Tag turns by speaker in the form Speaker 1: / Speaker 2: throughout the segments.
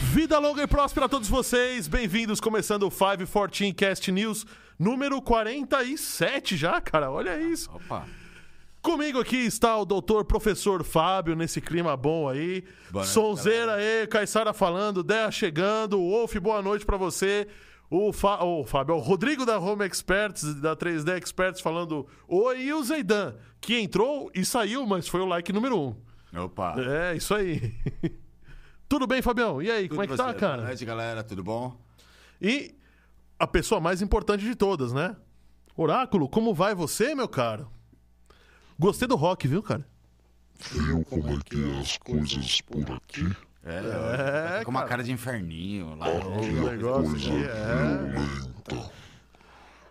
Speaker 1: Vida longa e próspera a todos vocês. Bem-vindos, começando o 514 Cast News número 47 já, cara. Olha isso.
Speaker 2: Opa.
Speaker 1: Comigo aqui está o doutor professor Fábio, nesse clima bom aí.
Speaker 2: Boa noite,
Speaker 1: Sonzeira aí, Caissara falando, Dea chegando, Wolf, boa noite pra você. O, Fa... o Fábio, é o Rodrigo da Home Experts, da 3D Experts, falando oi, e o Zeidan, que entrou e saiu, mas foi o like número um.
Speaker 2: Opa.
Speaker 1: É, isso aí. Tudo bem, Fabião? E aí, como é que
Speaker 2: Tudo
Speaker 1: tá,
Speaker 2: você?
Speaker 1: cara?
Speaker 2: Boa noite, galera. Tudo bom?
Speaker 1: E a pessoa mais importante de todas, né? Oráculo, como vai você, meu caro? Gostei do rock, viu, cara?
Speaker 3: Viu como é que é as coisas por aqui?
Speaker 2: É, é com uma
Speaker 1: cara. um
Speaker 2: cara de inferninho lá.
Speaker 3: Aqui a
Speaker 1: negócio
Speaker 3: coisa
Speaker 1: aqui é-
Speaker 3: violenta.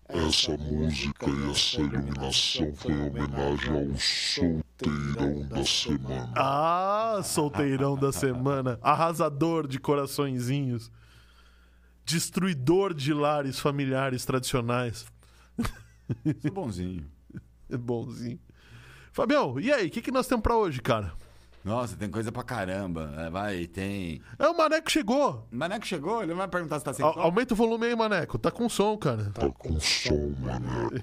Speaker 3: Essa música e essa iluminação foi em homenagem ao solteirão da semana.
Speaker 1: Ah, solteirão da semana, arrasador de coraçõezinhos, destruidor de lares familiares tradicionais.
Speaker 2: Sou bonzinho.
Speaker 1: É bonzinho. Fabião, e aí, o que, que nós temos pra hoje, cara?
Speaker 2: Nossa, tem coisa pra caramba. É, Vai, tem.
Speaker 1: É, o Maneco chegou.
Speaker 2: Maneco chegou, ele não vai perguntar se tá sem
Speaker 1: A-
Speaker 2: som.
Speaker 1: aumenta o volume aí, Maneco. Tá com som, cara.
Speaker 3: Tá com som, maneco.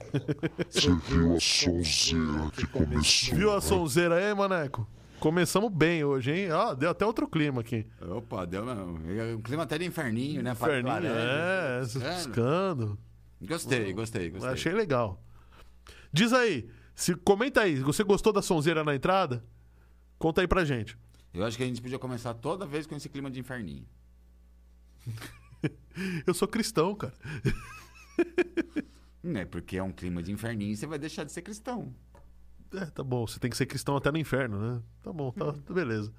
Speaker 3: Você viu a sonzeira que começou?
Speaker 1: Viu a
Speaker 3: né?
Speaker 1: sonzeira aí, Maneco? Começamos bem hoje, hein? Ah, deu até outro clima aqui.
Speaker 2: Opa, deu mesmo. É Um clima até de inferninho, né? Fala
Speaker 1: Ferninho, é,
Speaker 2: laranja,
Speaker 1: escando.
Speaker 2: piscando. Gostei, gostei, gostei.
Speaker 1: Achei legal. Diz aí, se, comenta aí, você gostou da sonzeira na entrada? Conta aí pra gente.
Speaker 2: Eu acho que a gente podia começar toda vez com esse clima de inferninho.
Speaker 1: Eu sou cristão, cara.
Speaker 2: Né? Porque é um clima de inferninho, você vai deixar de ser cristão.
Speaker 1: É, tá bom, você tem que ser cristão até no inferno, né? Tá bom, tá, tá beleza.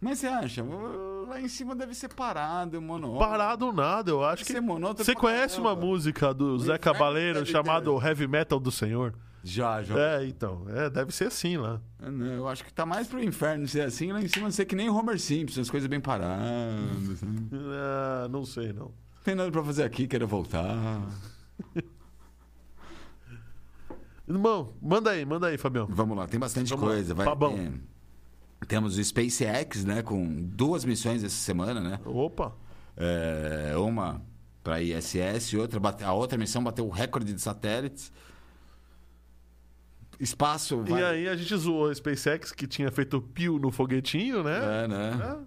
Speaker 2: Mas você acha? Ô, Lá em cima deve ser parado, monótono.
Speaker 1: Parado ou nada, eu acho
Speaker 2: Deve ser
Speaker 1: que.
Speaker 2: monótono.
Speaker 1: Você
Speaker 2: pra
Speaker 1: conhece uma
Speaker 2: caramba.
Speaker 1: música do Zé
Speaker 2: inferno
Speaker 1: Cabaleiro
Speaker 2: deve ter.
Speaker 1: chamado Heavy Metal do Senhor?
Speaker 2: Já, já.
Speaker 1: É, então. É, deve ser assim lá.
Speaker 2: Não, Eu acho que tá mais pro inferno ser assim, lá em cima ser que nem Homer Simpson, as coisas bem paradas. né?
Speaker 1: Ah, não sei, não.
Speaker 2: Tem nada pra fazer aqui, quero voltar.
Speaker 1: Irmão, manda aí, manda aí, Fabião.
Speaker 2: Vamos lá, tem bastante
Speaker 1: Vamos lá,
Speaker 2: coisa. Vai,
Speaker 1: Fabão.
Speaker 2: é, temos o SpaceX, né, com duas missões essa semana, né?
Speaker 1: Opa!
Speaker 2: É, uma pra ISS e outra bate- a outra missão bateu o recorde de satélites. Espaço vai...
Speaker 1: E aí a gente zoou a SpaceX que tinha feito pio no foguetinho, né?
Speaker 2: É, né?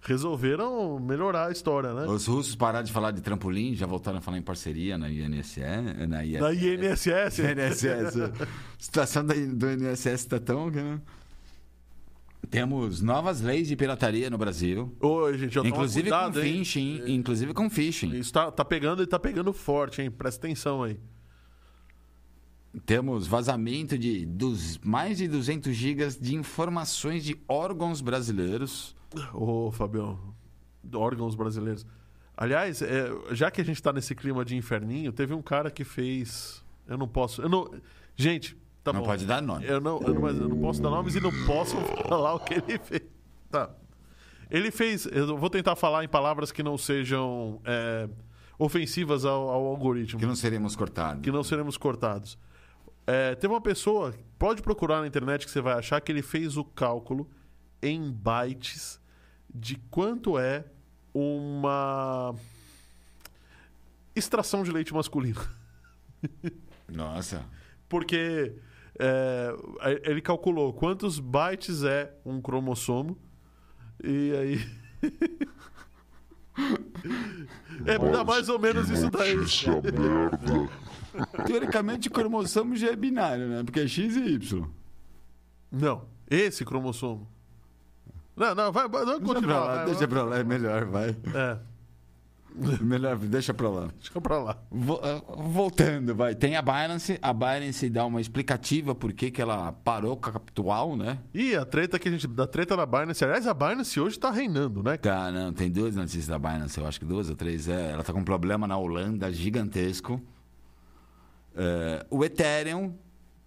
Speaker 1: Resolveram melhorar a história, né?
Speaker 2: Os russos pararam de falar de trampolim, já voltaram a falar em parceria na INSS, na ISS.
Speaker 1: Da INSS.
Speaker 2: INSS. A situação da- do INSS está tão. né? Temos novas leis de pirataria no Brasil.
Speaker 1: Oi, gente, eu tomo
Speaker 2: inclusive,
Speaker 1: cuidado,
Speaker 2: com
Speaker 1: hein? É.
Speaker 2: phishing, inclusive com phishing.
Speaker 1: Isso tá, tá pegando e tá pegando forte, hein? Presta atenção aí.
Speaker 2: Temos vazamento de dos, mais de 200 gigas de informações de órgãos brasileiros.
Speaker 1: Ô, Fabião, órgãos brasileiros. Aliás, é, já que a gente tá nesse clima de inferninho, teve um cara que fez. Eu não posso. Eu não... Gente, tá
Speaker 2: não
Speaker 1: bom.
Speaker 2: pode dar nome.
Speaker 1: Eu não, eu, não, mas eu não posso dar nomes e não posso falar o que ele fez. Tá. Ele fez. Eu vou tentar falar em palavras que não sejam é, ofensivas ao, ao algoritmo,
Speaker 2: Que não seremos cortados.
Speaker 1: que não seremos cortados. É, teve uma pessoa, pode procurar na internet que você vai achar, que ele fez o cálculo em bytes de quanto é uma extração de leite masculino.
Speaker 2: Nossa.
Speaker 1: Porque é, ele calculou quantos bytes é um cromossomo. E aí. é dá mais ou menos isso daí.
Speaker 3: Notícia merda.
Speaker 2: Teoricamente, o cromossomo já é binário, né? Porque é X e Y.
Speaker 1: Não, esse cromossomo. Não, não, vai, vai não
Speaker 2: Deixa
Speaker 1: continua.
Speaker 2: pra lá,
Speaker 1: vai,
Speaker 2: deixa
Speaker 1: vai.
Speaker 2: pra lá, é melhor, vai.
Speaker 1: É,
Speaker 2: Melhor, deixa pra lá.
Speaker 1: deixa pra lá.
Speaker 2: Vo- ah, Voltando, vai. Tem a Binance. A Binance dá uma explicativa por que, que ela parou com a Capital, né?
Speaker 1: Ih, a treta que a gente. Da treta da Binance. Aliás, a Binance hoje tá reinando, né? cara?
Speaker 2: Tá, não, tem duas notícias da Binance, eu acho que duas ou três. É, ela tá com um problema na Holanda gigantesco. É, o Ethereum,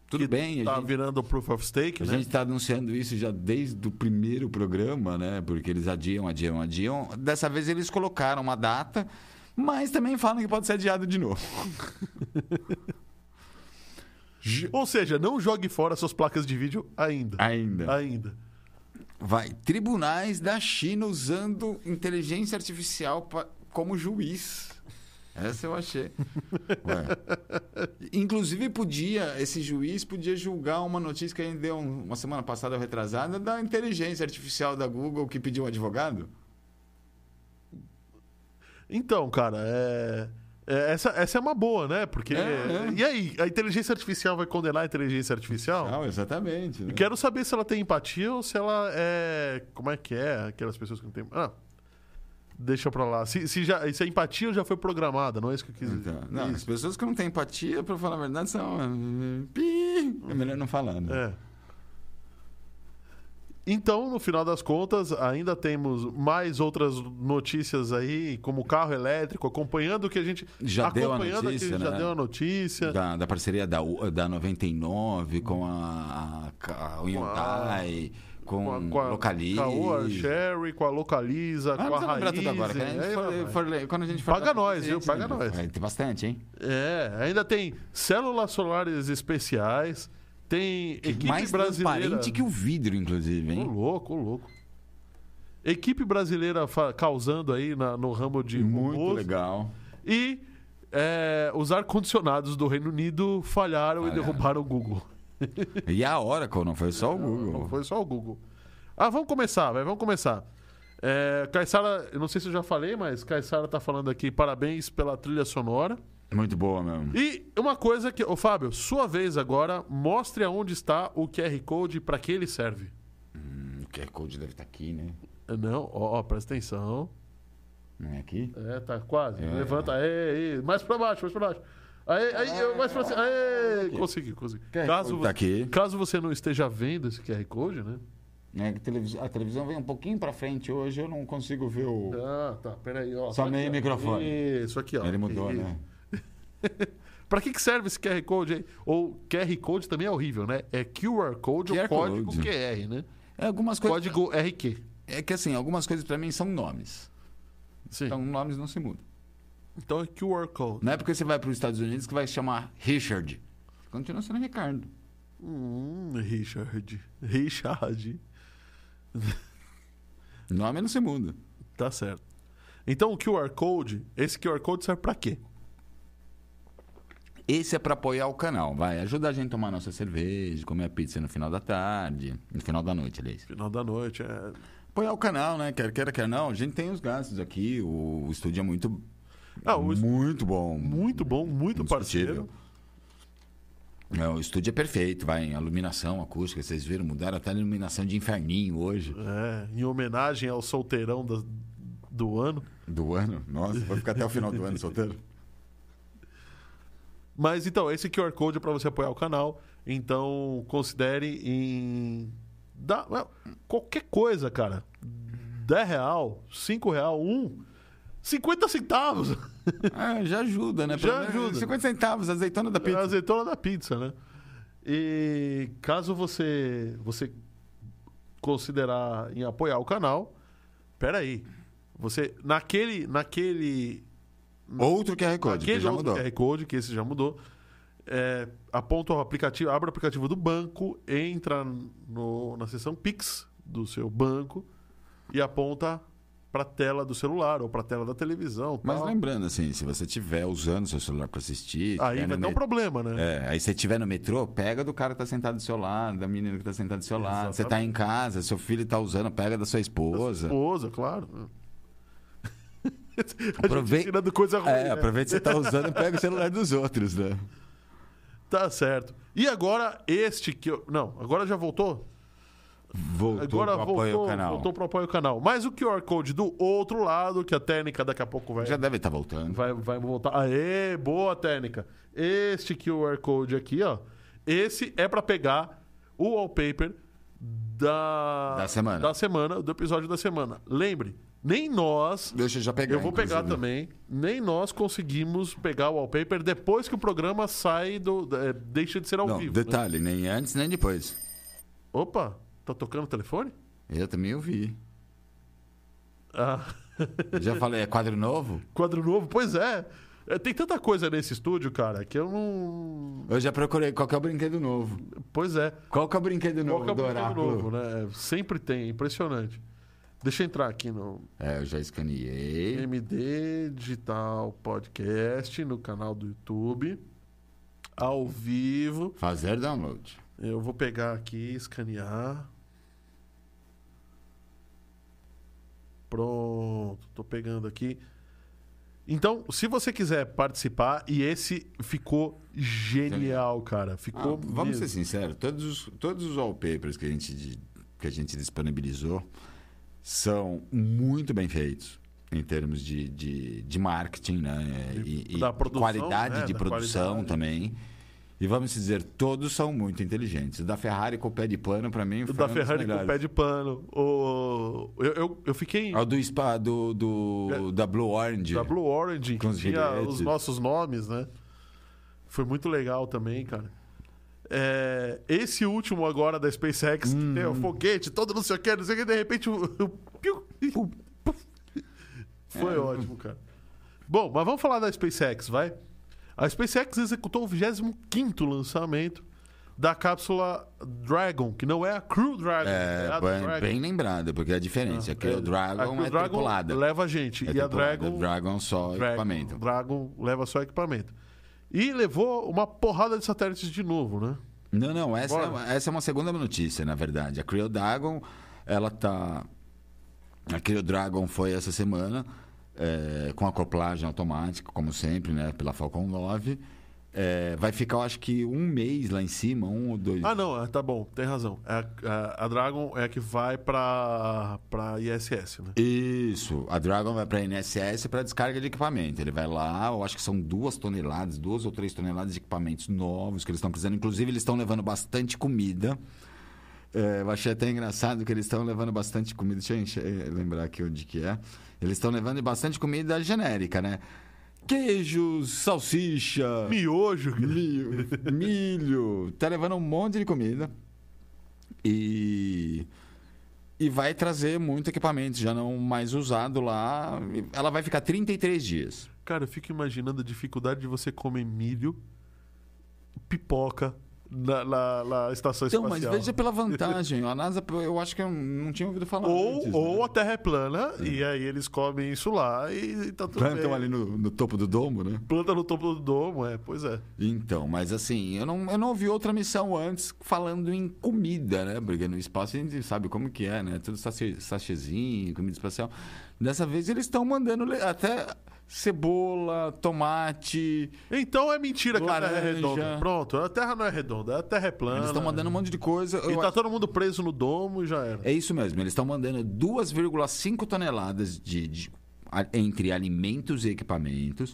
Speaker 2: tudo
Speaker 1: Que
Speaker 2: bem,
Speaker 1: Tá
Speaker 2: a gente...
Speaker 1: virando proof of stake,
Speaker 2: A
Speaker 1: né?
Speaker 2: gente está anunciando isso já desde o primeiro programa, né? Porque eles adiam, adiam, adiam. Dessa vez eles colocaram uma data, mas também falam que pode ser adiado de novo. Ju-
Speaker 1: Ou seja, não jogue fora suas placas de vídeo ainda.
Speaker 2: Ainda.
Speaker 1: Ainda.
Speaker 2: Vai. Tribunais da China usando inteligência artificial pa- como juiz. Essa eu achei. Ué. Inclusive, podia, esse juiz podia julgar uma notícia que a gente deu um- uma semana passada ou retrasada da inteligência artificial da Google que pediu um advogado.
Speaker 1: Então, cara, é. é, essa, essa é uma boa, né? Porque.
Speaker 2: É, é.
Speaker 1: E aí, a inteligência artificial vai condenar a inteligência artificial?
Speaker 2: Não, exatamente. né?
Speaker 1: Eu Quero saber se ela tem empatia ou se ela é. Como é que é? Aquelas pessoas que não têm. Ah, deixa pra lá. Se, se, já, se a empatia já foi programada, não é isso que eu quis dizer.
Speaker 2: Então, não, as pessoas que não têm empatia, pra falar a verdade, são. Pi! É melhor não falar, né?
Speaker 1: É. Então, no final das contas, ainda temos mais outras notícias aí, como carro elétrico, acompanhando o que a gente.
Speaker 2: Já deu a
Speaker 1: acompanhando
Speaker 2: notícia,
Speaker 1: aqui, Já
Speaker 2: né?
Speaker 1: deu a notícia.
Speaker 2: Da, da parceria da, U- da 99 com a, a, a Hyundai, com,
Speaker 1: com a, com a
Speaker 2: Localiza.
Speaker 1: com a Oa Sherry, com a Localiza,
Speaker 2: Ah,
Speaker 1: com a
Speaker 2: não precisa lembrar
Speaker 1: Raiz. é,
Speaker 2: tudo agora. que a gente for- for- quando a gente for
Speaker 1: Paga
Speaker 2: dar pra
Speaker 1: nós,
Speaker 2: gente,
Speaker 1: viu? Paga
Speaker 2: lembra.
Speaker 1: nós.
Speaker 2: É, Tem bastante, hein?
Speaker 1: É, ainda tem células solares especiais, tem equipe
Speaker 2: Mais
Speaker 1: brasileira.
Speaker 2: transparente que o vidro, inclusive,
Speaker 1: Ô,
Speaker 2: hein?
Speaker 1: louco, ô, louco. Equipe brasileira fa- causando aí na- no ramo de
Speaker 2: Muito
Speaker 1: robôs.
Speaker 2: legal.
Speaker 1: E é, os ar-condicionados do Reino Unido falharam e
Speaker 2: Falharam.
Speaker 1: derrubaram o Google.
Speaker 2: E a Oracle, não foi só o
Speaker 1: Não
Speaker 2: Google.
Speaker 1: foi só o Google. Ah, vamos começar, vai, vamos começar. É, Caissara, eu não sei se eu já falei, mas Caissara tá falando aqui, parabéns pela trilha sonora.
Speaker 2: Muito boa mesmo.
Speaker 1: E uma coisa que. Ô, Fábio, sua vez agora, mostre aonde está o QR Code e pra que ele serve.
Speaker 2: O QR Code deve estar aqui, né?
Speaker 1: Não, ó, ó, presta atenção.
Speaker 2: Não é aqui?
Speaker 1: É, tá quase.
Speaker 2: É.
Speaker 1: Levanta, aí, aí, mais pra baixo, mais pra baixo. Aí, aí, eu- mais pra cima. Aí, consegui, consegui.
Speaker 2: QR
Speaker 1: Caso,
Speaker 2: Code tá aqui.
Speaker 1: caso você não esteja vendo esse QR Code, né?
Speaker 2: É que televis- A televisão vem um pouquinho pra frente hoje, eu não consigo ver o.
Speaker 1: Ah, tá, peraí, ó.
Speaker 2: Só
Speaker 1: Tá
Speaker 2: meio
Speaker 1: aqui, ó.
Speaker 2: microfone.
Speaker 1: Isso aqui, ó.
Speaker 2: Ele mudou,
Speaker 1: Isso.
Speaker 2: né?
Speaker 1: Pra que, que serve esse QR Code aí? Ou QR Code também é horrível, né? É QR Code
Speaker 2: QR
Speaker 1: ou código
Speaker 2: Code.
Speaker 1: QR, né?
Speaker 2: É, algumas coisas.
Speaker 1: Código RQ.
Speaker 2: É que assim, algumas coisas pra mim são nomes.
Speaker 1: Sim.
Speaker 2: Então, nomes não se mudam.
Speaker 1: Então é QR Code.
Speaker 2: Não é porque você vai para os Estados Unidos que vai se chamar Richard. Continua sendo Ricardo.
Speaker 1: Hum, Richard. Richard.
Speaker 2: Nome não se muda.
Speaker 1: Tá certo. Então o QR Code, esse QR Code serve pra quê?
Speaker 2: Esse é para apoiar o canal, vai. Ajudar a gente a tomar nossa cerveja, comer a pizza no final da tarde, no final da noite, aliás.
Speaker 1: Final da noite, é.
Speaker 2: Apoiar o canal, né? Quer queira, quer não. A gente tem os gastos aqui, o, o estúdio é muito,
Speaker 1: Ah, o-
Speaker 2: muito bom.
Speaker 1: muito bom, muito
Speaker 2: indiscutível.
Speaker 1: parceiro.
Speaker 2: É, o estúdio é perfeito, vai. A iluminação acústica, vocês viram, mudaram até a iluminação de inferninho hoje.
Speaker 1: É, em homenagem ao solteirão da- do ano.
Speaker 2: Do ano? Nossa, vai ficar até o final do ano solteiro?
Speaker 1: Mas então, esse QR Code é para você apoiar o canal. Então, considere em. Dá, é, qualquer coisa, cara. 10 real, 5 real, 1. 50 centavos!
Speaker 2: Ah, já ajuda, né?
Speaker 1: Já
Speaker 2: Pelo menos
Speaker 1: ajuda.
Speaker 2: 50 centavos, azeitona da
Speaker 1: A
Speaker 2: pizza.
Speaker 1: azeitona da pizza, né? E caso você você considerar em apoiar o canal, peraí. Você, naquele, naquele
Speaker 2: Outro QR Code, que
Speaker 1: Aquele
Speaker 2: já
Speaker 1: outro
Speaker 2: mudou.
Speaker 1: QR Code, que esse já mudou. É, aponta o aplicativo, abre o aplicativo do banco, entra no- na seção Pix do seu banco e aponta para a tela do celular ou para a tela da televisão.
Speaker 2: Mas
Speaker 1: tal.
Speaker 2: lembrando, assim, se você tiver usando seu celular pra assistir...
Speaker 1: Aí
Speaker 2: tiver
Speaker 1: vai
Speaker 2: no
Speaker 1: ter um
Speaker 2: me-
Speaker 1: problema, né?
Speaker 2: É, aí você estiver no metrô, pega do cara que tá sentado do seu lado, da menina que tá sentada do seu lado. Você tá em casa, seu filho tá usando, pega da sua esposa.
Speaker 1: Esposa, claro.
Speaker 2: Aprove-
Speaker 1: Tirando coisa ruim.
Speaker 2: É,
Speaker 1: né?
Speaker 2: aproveita que você tá usando e pega o celular dos outros, né?
Speaker 1: Tá certo. E agora este que eu. Não, agora já voltou?
Speaker 2: Voltou
Speaker 1: Agora
Speaker 2: pro apoio ao
Speaker 1: voltou,
Speaker 2: canal.
Speaker 1: voltou pro apoio ao canal. Mas o QR Code do outro lado, que a técnica daqui a pouco vai.
Speaker 2: Já deve estar voltando.
Speaker 1: Vai, vai voltar. Aê, boa técnica. Este QR Code aqui, ó. Esse é pra pegar o wallpaper da,
Speaker 2: Da semana.
Speaker 1: da semana, do episódio da semana. Lembre, nem nós,
Speaker 2: Deixa eu já pegar.
Speaker 1: eu vou pegar
Speaker 2: inclusive.
Speaker 1: também, nem nós conseguimos pegar o wallpaper depois que o programa sai do. é, deixa de ser ao
Speaker 2: Não,
Speaker 1: vivo. né?
Speaker 2: detalhe, nem antes nem depois.
Speaker 1: Opa, tá tocando o telefone?
Speaker 2: Eu também ouvi.
Speaker 1: Ah,
Speaker 2: Eu já falei, é quadro novo?
Speaker 1: quadro novo? Pois é. É, Tem tanta coisa nesse estúdio, cara, que eu não.
Speaker 2: Eu já procurei qual que é o brinquedo novo.
Speaker 1: Pois é.
Speaker 2: Qual que é o brinquedo
Speaker 1: Qual
Speaker 2: novo
Speaker 1: que é o
Speaker 2: do
Speaker 1: brinquedo novo,
Speaker 2: oráculo?
Speaker 1: né? Sempre tem, é impressionante. Deixa eu entrar aqui no
Speaker 2: É, eu já escaneei.
Speaker 1: MD Digital Podcast, no canal do YouTube. Ao vivo.
Speaker 2: Fazer download.
Speaker 1: Eu vou pegar aqui, escanear. Pronto, tô pegando aqui. Então, se você quiser participar, e esse ficou genial, cara.
Speaker 2: Ah,
Speaker 1: Ficou.
Speaker 2: vamos ser
Speaker 1: mesmo.
Speaker 2: sinceros, todos os, todos os wallpapers que a gente, di- que a gente disponibilizou são muito bem feitos em termos de, de, de marketing, né? E, e
Speaker 1: Da produção,
Speaker 2: qualidade
Speaker 1: né?
Speaker 2: de
Speaker 1: Da
Speaker 2: produção
Speaker 1: qualidade.
Speaker 2: também. E vamos dizer, todos são muito inteligentes. O Da Ferrari com o pé de pano, para mim, foi
Speaker 1: da
Speaker 2: um dos
Speaker 1: Ferrari com
Speaker 2: melhores.
Speaker 1: o pé de pano. O... Eu, eu, eu fiquei
Speaker 2: Ah, do spa, do, do- da Blue Orange.
Speaker 1: É. da Blue Orange, que
Speaker 2: Com os
Speaker 1: tinha
Speaker 2: bilhetes.
Speaker 1: os nossos nomes, né? Foi muito legal também, cara. É, esse último agora da SpaceX, que
Speaker 2: Hum.
Speaker 1: tem o foguete, todo não sei o que, não sei o que, de repente o. o piu, e puf. Foi
Speaker 2: É.
Speaker 1: ótimo, cara. Bom, mas vamos falar da SpaceX, vai? A SpaceX executou o 25 lançamento da cápsula Dragon, que não é a Crew Dragon.
Speaker 2: É,
Speaker 1: é a
Speaker 2: bem,
Speaker 1: Dragon.
Speaker 2: bem lembrada, porque é a diferença. que o
Speaker 1: A
Speaker 2: Dragon
Speaker 1: Crew
Speaker 2: é
Speaker 1: Dragon
Speaker 2: tripulada.
Speaker 1: leva a gente.
Speaker 2: É
Speaker 1: e a
Speaker 2: tripulada,
Speaker 1: Dragon
Speaker 2: Dragon só
Speaker 1: Dragon,
Speaker 2: equipamento.
Speaker 1: Dragon leva só equipamento. E levou uma porrada de satélites de novo, né?
Speaker 2: Não, não, essa, é
Speaker 1: Bora.
Speaker 2: uma, essa é uma segunda notícia, na verdade. A Creo Dragon, ela tá. A Creo Dragon foi essa semana, é, com acoplagem automática, como sempre, né? Pela Falcon 9. É, vai ficar, eu acho que um mês lá em cima, um ou dois.
Speaker 1: Ah, não, é, tá bom, tem razão. É a, a- a Dragon é a que vai pra, pra ISS, né?
Speaker 2: Isso, a Dragon vai para a INSS para descarga de equipamento. Ele vai lá, eu acho que são duas toneladas, duas ou três toneladas de equipamentos novos que eles estão precisando. Inclusive, eles estão levando bastante comida. É, eu achei até engraçado que eles estão levando bastante comida. Deixa eu enche- eh, lembrar aqui onde que é. Eles estão levando bastante comida genérica, né? Queijos, salsicha,
Speaker 1: Miojo, Guilherme.
Speaker 2: milho, milho. Tá levando um monte de comida. E. E vai trazer muito equipamento já não mais usado lá. Ela vai ficar 33 dias.
Speaker 1: Cara, eu fico imaginando a dificuldade de você comer milho, pipoca na, na- na estação
Speaker 2: Então, mas
Speaker 1: espacial.
Speaker 2: veja pela vantagem. A NASA, eu acho que eu não tinha ouvido falar.
Speaker 1: Ou,
Speaker 2: antes,
Speaker 1: ou
Speaker 2: né?
Speaker 1: a Terra é plana, e aí eles comem isso lá e, e tá tudo
Speaker 2: Plantam
Speaker 1: bem.
Speaker 2: um ali no, no topo do domo, né?
Speaker 1: Planta no topo do domo, é, pois é.
Speaker 2: Então, mas assim, eu não, eu não ouvi outra missão antes falando em comida, né? Porque no espaço a gente sabe como que é, né? Tudo sachê- sachêzinho, comida espacial. Dessa vez eles estão mandando le- até cebola, tomate.
Speaker 1: Então é mentira que a Terra é
Speaker 2: Laranja.
Speaker 1: redonda. Pronto, a Terra não é redonda, a Terra é plana.
Speaker 2: Eles estão mandando um monte de coisa.
Speaker 1: E
Speaker 2: Eu-
Speaker 1: tá todo mundo preso no domo e já era.
Speaker 2: É isso mesmo, eles estão mandando 2,5 toneladas de, de- a- entre alimentos e equipamentos.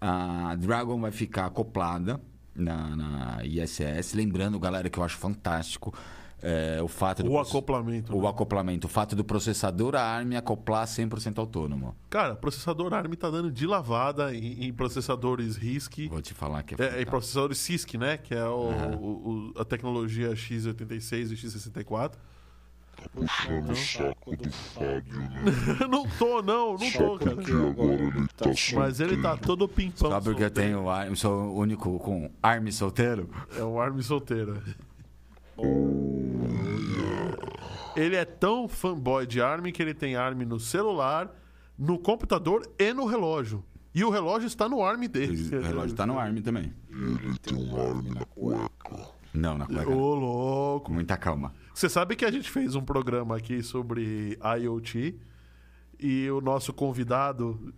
Speaker 2: A Dragon vai ficar acoplada na, na ISS. Lembrando, galera, que eu acho fantástico é, o fato do.
Speaker 1: O
Speaker 2: proce-
Speaker 1: acoplamento.
Speaker 2: o
Speaker 1: né?
Speaker 2: acoplamento, o fato do processador a ARM acoplar 100% autônomo.
Speaker 1: Cara, processador ARM tá dando de lavada em, em processadores RISC.
Speaker 2: Vou te falar que
Speaker 1: É,
Speaker 2: é,
Speaker 1: em
Speaker 2: fantástico.
Speaker 1: processadores CISC, né? Que é o- o- o- a tecnologia x86 e x64.
Speaker 3: Tá puxando o saco do Fábio, né?
Speaker 1: não tô, não, não
Speaker 3: Só
Speaker 1: tô, cara.
Speaker 3: porque agora ele tá solteiro.
Speaker 1: Mas ele tá todo pimpão.
Speaker 2: Só porque eu
Speaker 1: solteiro.
Speaker 2: tenho ARM, sou o único com ARM solteiro?
Speaker 1: É o Armin solteiro. Ele é tão fanboy de Armin que ele tem Armin no celular, no computador e no relógio. E o relógio está no Armin dele.
Speaker 2: O relógio tá
Speaker 1: né?
Speaker 2: no ARM também.
Speaker 3: Ele tem um arme na cueca.
Speaker 2: Não, na cueca.
Speaker 1: Ô,
Speaker 2: Com
Speaker 1: louco.
Speaker 2: muita calma.
Speaker 1: Você sabe que a gente fez um programa aqui sobre IoT e o nosso convidado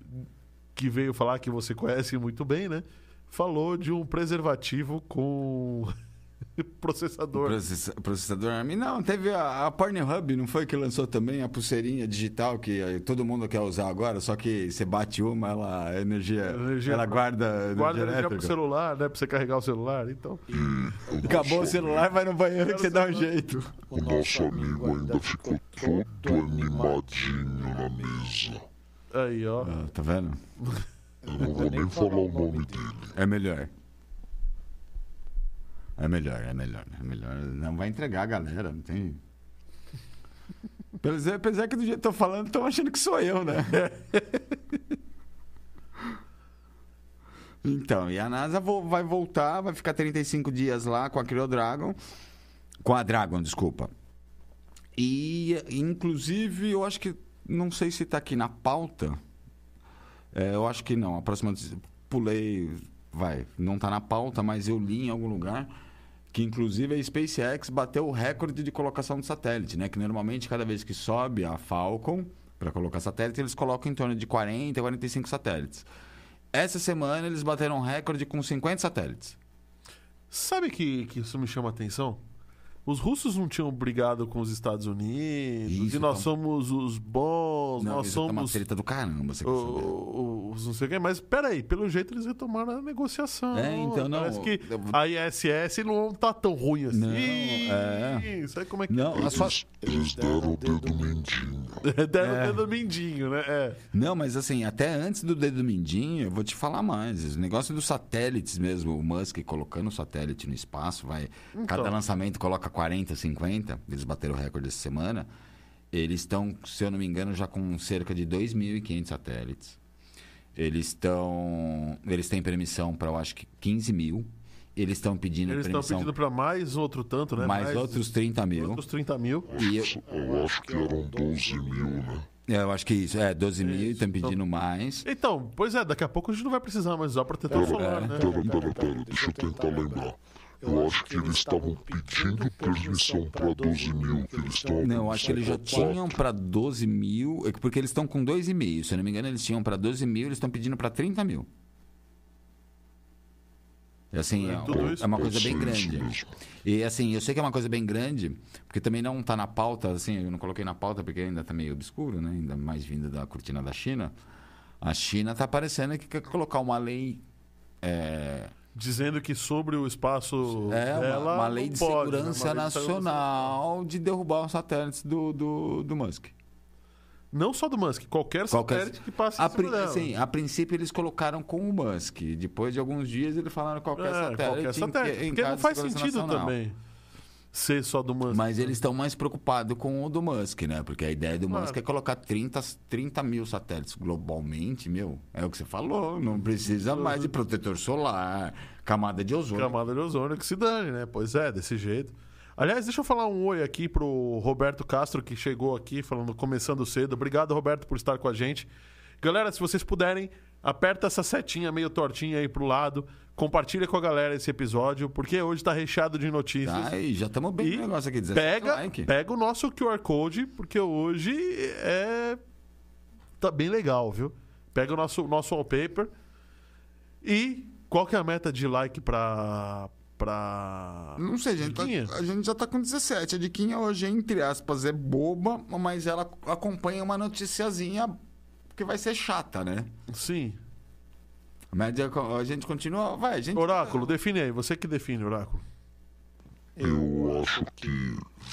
Speaker 1: que veio falar que você conhece muito bem, né? Falou de um preservativo com processador.
Speaker 2: Processa- processador ARM. Não, teve a, a Pornhub, não foi que lançou também a pulseirinha digital que eh, todo mundo quer usar agora, só que você bate uma, ela a energia,
Speaker 1: Energia-
Speaker 2: ela guarda,
Speaker 1: Guarda
Speaker 2: energia
Speaker 1: energia pro
Speaker 2: elétrica.
Speaker 1: celular, né? Pra você carregar o celular, então.
Speaker 2: Acabou o celular, vai no banheiro que você dá um jeito.
Speaker 3: O nosso amigo ainda ficou todo animadinho na mesa.
Speaker 1: Aí, ó.
Speaker 2: Ah, tá vendo?
Speaker 3: Eu não vou nem falar o nome dele.
Speaker 2: É melhor. É melhor, é melhor, é melhor. Não vai entregar a galera, não tem. Apesar apesar que do jeito que eu tô falando, estão achando que sou eu, né? então, e a NASA vo- vai voltar, vai ficar 35 dias lá com a Cryo Dragon. Com a Dragon, desculpa. E, inclusive, eu acho que. Não sei se tá aqui na pauta. É, eu acho que não. A próxima. Pulei. Vai. Não tá na pauta, mas eu li em algum lugar que, inclusive, a SpaceX bateu o recorde de colocação de satélite, né? Que normalmente, cada vez que sobe a Falcon para colocar satélite, eles colocam em torno de 40 a 45 satélites. Essa semana eles bateram um recorde com 50 satélites.
Speaker 1: Sabe que, que isso me chama atenção? Os russos não tinham brigado com os Estados Unidos.
Speaker 2: Isso,
Speaker 1: e nós
Speaker 2: tá-
Speaker 1: somos os bons,
Speaker 2: Não,
Speaker 1: nós
Speaker 2: isso tá uma
Speaker 1: somos
Speaker 2: treta é do caramba, você quer saber?
Speaker 1: o- o- os não sei o quê. Mas peraí, pelo jeito eles retomaram a negociação.
Speaker 2: É, então, não,
Speaker 1: Parece que
Speaker 2: eu-
Speaker 1: a ISS não tá tão ruim assim.
Speaker 2: Não, é.
Speaker 1: Sabe como é que
Speaker 2: Não, a sua-
Speaker 3: Eles, eles deram o dedo mindinho.
Speaker 1: Deram
Speaker 2: é.
Speaker 1: o dedo mindinho, né? É.
Speaker 2: Não, mas assim, até antes do dedo mindinho, eu vou te falar mais. O negócio dos satélites mesmo, o Musk colocando o satélite no espaço, vai.
Speaker 1: Então.
Speaker 2: Cada lançamento coloca 40, 50, eles bateram o recorde essa semana. Eles estão, se eu não me engano, já com cerca de 2.500 satélites. Eles estão. Eles têm permissão para, eu acho que 15 mil. Eles estão pedindo
Speaker 1: Eles estão
Speaker 2: permissão
Speaker 1: pedindo para mais outro tanto, né?
Speaker 2: mais, outros 30 mil.
Speaker 1: outros 30 mil.
Speaker 2: E eu,
Speaker 3: Eu acho que eram 12 mil, né?
Speaker 2: eu acho que isso, é, 12 mil e estão pedindo mais.
Speaker 1: Então, pois é, daqui a pouco a gente não vai precisar mais usar protetor solar,
Speaker 2: é,
Speaker 1: né?
Speaker 3: Pera, pera, pera, deixa eu tentar lembrar. Eu acho que eles estavam pedindo permissão para 12 mil, que eles estão.
Speaker 2: Não, eu acho que eles já tinham para 12 mil, é que- porque eles estão com 2,5. Se eu não me engano, eles tinham para 12 mil, eles estão pedindo para 30 mil. É assim, é,
Speaker 1: tudo
Speaker 2: um-
Speaker 1: isso?
Speaker 2: é uma coisa bem
Speaker 3: Pode ser isso
Speaker 2: grande.
Speaker 3: mesmo.
Speaker 2: E assim, eu sei que é uma coisa bem grande, porque também não está na pauta, assim, eu não coloquei na pauta porque ainda está meio obscuro, né? Ainda mais vindo da cortina da China. A China está parecendo que quer colocar uma lei. é,
Speaker 1: Dizendo que sobre o espaço
Speaker 2: É, uma-
Speaker 1: dela.
Speaker 2: uma, lei
Speaker 1: não
Speaker 2: de
Speaker 1: pode, né? Uma
Speaker 2: segurança
Speaker 1: lei de segurança
Speaker 2: nacional de derrubar os satélites do, do, do Musk.
Speaker 1: Não só do Musk, qualquer
Speaker 2: Qualquer-
Speaker 1: satélite que passe
Speaker 2: a,
Speaker 1: em cima
Speaker 2: prin-
Speaker 1: dela.
Speaker 2: assim, a princípio eles colocaram com o Musk. Depois de alguns dias eles falaram qualquer
Speaker 1: É,
Speaker 2: satélite.
Speaker 1: qualquer
Speaker 2: em que-
Speaker 1: satélite.
Speaker 2: em
Speaker 1: Porque
Speaker 2: caso
Speaker 1: não
Speaker 2: de
Speaker 1: faz
Speaker 2: segurança
Speaker 1: sentido
Speaker 2: nacional.
Speaker 1: também ser só do Musk.
Speaker 2: Mas eles estão mais preocupados com o do Musk, né? Porque a ideia do Musk é colocar 30, 30 mil satélites globalmente, meu. É o que você falou. Não precisa mais de protetor solar, camada de ozônio.
Speaker 1: Camada de ozônio que se dane, né? Pois é, desse jeito. Aliás, deixa eu falar um oi aqui pro Roberto Castro, que chegou aqui falando, começando cedo. Obrigado, Roberto, por estar com a gente. Galera, se vocês puderem, aperta essa setinha meio tortinha aí pro lado. Compartilha com a galera esse episódio, porque hoje tá recheado de notícias.
Speaker 2: Tá? E já estamos bem
Speaker 1: E
Speaker 2: no negócio aqui. 17
Speaker 1: Pega,
Speaker 2: like.
Speaker 1: pega o nosso QR Code, porque hoje é. Tá bem legal, viu? Pega o nosso, nosso wallpaper. E qual que é a meta de like pra. pra.
Speaker 2: Não sei, gente. tá-
Speaker 1: Diquinha?
Speaker 2: a gente já tá com 17. A diquinha hoje, entre aspas, é boba, mas ela acompanha uma noticiazinha que vai ser chata, né?
Speaker 1: Sim.
Speaker 2: Mas eu co- a gente continua. Vai, a gente.
Speaker 1: Oráculo, define aí. Você que define, Oráculo.
Speaker 3: Eu acho que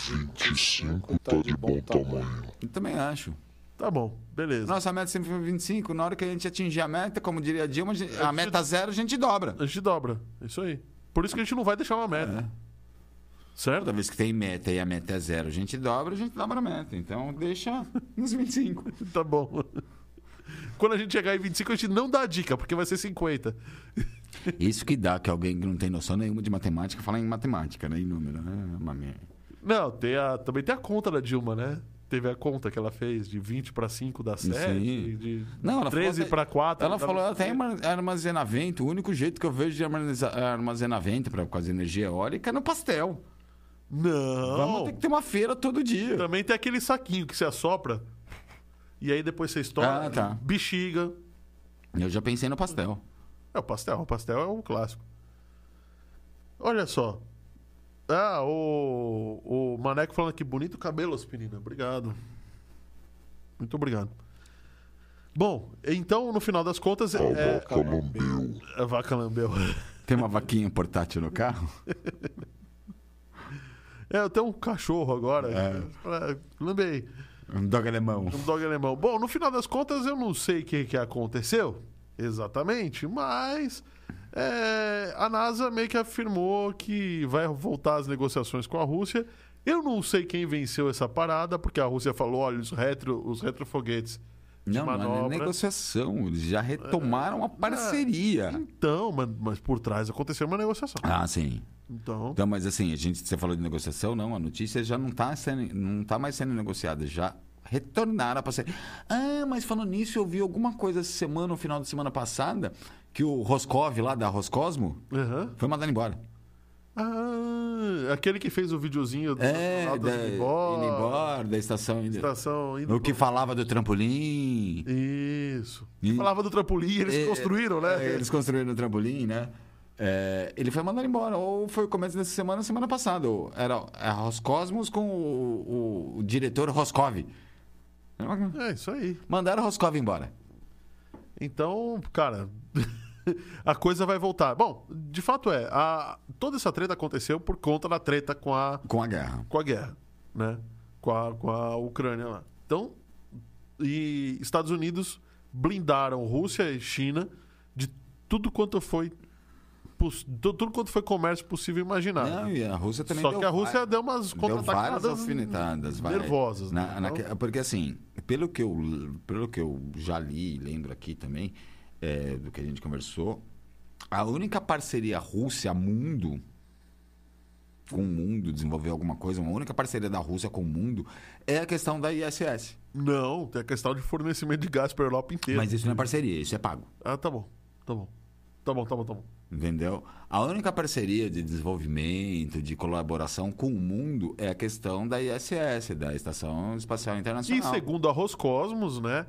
Speaker 3: 25 tá de bom tamanho.
Speaker 2: Eu também acho.
Speaker 1: Tá bom, beleza.
Speaker 2: Nossa meta sempre foi 25. Na hora que a gente atingir a meta, como diria a Dilma, a gente- a meta zero a gente dobra.
Speaker 1: A gente dobra. É Isso aí. Por isso que a gente não vai deixar uma meta. Certo?
Speaker 2: É. Toda vez que tem meta e a meta é zero, a gente dobra, a gente dobra a meta. Então deixa nos 25.
Speaker 1: Tá bom. Quando a gente chegar em 25, a gente não dá a dica, porque vai ser 50.
Speaker 2: Isso que dá, que alguém que não tem noção nenhuma de matemática fala em matemática, né? Em número. né? É uma merda.
Speaker 1: Não, tem a, também tem a conta da Dilma, né? Teve a conta que ela fez de 20 para 5 dá 7,
Speaker 2: aí.
Speaker 1: de
Speaker 2: Não, ela
Speaker 1: 13
Speaker 2: falou-
Speaker 1: para 4.
Speaker 2: Ela
Speaker 1: dá-
Speaker 2: falou, ela tem arma- armazenamento. O único jeito que eu vejo de armazena- armazenamento para causa de energia eólica é no pastel. Vamos
Speaker 1: Não.
Speaker 2: ter que ter uma feira todo dia.
Speaker 1: Também tem aquele saquinho que você assopra e aí depois você estoura.
Speaker 2: Ah, tá.
Speaker 1: Bexiga.
Speaker 2: Eu já pensei no pastel.
Speaker 1: É o pastel. O pastel é um clássico. Olha só. Ah, o, o Maneco falando que bonito cabelo, Aspirina. Obrigado. Muito obrigado. Bom, então, no final das contas,
Speaker 3: A
Speaker 1: é,
Speaker 3: vaca lambeu.
Speaker 1: a vaca lambeu.
Speaker 2: Tem uma vaquinha portátil no carro?
Speaker 1: É, eu tenho um cachorro agora.
Speaker 2: É.
Speaker 1: Ah, Lambei.
Speaker 2: Um dog alemão.
Speaker 1: Um dog alemão. Bom, no final das contas, eu não sei o que, que aconteceu exatamente, mas é, a NASA meio que afirmou que vai voltar as negociações com a Rússia. Eu não sei quem venceu essa parada, porque a Rússia falou: olha, os, retro, os retrofoguetes. de
Speaker 2: Não, mano, é
Speaker 1: manobra. Ah,
Speaker 2: negociação. Eles já retomaram a parceria.
Speaker 1: Então, mas, mas por trás aconteceu uma negociação.
Speaker 2: Ah, sim.
Speaker 1: Então,
Speaker 2: Então, mas assim, a gente, você falou de negociação, não, a notícia já não está sendo, não tá mais sendo negociada, já retornaram a parceria. Ah, mas falando nisso, eu vi alguma coisa essa semana, no final de semana passada, que o Roscov lá da Roscosmo
Speaker 1: aham.
Speaker 2: foi mandado embora.
Speaker 1: Ah, aquele que fez o videozinho do
Speaker 2: É,
Speaker 1: astronautas
Speaker 2: da,
Speaker 1: indo
Speaker 2: indo
Speaker 1: embora,
Speaker 2: embora, da estação. indo-
Speaker 1: estação indo
Speaker 2: O que falava do trampolim.
Speaker 1: Isso.
Speaker 2: E-
Speaker 1: Falava do trampolim, eles
Speaker 2: É,
Speaker 1: construíram, né?
Speaker 2: é, eles construíram o trampolim, né? É, ele foi mandado embora, ou foi o começo dessa semana, semana passada. ou Era a Roscosmos com o, o- o diretor Roscov.
Speaker 1: É isso aí.
Speaker 2: Mandaram o Roscov embora.
Speaker 1: Então, cara, a coisa vai voltar. Bom, de fato é, a- toda essa treta aconteceu por conta da treta com a,
Speaker 2: Com a guerra.
Speaker 1: com a guerra, né? Com a, com a Ucrânia lá. Então, e Estados Unidos blindaram Rússia e China de tudo quanto foi pos- tu- tudo quanto foi comércio possível e imaginar.
Speaker 2: Não, e a Rússia também
Speaker 1: Só
Speaker 2: deu
Speaker 1: que a Rússia
Speaker 2: vai-
Speaker 1: deu umas
Speaker 2: deu várias
Speaker 1: contra-atacadas
Speaker 2: alfinetadas. vai.
Speaker 1: nervosas. né?
Speaker 2: Na- naque- porque assim, pelo que, eu, pelo que eu já li e lembro aqui também, é, do que a gente conversou, a única parceria Rússia-mundo com o mundo, desenvolver alguma coisa, uma única parceria da Rússia com o mundo é a questão da ISS.
Speaker 1: Não, tem a questão de fornecimento de gás para a Europa inteira.
Speaker 2: Mas isso não é parceria, isso é pago.
Speaker 1: Ah, tá bom. Tá bom. Tá bom, tá bom, tá bom.
Speaker 2: Entendeu? A única parceria de desenvolvimento, de colaboração com o mundo é a questão da ISS, da Estação Espacial
Speaker 1: E
Speaker 2: Internacional.
Speaker 1: segundo a Roscosmos, né?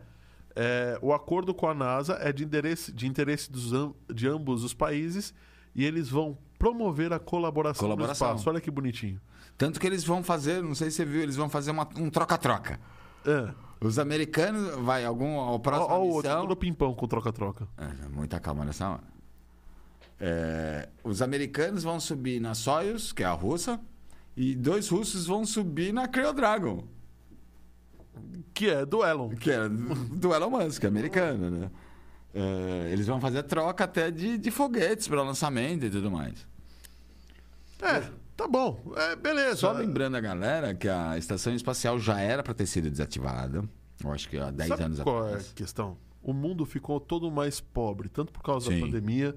Speaker 1: é, o acordo com a NASA é de interesse, de interesse dos am- de ambos os países e eles vão promover a colaboração,
Speaker 2: Colaboração.
Speaker 1: no espaço. Olha que bonitinho.
Speaker 2: Tanto que eles vão fazer, não sei se você viu, eles vão fazer uma- um troca-troca.
Speaker 1: É.
Speaker 2: Os americanos, vai, algum, ao próximo
Speaker 1: Ó, ó o outro,
Speaker 2: missão...
Speaker 1: tudo pimpão com troca-troca.
Speaker 2: É, muita calma nessa hora. É, os americanos vão subir na Soyuz, que é a russa, e dois russos vão subir na Crew Dragon,
Speaker 1: Que é do Elon.
Speaker 2: que é do do Elon Musk, americano, né? É, eles vão fazer troca até de, de foguetes para lançamento e tudo mais.
Speaker 1: É, tá bom. É, beleza.
Speaker 2: Só lembrando a galera que a estação espacial já era para ter sido desativada, eu acho que há 10
Speaker 1: Sabe
Speaker 2: anos
Speaker 1: qual
Speaker 2: atrás.
Speaker 1: é a questão? O mundo ficou todo mais pobre, tanto por causa
Speaker 2: Sim.
Speaker 1: da pandemia,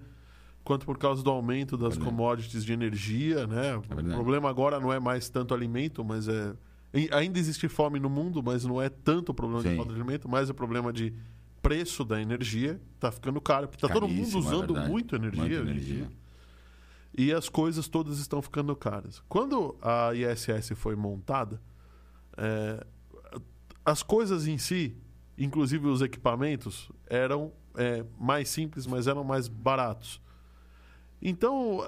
Speaker 1: quanto por causa do aumento das commodities de energia, né? o
Speaker 2: É verdade.
Speaker 1: problema agora não é mais tanto alimento, mas é e ainda existe fome no mundo, mas não é tanto o problema de
Speaker 2: Sim.
Speaker 1: falta de alimento, mas é o problema de preço da energia, tá ficando caro, porque tá todo mundo
Speaker 2: Caríssimo, é
Speaker 1: usando
Speaker 2: verdade.
Speaker 1: muito energia,
Speaker 2: Muita
Speaker 1: hoje em
Speaker 2: energia.
Speaker 1: dia. E as coisas todas estão ficando caras. Quando a ISS foi montada, é, as coisas em si, inclusive os equipamentos, eram é, mais simples, mas eram mais baratos. Então,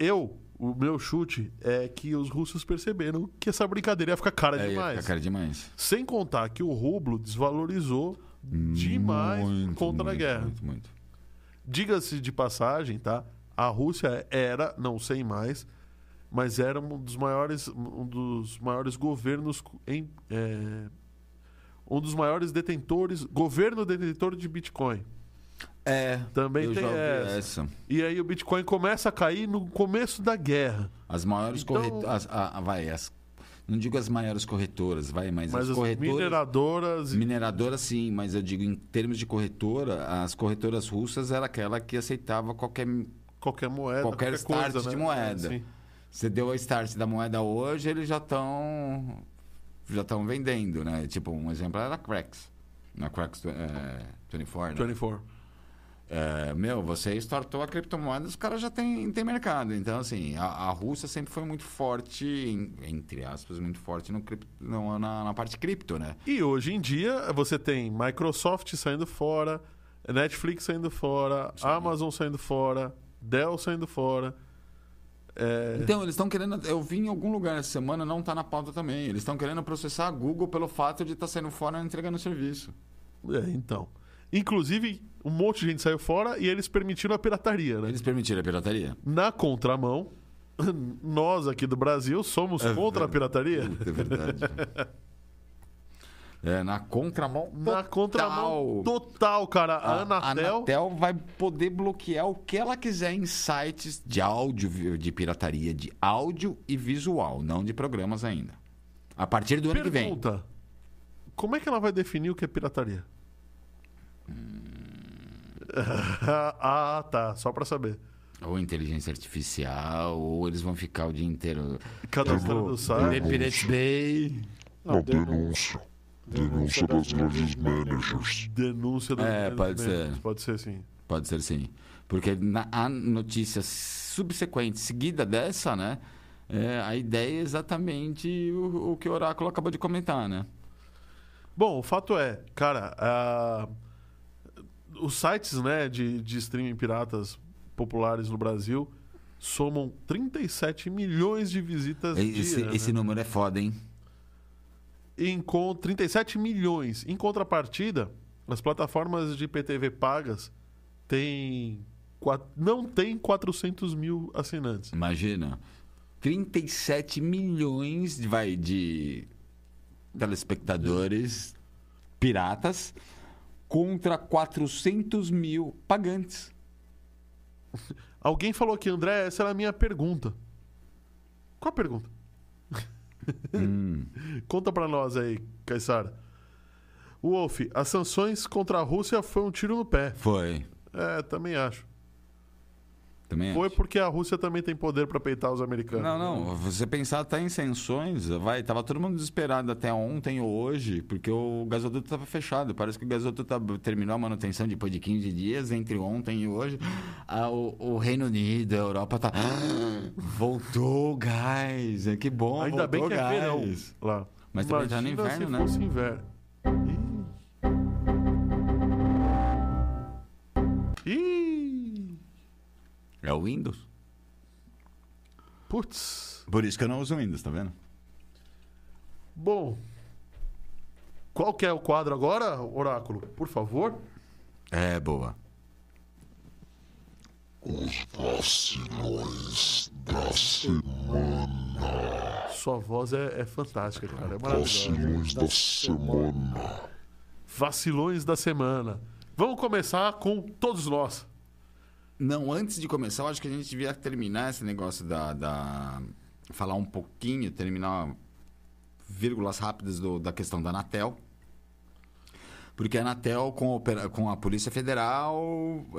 Speaker 1: eu, o meu chute é que os russos perceberam que essa brincadeira ia ficar cara
Speaker 2: É, ia
Speaker 1: demais.
Speaker 2: ficar cara demais.
Speaker 1: Sem contar que o rublo desvalorizou demais
Speaker 2: Muito,
Speaker 1: contra a
Speaker 2: muito,
Speaker 1: guerra.
Speaker 2: Muito, muito.
Speaker 1: Diga-se de passagem, tá? A Rússia era, não sei mais, mas era um dos maiores, um dos maiores governos em, é, um dos maiores detentores, governo detentor de Bitcoin.
Speaker 2: É.
Speaker 1: Também
Speaker 2: eu
Speaker 1: tem
Speaker 2: já ouvi
Speaker 1: essa.
Speaker 2: essa.
Speaker 1: E aí o Bitcoin começa a cair no começo da guerra.
Speaker 2: As maiores
Speaker 1: Então-
Speaker 2: corretoras. vai, as, não digo as maiores corretoras, vai, mas,
Speaker 1: Mas
Speaker 2: as
Speaker 1: as
Speaker 2: corretoras.
Speaker 1: mineradoras.
Speaker 2: Mineradora, sim, mas eu digo em termos de corretora, as corretoras russas era aquela que aceitava qualquer.
Speaker 1: qualquer moeda, qualquer,
Speaker 2: Qualquer start
Speaker 1: coisa,
Speaker 2: de
Speaker 1: né?
Speaker 2: moeda.
Speaker 1: Sim.
Speaker 2: Você deu a start da moeda hoje, eles já estão. Já estão vendendo, né? Tipo, um exemplo era a Crax. Na Crax é, 24, né?
Speaker 1: 24.
Speaker 2: É, meu, você startou a criptomoeda, os caras já tem, tem mercado. Então, assim, a, a Rússia sempre foi muito forte, em- entre aspas, muito forte no cripto, no- na, na parte cripto, né?
Speaker 1: E hoje em dia você tem Microsoft saindo fora, Netflix saindo fora, Amazon saindo fora, Dell saindo fora. É,
Speaker 2: Então, eles estão querendo. Eu vi em algum lugar essa semana, não tá na pauta também. Eles estão querendo processar a Google pelo fato de estar saindo fora e não entregando serviço.
Speaker 1: é, então. Inclusive, um monte de gente saiu fora e eles permitiram a pirataria, né?
Speaker 2: Eles permitiram a pirataria.
Speaker 1: Na contramão, nós aqui do Brasil somos
Speaker 2: É
Speaker 1: contra a
Speaker 2: verdade.
Speaker 1: pirataria.
Speaker 2: É verdade. É, na contramão.
Speaker 1: Na contramão total, cara. A, Anatel.
Speaker 2: vai poder bloquear o que ela quiser em sites de áudio, vi- de pirataria, de áudio e visual, não de programas ainda. A partir do ano que vem.
Speaker 1: Pergunta. Como é que ela vai definir o que é pirataria?
Speaker 2: Hum.
Speaker 1: ah, tá. Só pra saber.
Speaker 2: Ou inteligência artificial, ou eles vão ficar o dia inteiro. um
Speaker 1: Cadastrando do site.
Speaker 2: Independence Day.
Speaker 3: Não, denúncia. Denúncia das grandes managers.
Speaker 1: Denúncia do
Speaker 2: É, pode
Speaker 1: governo.
Speaker 2: ser.
Speaker 1: Pode ser sim.
Speaker 2: Pode ser sim. Porque na, a notícia subsequente, seguida dessa, né? é, a ideia é exatamente o, o que o Oráculo acabou de comentar, né?
Speaker 1: Bom, o fato é, cara, ah, os sites né, de, de streaming piratas populares no Brasil somam 37 milhões de visitas
Speaker 2: Esse,
Speaker 1: dia, né?
Speaker 2: esse número é foda, hein?
Speaker 1: em con- 37 milhões. Em contrapartida, as plataformas de IPTV pagas têm qua- não tem 400 mil assinantes.
Speaker 2: Imagina. 37 milhões de, vai, de telespectadores piratas contra 400 mil pagantes.
Speaker 1: Alguém falou aqui, André, essa era a minha pergunta. Qual a pergunta? Conta pra nós aí, Caissara. Wolf, as sanções contra a Rússia foi um tiro no pé.
Speaker 2: Foi.
Speaker 1: É, também acho.
Speaker 2: Também
Speaker 1: Foi
Speaker 2: acho.
Speaker 1: porque a Rússia também tem poder pra peitar os americanos.
Speaker 2: Não, não. Você pensar até em sanções, vai, tava todo mundo desesperado até ontem ou hoje, porque o gasoduto estava fechado. Parece que o gasoduto tá- terminou a manutenção depois de 15 dias, entre ontem e hoje. Ah, o, o Reino Unido, a Europa tá. voltou o gás. É, Que bom,
Speaker 1: Ainda bem
Speaker 2: voltou
Speaker 1: que é
Speaker 2: gás.
Speaker 1: verão lá.
Speaker 2: Mas também tá no
Speaker 1: Imagina
Speaker 2: inverno,
Speaker 1: se
Speaker 2: né?
Speaker 1: fosse inverno. Ih. Ih.
Speaker 2: É o Windows.
Speaker 1: Putz.
Speaker 2: Por isso que eu não uso o Windows, tá vendo?
Speaker 1: Bom. Qual que é o quadro agora, Oráculo? Por favor.
Speaker 2: É, boa.
Speaker 3: Os vacilões da semana.
Speaker 1: Sua voz é, é fantástica, cara. É maravilhosa.
Speaker 3: Vacilões da semana.
Speaker 1: Vacilões da semana. Vamos começar com todos nós.
Speaker 2: Não, antes de começar, eu acho que a gente devia terminar esse negócio da. da- falar um pouquinho, terminar vírgulas rápidas do- da questão da Anatel. Porque a Anatel, com a, opera- com a Polícia Federal,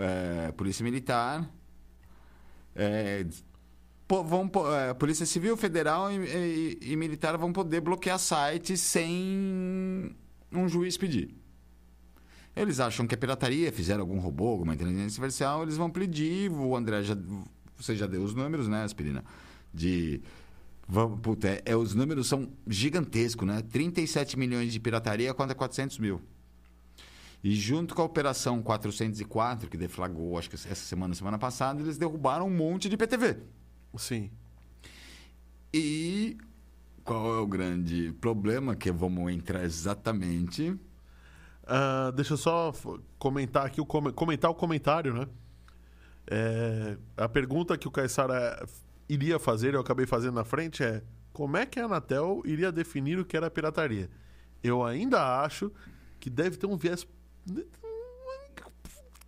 Speaker 2: é, Polícia Militar, é, po- vão, po- é, Polícia Civil Federal e, e- e Militar vão poder bloquear sites sem um juiz pedir. Eles acham que é pirataria, fizeram algum robô, alguma inteligência artificial, eles vão pedir. O André já. Você já deu os números, né, Aspirina? De. Vamos, puta, é, é, os números são gigantescos, né? 37 milhões de pirataria contra 400 mil. E junto com a Operação 404, que deflagrou, acho que essa semana, semana passada, eles derrubaram um monte de PTV.
Speaker 1: Sim.
Speaker 2: E qual é o grande problema que vamos entrar exatamente?
Speaker 1: Ah, deixa eu só f- comentar aqui o come- comentar o comentário, né? É, a pergunta que o Caissara iria fazer, eu acabei fazendo na frente, é como é que a Anatel iria definir o que era pirataria? Eu ainda acho que deve ter um viés.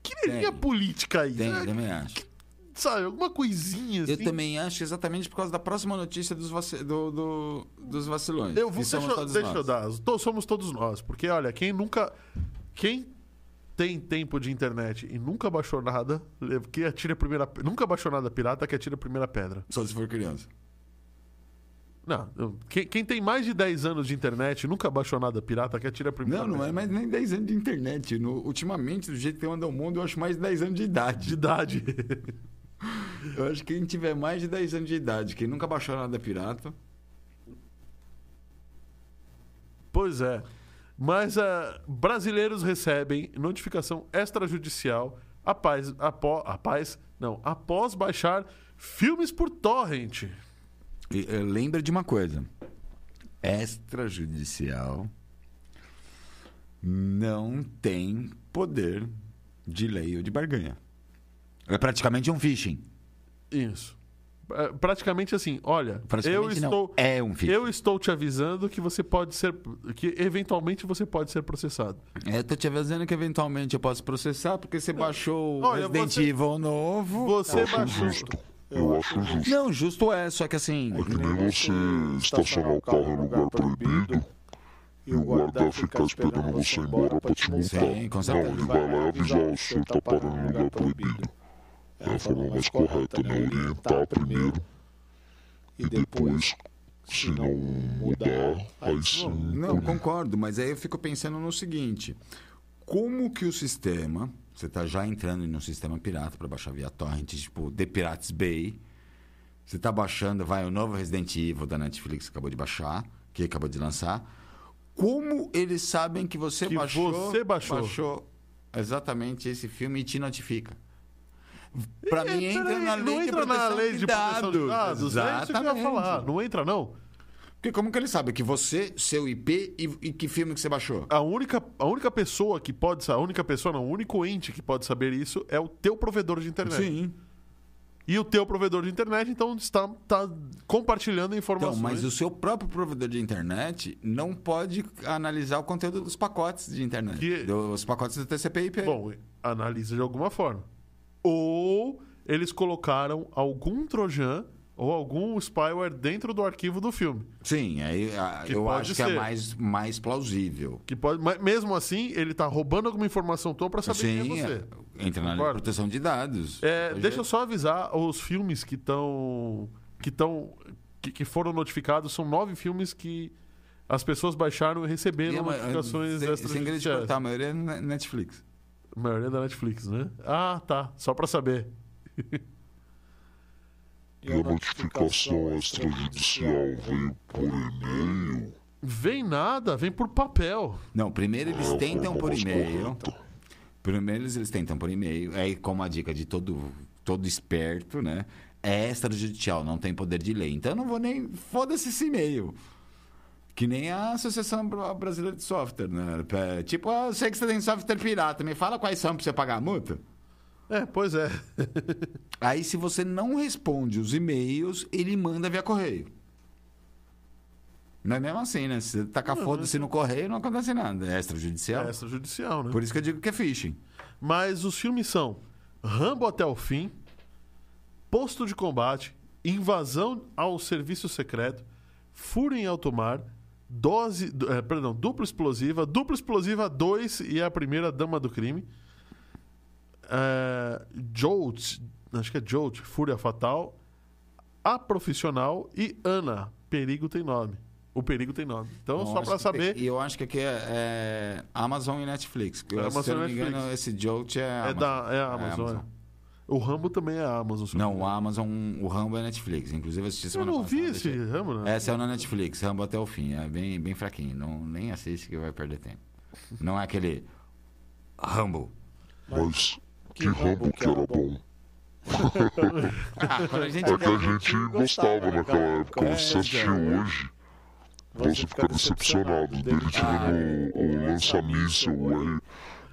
Speaker 1: Que energia
Speaker 2: Tem.
Speaker 1: política aí.
Speaker 2: Tem,
Speaker 1: né?
Speaker 2: eu também acho.
Speaker 1: Sabe, alguma coisinha assim.
Speaker 2: Eu também acho exatamente por causa da próxima notícia dos, vaci- do- do- dos vacilões.
Speaker 1: Eu vou,
Speaker 2: que
Speaker 1: deixa,
Speaker 2: somos
Speaker 1: eu-
Speaker 2: todos
Speaker 1: deixa
Speaker 2: nós.
Speaker 1: eu dar. to- somos todos nós. Porque, olha, quem nunca. Quem tem tempo de internet e nunca baixou nada, le- que atira a primeira. Nunca baixou nada pirata, que atira a primeira pedra.
Speaker 2: Só se for criança.
Speaker 1: Não. eu- Quem, quem tem mais de 10 anos de internet e nunca baixou nada pirata, que atira a primeira
Speaker 2: Não, não
Speaker 1: pedra.
Speaker 2: é mais nem 10 anos de internet. No- ultimamente, do jeito que eu ando ao mundo, eu acho mais 10 anos de
Speaker 1: De
Speaker 2: idade.
Speaker 1: idade.
Speaker 2: Eu acho que quem tiver mais de 10 anos de idade, quem nunca baixou nada pirata,
Speaker 1: pois é. Mas ah, brasileiros recebem notificação extrajudicial após, apó- após, não, após baixar filmes por torrent.
Speaker 2: E, eh, Lembra de uma coisa: extrajudicial não tem poder de lei ou de barganha. É praticamente um phishing.
Speaker 1: Isso. É, Praticamente assim, olha, eu
Speaker 2: Praticamente não,
Speaker 1: estou
Speaker 2: é um phishing.
Speaker 1: eu estou te avisando que você pode ser que eventualmente você pode ser processado.
Speaker 2: É, Eu tô te avisando que eventualmente eu posso processar porque você baixou o
Speaker 1: É. Olha,
Speaker 2: Resident
Speaker 1: você-
Speaker 2: Evil novo.
Speaker 1: Você
Speaker 3: acho
Speaker 1: baixou
Speaker 3: justo. Eu acho justo.
Speaker 2: Não, justo é, só que assim.
Speaker 3: É que nem você estacionar o carro em lugar proibido e o guarda ficar esperando você ir embora pra te multar.
Speaker 2: Sim, com
Speaker 3: Não,
Speaker 2: certeza.
Speaker 3: ele vai lá e avisar, o senhor tá parando em lugar proibido. É a forma mais correta, né? Orientar primeiro e depois, se não mudar, aí sim.
Speaker 2: Não, concordo, mas aí eu fico pensando no seguinte: como que o sistema, você está já entrando em um sistema pirata para baixar via torrent, tipo The Pirates Bay, você está baixando, vai o novo Resident Evil da Netflix que acabou de baixar, que acabou de lançar. Como eles sabem que você
Speaker 1: Que
Speaker 2: baixou,
Speaker 1: você baixou.
Speaker 2: exatamente esse filme e te notifica? Para mim entra
Speaker 1: Peraí,
Speaker 2: na lei
Speaker 1: não
Speaker 2: de
Speaker 1: entra
Speaker 2: proteção
Speaker 1: na lei de proteção de dados. É isso que eu ia
Speaker 2: Exatamente.
Speaker 1: falar. Não entra não.
Speaker 2: Porque como que ele sabe que você, seu IP e, e que filme que você baixou?
Speaker 1: A única, a única pessoa que pode, sa- a única pessoa não, o único ente que pode saber isso é o teu provedor de internet. E o teu provedor de internet então está, está compartilhando
Speaker 2: Então,
Speaker 1: informações.
Speaker 2: mas o seu próprio provedor de internet não pode analisar o conteúdo dos pacotes de internet.
Speaker 1: Que-
Speaker 2: Dos pacotes do TCP/IP.
Speaker 1: Bom, analisa de alguma forma. Ou eles colocaram algum Trojan ou algum spyware dentro do arquivo do filme.
Speaker 2: Sim, aí a-
Speaker 1: Que
Speaker 2: eu
Speaker 1: pode
Speaker 2: acho que
Speaker 1: ser.
Speaker 2: é mais, mais plausível.
Speaker 1: Que pode, mas mesmo assim, ele tá roubando alguma informação tua pra saber
Speaker 2: Sim,
Speaker 1: quem é você.
Speaker 2: é- entra na lei de
Speaker 1: Concordo.
Speaker 2: proteção de dados.
Speaker 1: É, deixa eu só avisar os filmes que estão. que estão. Que, que foram notificados. São nove filmes que as pessoas baixaram e receberam
Speaker 2: E é uma-
Speaker 1: notificações
Speaker 2: sem- Sem grande
Speaker 1: extrajudiciais.
Speaker 2: cortar, a maioria é na- Netflix.
Speaker 1: A maioria é da Netflix, né? Ah, tá. Só pra saber.
Speaker 3: E a notificação extrajudicial veio por e-mail.
Speaker 1: Vem nada, vem por papel.
Speaker 2: Não, primeiro eles
Speaker 3: É a
Speaker 2: tentam
Speaker 3: forma
Speaker 2: por
Speaker 3: mais
Speaker 2: e-mail.
Speaker 3: correta.
Speaker 2: Primeiro eles tentam por e-mail. Aí, como a dica de todo, todo esperto, né? É extrajudicial, não tem poder de lei. Então eu não vou nem. Foda-se esse e-mail. Que nem a Associação Bra- Brasileira de Software, né? É, Tipo, ah, eu sei que você tem software pirata, me fala quais são pra você pagar a multa.
Speaker 1: É, pois é.
Speaker 2: Aí, se você não responde os e-mails, ele manda via correio. Não é mesmo assim, né? Se você tacar foda-se no correio, não acontece nada. É extrajudicial.
Speaker 1: É extrajudicial, né?
Speaker 2: Por isso que eu digo que é phishing.
Speaker 1: Mas os filmes são Rambo até o fim, Posto de Combate, Invasão ao Serviço Secreto, Fúria em Alto Mar, Dose, du- eh, perdão, Dupla Explosiva, Dupla Explosiva 2 e a Primeira Dama do Crime, eh, Jolt, acho que é Jolt, Fúria Fatal, A Profissional e Ana, Perigo Tem Nome. O Perigo Tem Nome. Então,
Speaker 2: Então,
Speaker 1: só
Speaker 2: acho
Speaker 1: pra
Speaker 2: que
Speaker 1: saber... É
Speaker 2: tem- E eu acho que aqui é, é Amazon e Netflix. porque eu-
Speaker 1: Amazon
Speaker 2: se eu não
Speaker 1: e
Speaker 2: me
Speaker 1: Netflix.
Speaker 2: engano, esse Jolt é
Speaker 1: É,
Speaker 2: Amazon.
Speaker 1: da, é a Amazon.
Speaker 2: Amazon.
Speaker 1: é. O Rambo também é a Amazon. se eu
Speaker 2: Não,
Speaker 1: me
Speaker 2: o Amazon, o Rambo é Netflix. Inclusive, eu assisti
Speaker 1: Eu
Speaker 2: semana
Speaker 1: não
Speaker 2: passada.
Speaker 1: vi esse ramo, né?
Speaker 2: Essa é na Netflix, Rambo até o fim. É bem, bem fraquinho. Não, nem assiste que vai perder tempo. Não é aquele Rambo.
Speaker 3: Mas que Rambo que era bom.
Speaker 2: Ah, quando a gente
Speaker 3: É que a gente gostava naquela época. Você assistir hoje, ah, você fica decepcionado. Dele tirando o lança-míssel, o R-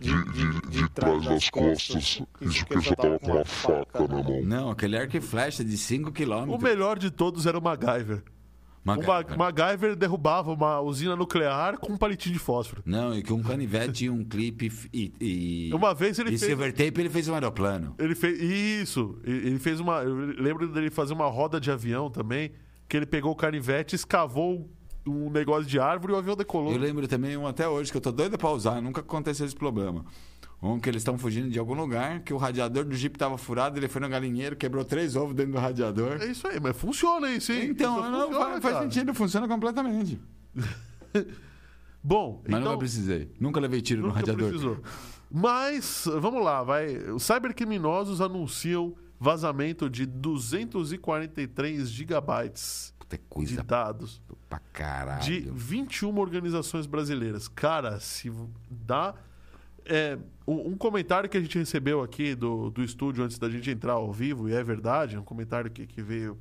Speaker 3: de, de, de trás das costas. Isso que ele já tava com uma faca na mão.
Speaker 2: Não, aquele arco e flecha de 5
Speaker 1: O
Speaker 2: km.
Speaker 1: melhor de todos era o MacGyver. O Ma- MacGyver derrubava uma usina nuclear com um palitinho de fósforo.
Speaker 2: Não, e que um canivete e um clipe f- e, e,
Speaker 1: Uma vez ele
Speaker 2: e
Speaker 1: fez.
Speaker 2: silver tape ele fez um aeroplano.
Speaker 1: Ele fez. Isso. Ele ele fez uma. Eu lembro dele fazer uma roda de avião também. Que ele pegou o canivete, escavou um negócio de árvore e o avião decolou.
Speaker 2: Eu lembro também um até hoje que eu tô doido pra usar, nunca aconteceu esse problema. Um que eles estão fugindo de algum lugar, que o radiador do Jeep tava furado, ele foi no galinheiro, quebrou três ovos dentro do radiador.
Speaker 1: É isso aí, mas funciona isso, hein?
Speaker 2: Então,
Speaker 1: Isso
Speaker 2: não,
Speaker 1: funciona,
Speaker 2: faz, faz
Speaker 1: cara.
Speaker 2: sentido, funciona completamente.
Speaker 1: Bom, então,
Speaker 2: Mas nunca precisei. Nunca levei tiro no
Speaker 1: nunca
Speaker 2: radiador.
Speaker 1: precisou. Mas, vamos lá, vai. Os cybercriminosos anunciam vazamento de 243 gigabytes
Speaker 2: Puta é
Speaker 1: de
Speaker 2: coisa
Speaker 1: dados.
Speaker 2: pra caralho.
Speaker 1: de 21 organizações brasileiras. Cara, se v- dá. é, um um comentário que a gente recebeu aqui do, do estúdio antes da gente entrar ao vivo, e é verdade, é um comentário que, que veio.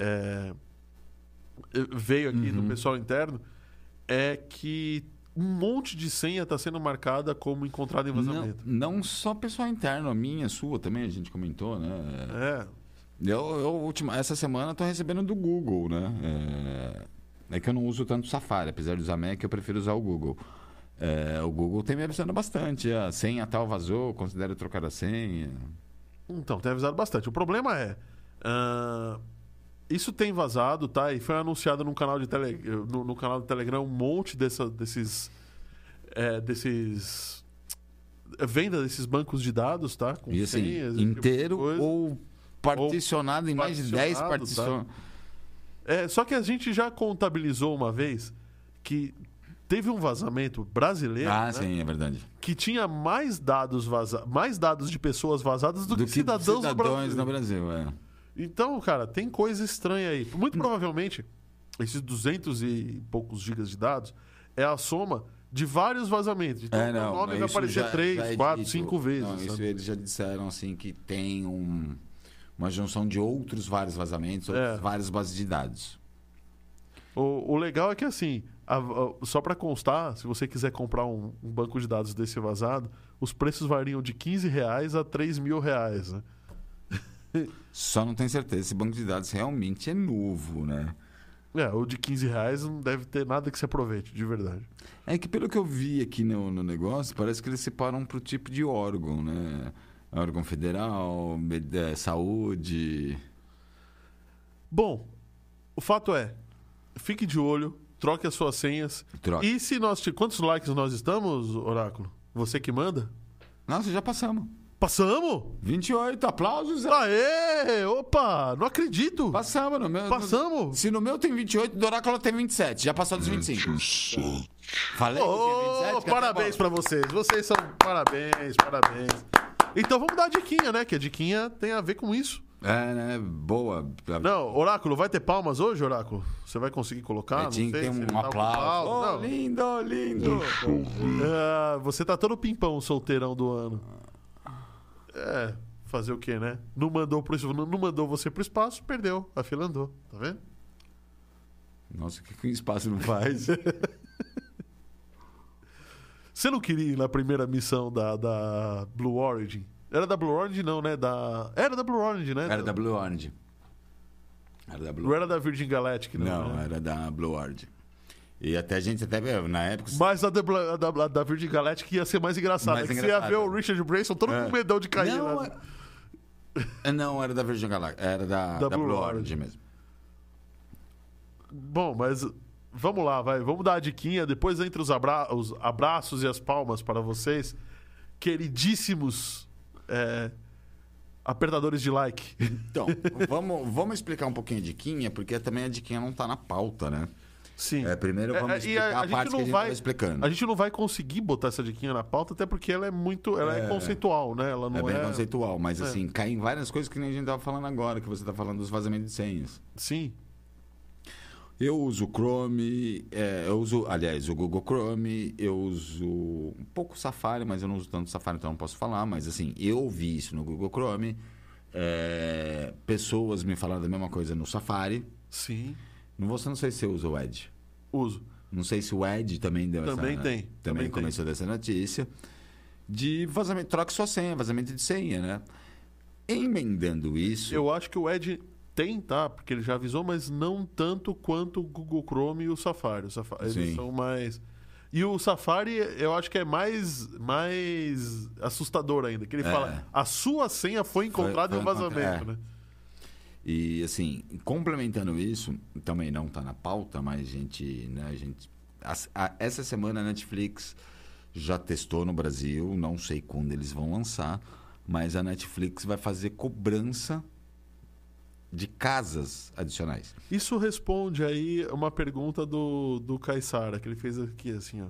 Speaker 1: é, eh, veio aqui do pessoal interno, é que um monte de senha está sendo marcada como encontrada em
Speaker 2: Não,
Speaker 1: vazamento.
Speaker 2: não só pessoal interno, a minha, a sua também, a gente comentou, né?
Speaker 1: É.
Speaker 2: Eu, eu última, essa semana eu tô recebendo do Google, né? É, é que eu não uso tanto Safari, apesar de usar Mac, eu prefiro usar o Google. É, o Google tem me avisando bastante. A senha tal vazou, considero trocar a senha.
Speaker 1: Então, tem avisado bastante. O problema é. ah, isso tem vazado, tá? E foi anunciado no canal de tele, no, no canal do Telegram um monte dessa- desses. é, desses. é, Venda desses bancos de dados, tá? Com
Speaker 2: E assim,
Speaker 1: senhas, esse tipo de
Speaker 2: inteiro
Speaker 1: coisa.
Speaker 2: ou particionado em mais de 10
Speaker 1: particionado,
Speaker 2: partições.
Speaker 1: É, só que a gente já contabilizou uma vez que teve um vazamento brasileiro
Speaker 2: Ah,
Speaker 1: né,
Speaker 2: sim, é verdade.
Speaker 1: que tinha mais dados vaza mais dados de pessoas vazadas do, que, cidadãos, do Brasil.
Speaker 2: no Brasil. é.
Speaker 1: Então, cara, tem coisa estranha aí. Muito provavelmente, esses 200 e poucos gigas de dados é a soma de vários vazamentos. Então,
Speaker 2: É,
Speaker 1: meu
Speaker 2: não,
Speaker 1: nome vai
Speaker 2: isso
Speaker 1: aparecer
Speaker 2: já- já é
Speaker 1: 3, 4,
Speaker 2: dito.
Speaker 1: 5 vezes.
Speaker 2: Não, isso é-
Speaker 1: sabe?
Speaker 2: eles já disseram assim que tem um- uma junção de outros vários vazamentos, outros
Speaker 1: É.
Speaker 2: várias bases de dados.
Speaker 1: O, o legal é que, assim, a- a- só pra constar, se você quiser comprar um, um banco de dados desse vazado, os preços variam de 15 reais a 3 mil reais. né?
Speaker 2: Só não tenho certeza se o banco de dados realmente é novo, né?
Speaker 1: É, o de 15 reais não deve ter nada que se aproveite, de verdade.
Speaker 2: É que pelo que eu vi aqui no, no negócio, parece que eles separam pro tipo de órgão, né? Órgão federal, med- eh, saúde.
Speaker 1: Bom, o fato é, fique de olho, troque as suas senhas.
Speaker 2: Troca.
Speaker 1: E se nós. te- Quantos likes nós estamos, Oráculo? Você que manda?
Speaker 2: Nossa, já passamos.
Speaker 1: Passamos!
Speaker 2: 28 aplausos.
Speaker 1: Aê! Opa! Não acredito!
Speaker 2: Passamos no meu.
Speaker 1: Passamos!
Speaker 2: Se no meu tem 28, do Oráculo tem 27. Já passou dos 25.
Speaker 3: Interessante.
Speaker 2: Falei que tá
Speaker 1: Ô,
Speaker 2: tinha 27.
Speaker 1: parabéns pra vocês! Vocês são parabéns, parabéns. Então vamos dar a diquinha, né? Que a diquinha tem a ver com isso.
Speaker 2: É, né? Boa.
Speaker 1: Não, Oráculo, vai ter palmas hoje, Oráculo? Você vai conseguir colocar?
Speaker 2: É,
Speaker 1: Não
Speaker 2: tinha que
Speaker 1: sei
Speaker 2: ter
Speaker 1: se ele
Speaker 2: um
Speaker 1: tá com
Speaker 2: aplauso.
Speaker 1: palmas,
Speaker 2: Oh,
Speaker 1: não.
Speaker 2: lindo, lindo.
Speaker 3: Deixa eu ver.
Speaker 1: Ah, você tá todo pimpão solteirão do ano. É, fazer o quê, né? Não mandou, pro, não não mandou você pro espaço, perdeu. A fila andou, tá vendo?
Speaker 2: Nossa, o que, que o espaço não faz?
Speaker 1: Você não queria ir na primeira missão da, da Blue Origin? Era da Blue Origin, não, né? Da... Era da Blue Origin, né?
Speaker 2: Era da Blue Orange. Era da Blue
Speaker 1: Não era da Virgin Galactic, não.
Speaker 2: Não, é.
Speaker 1: né?
Speaker 2: era da Blue Orange. E até a gente até viu, na época.
Speaker 1: Mas a da, Bla- a da, a da Virgin Galactic ia ser mais engraçada.
Speaker 2: Mais
Speaker 1: que Você ia
Speaker 2: engraçada.
Speaker 1: ver o Richard Branson todo
Speaker 2: É.
Speaker 1: com medão de cair.
Speaker 2: não,
Speaker 1: lá. né?
Speaker 2: é- não, era da Virgin Galactic. Era da, da Blue, Orange mesmo.
Speaker 1: Bom, mas vamos lá, vai. Vamos dar a diquinha. Depois entre os, abra- os abraços e as palmas para vocês, queridíssimos é, apertadores de like.
Speaker 2: Então, vamos, vamos explicar um pouquinho a diquinha, porque também a diquinha não tá na pauta, né?
Speaker 1: Sim.
Speaker 2: É, primeiro
Speaker 1: É,
Speaker 2: vamos
Speaker 1: é, e
Speaker 2: explicar a, parte que a gente vai... explicando.
Speaker 1: A gente não vai conseguir botar essa diquinha na pauta, até porque ela é muito. Ela é, conceitual, né? Ela não
Speaker 2: É
Speaker 1: é.
Speaker 2: bem conceitual, mas assim, cai em várias coisas que nem a gente tava falando agora, que você tá falando dos vazamentos de senhas.
Speaker 1: Sim.
Speaker 2: Eu uso Chrome, é, eu uso, aliás, o Google Chrome, eu uso um pouco o Safari, mas eu não uso tanto Safari, então não posso falar. Mas assim, eu vi isso no Google Chrome. é, pessoas me falaram da mesma coisa no Safari.
Speaker 1: Sim.
Speaker 2: Não, você não sei se você usa o Edge.
Speaker 1: Uso.
Speaker 2: Não sei se o Ed também deu
Speaker 1: Também
Speaker 2: essa...
Speaker 1: tem,
Speaker 2: Também,
Speaker 1: também tem.
Speaker 2: começou dessa notícia. De vazamento... Troca sua senha, vazamento de senha, né? Emendando isso...
Speaker 1: Eu acho que o Ed tem, tá? Porque ele já avisou, mas não tanto quanto o Google Chrome e o Safari. O Safa- Eles
Speaker 2: Sim.
Speaker 1: são mais. E o Safari, eu acho que é mais, mais assustador ainda. Que ele
Speaker 2: É.
Speaker 1: fala, a sua senha foi encontrada
Speaker 2: foi
Speaker 1: em um vazamento,
Speaker 2: encontrada,
Speaker 1: né?
Speaker 2: E assim, complementando isso, também não está na pauta, mas a gente, né, a gente as- a- essa semana a Netflix já testou no Brasil, não sei quando eles vão lançar, mas a Netflix vai fazer cobrança de casas adicionais.
Speaker 1: Isso responde aí uma pergunta do, do Caissara, que ele fez aqui, assim, ó.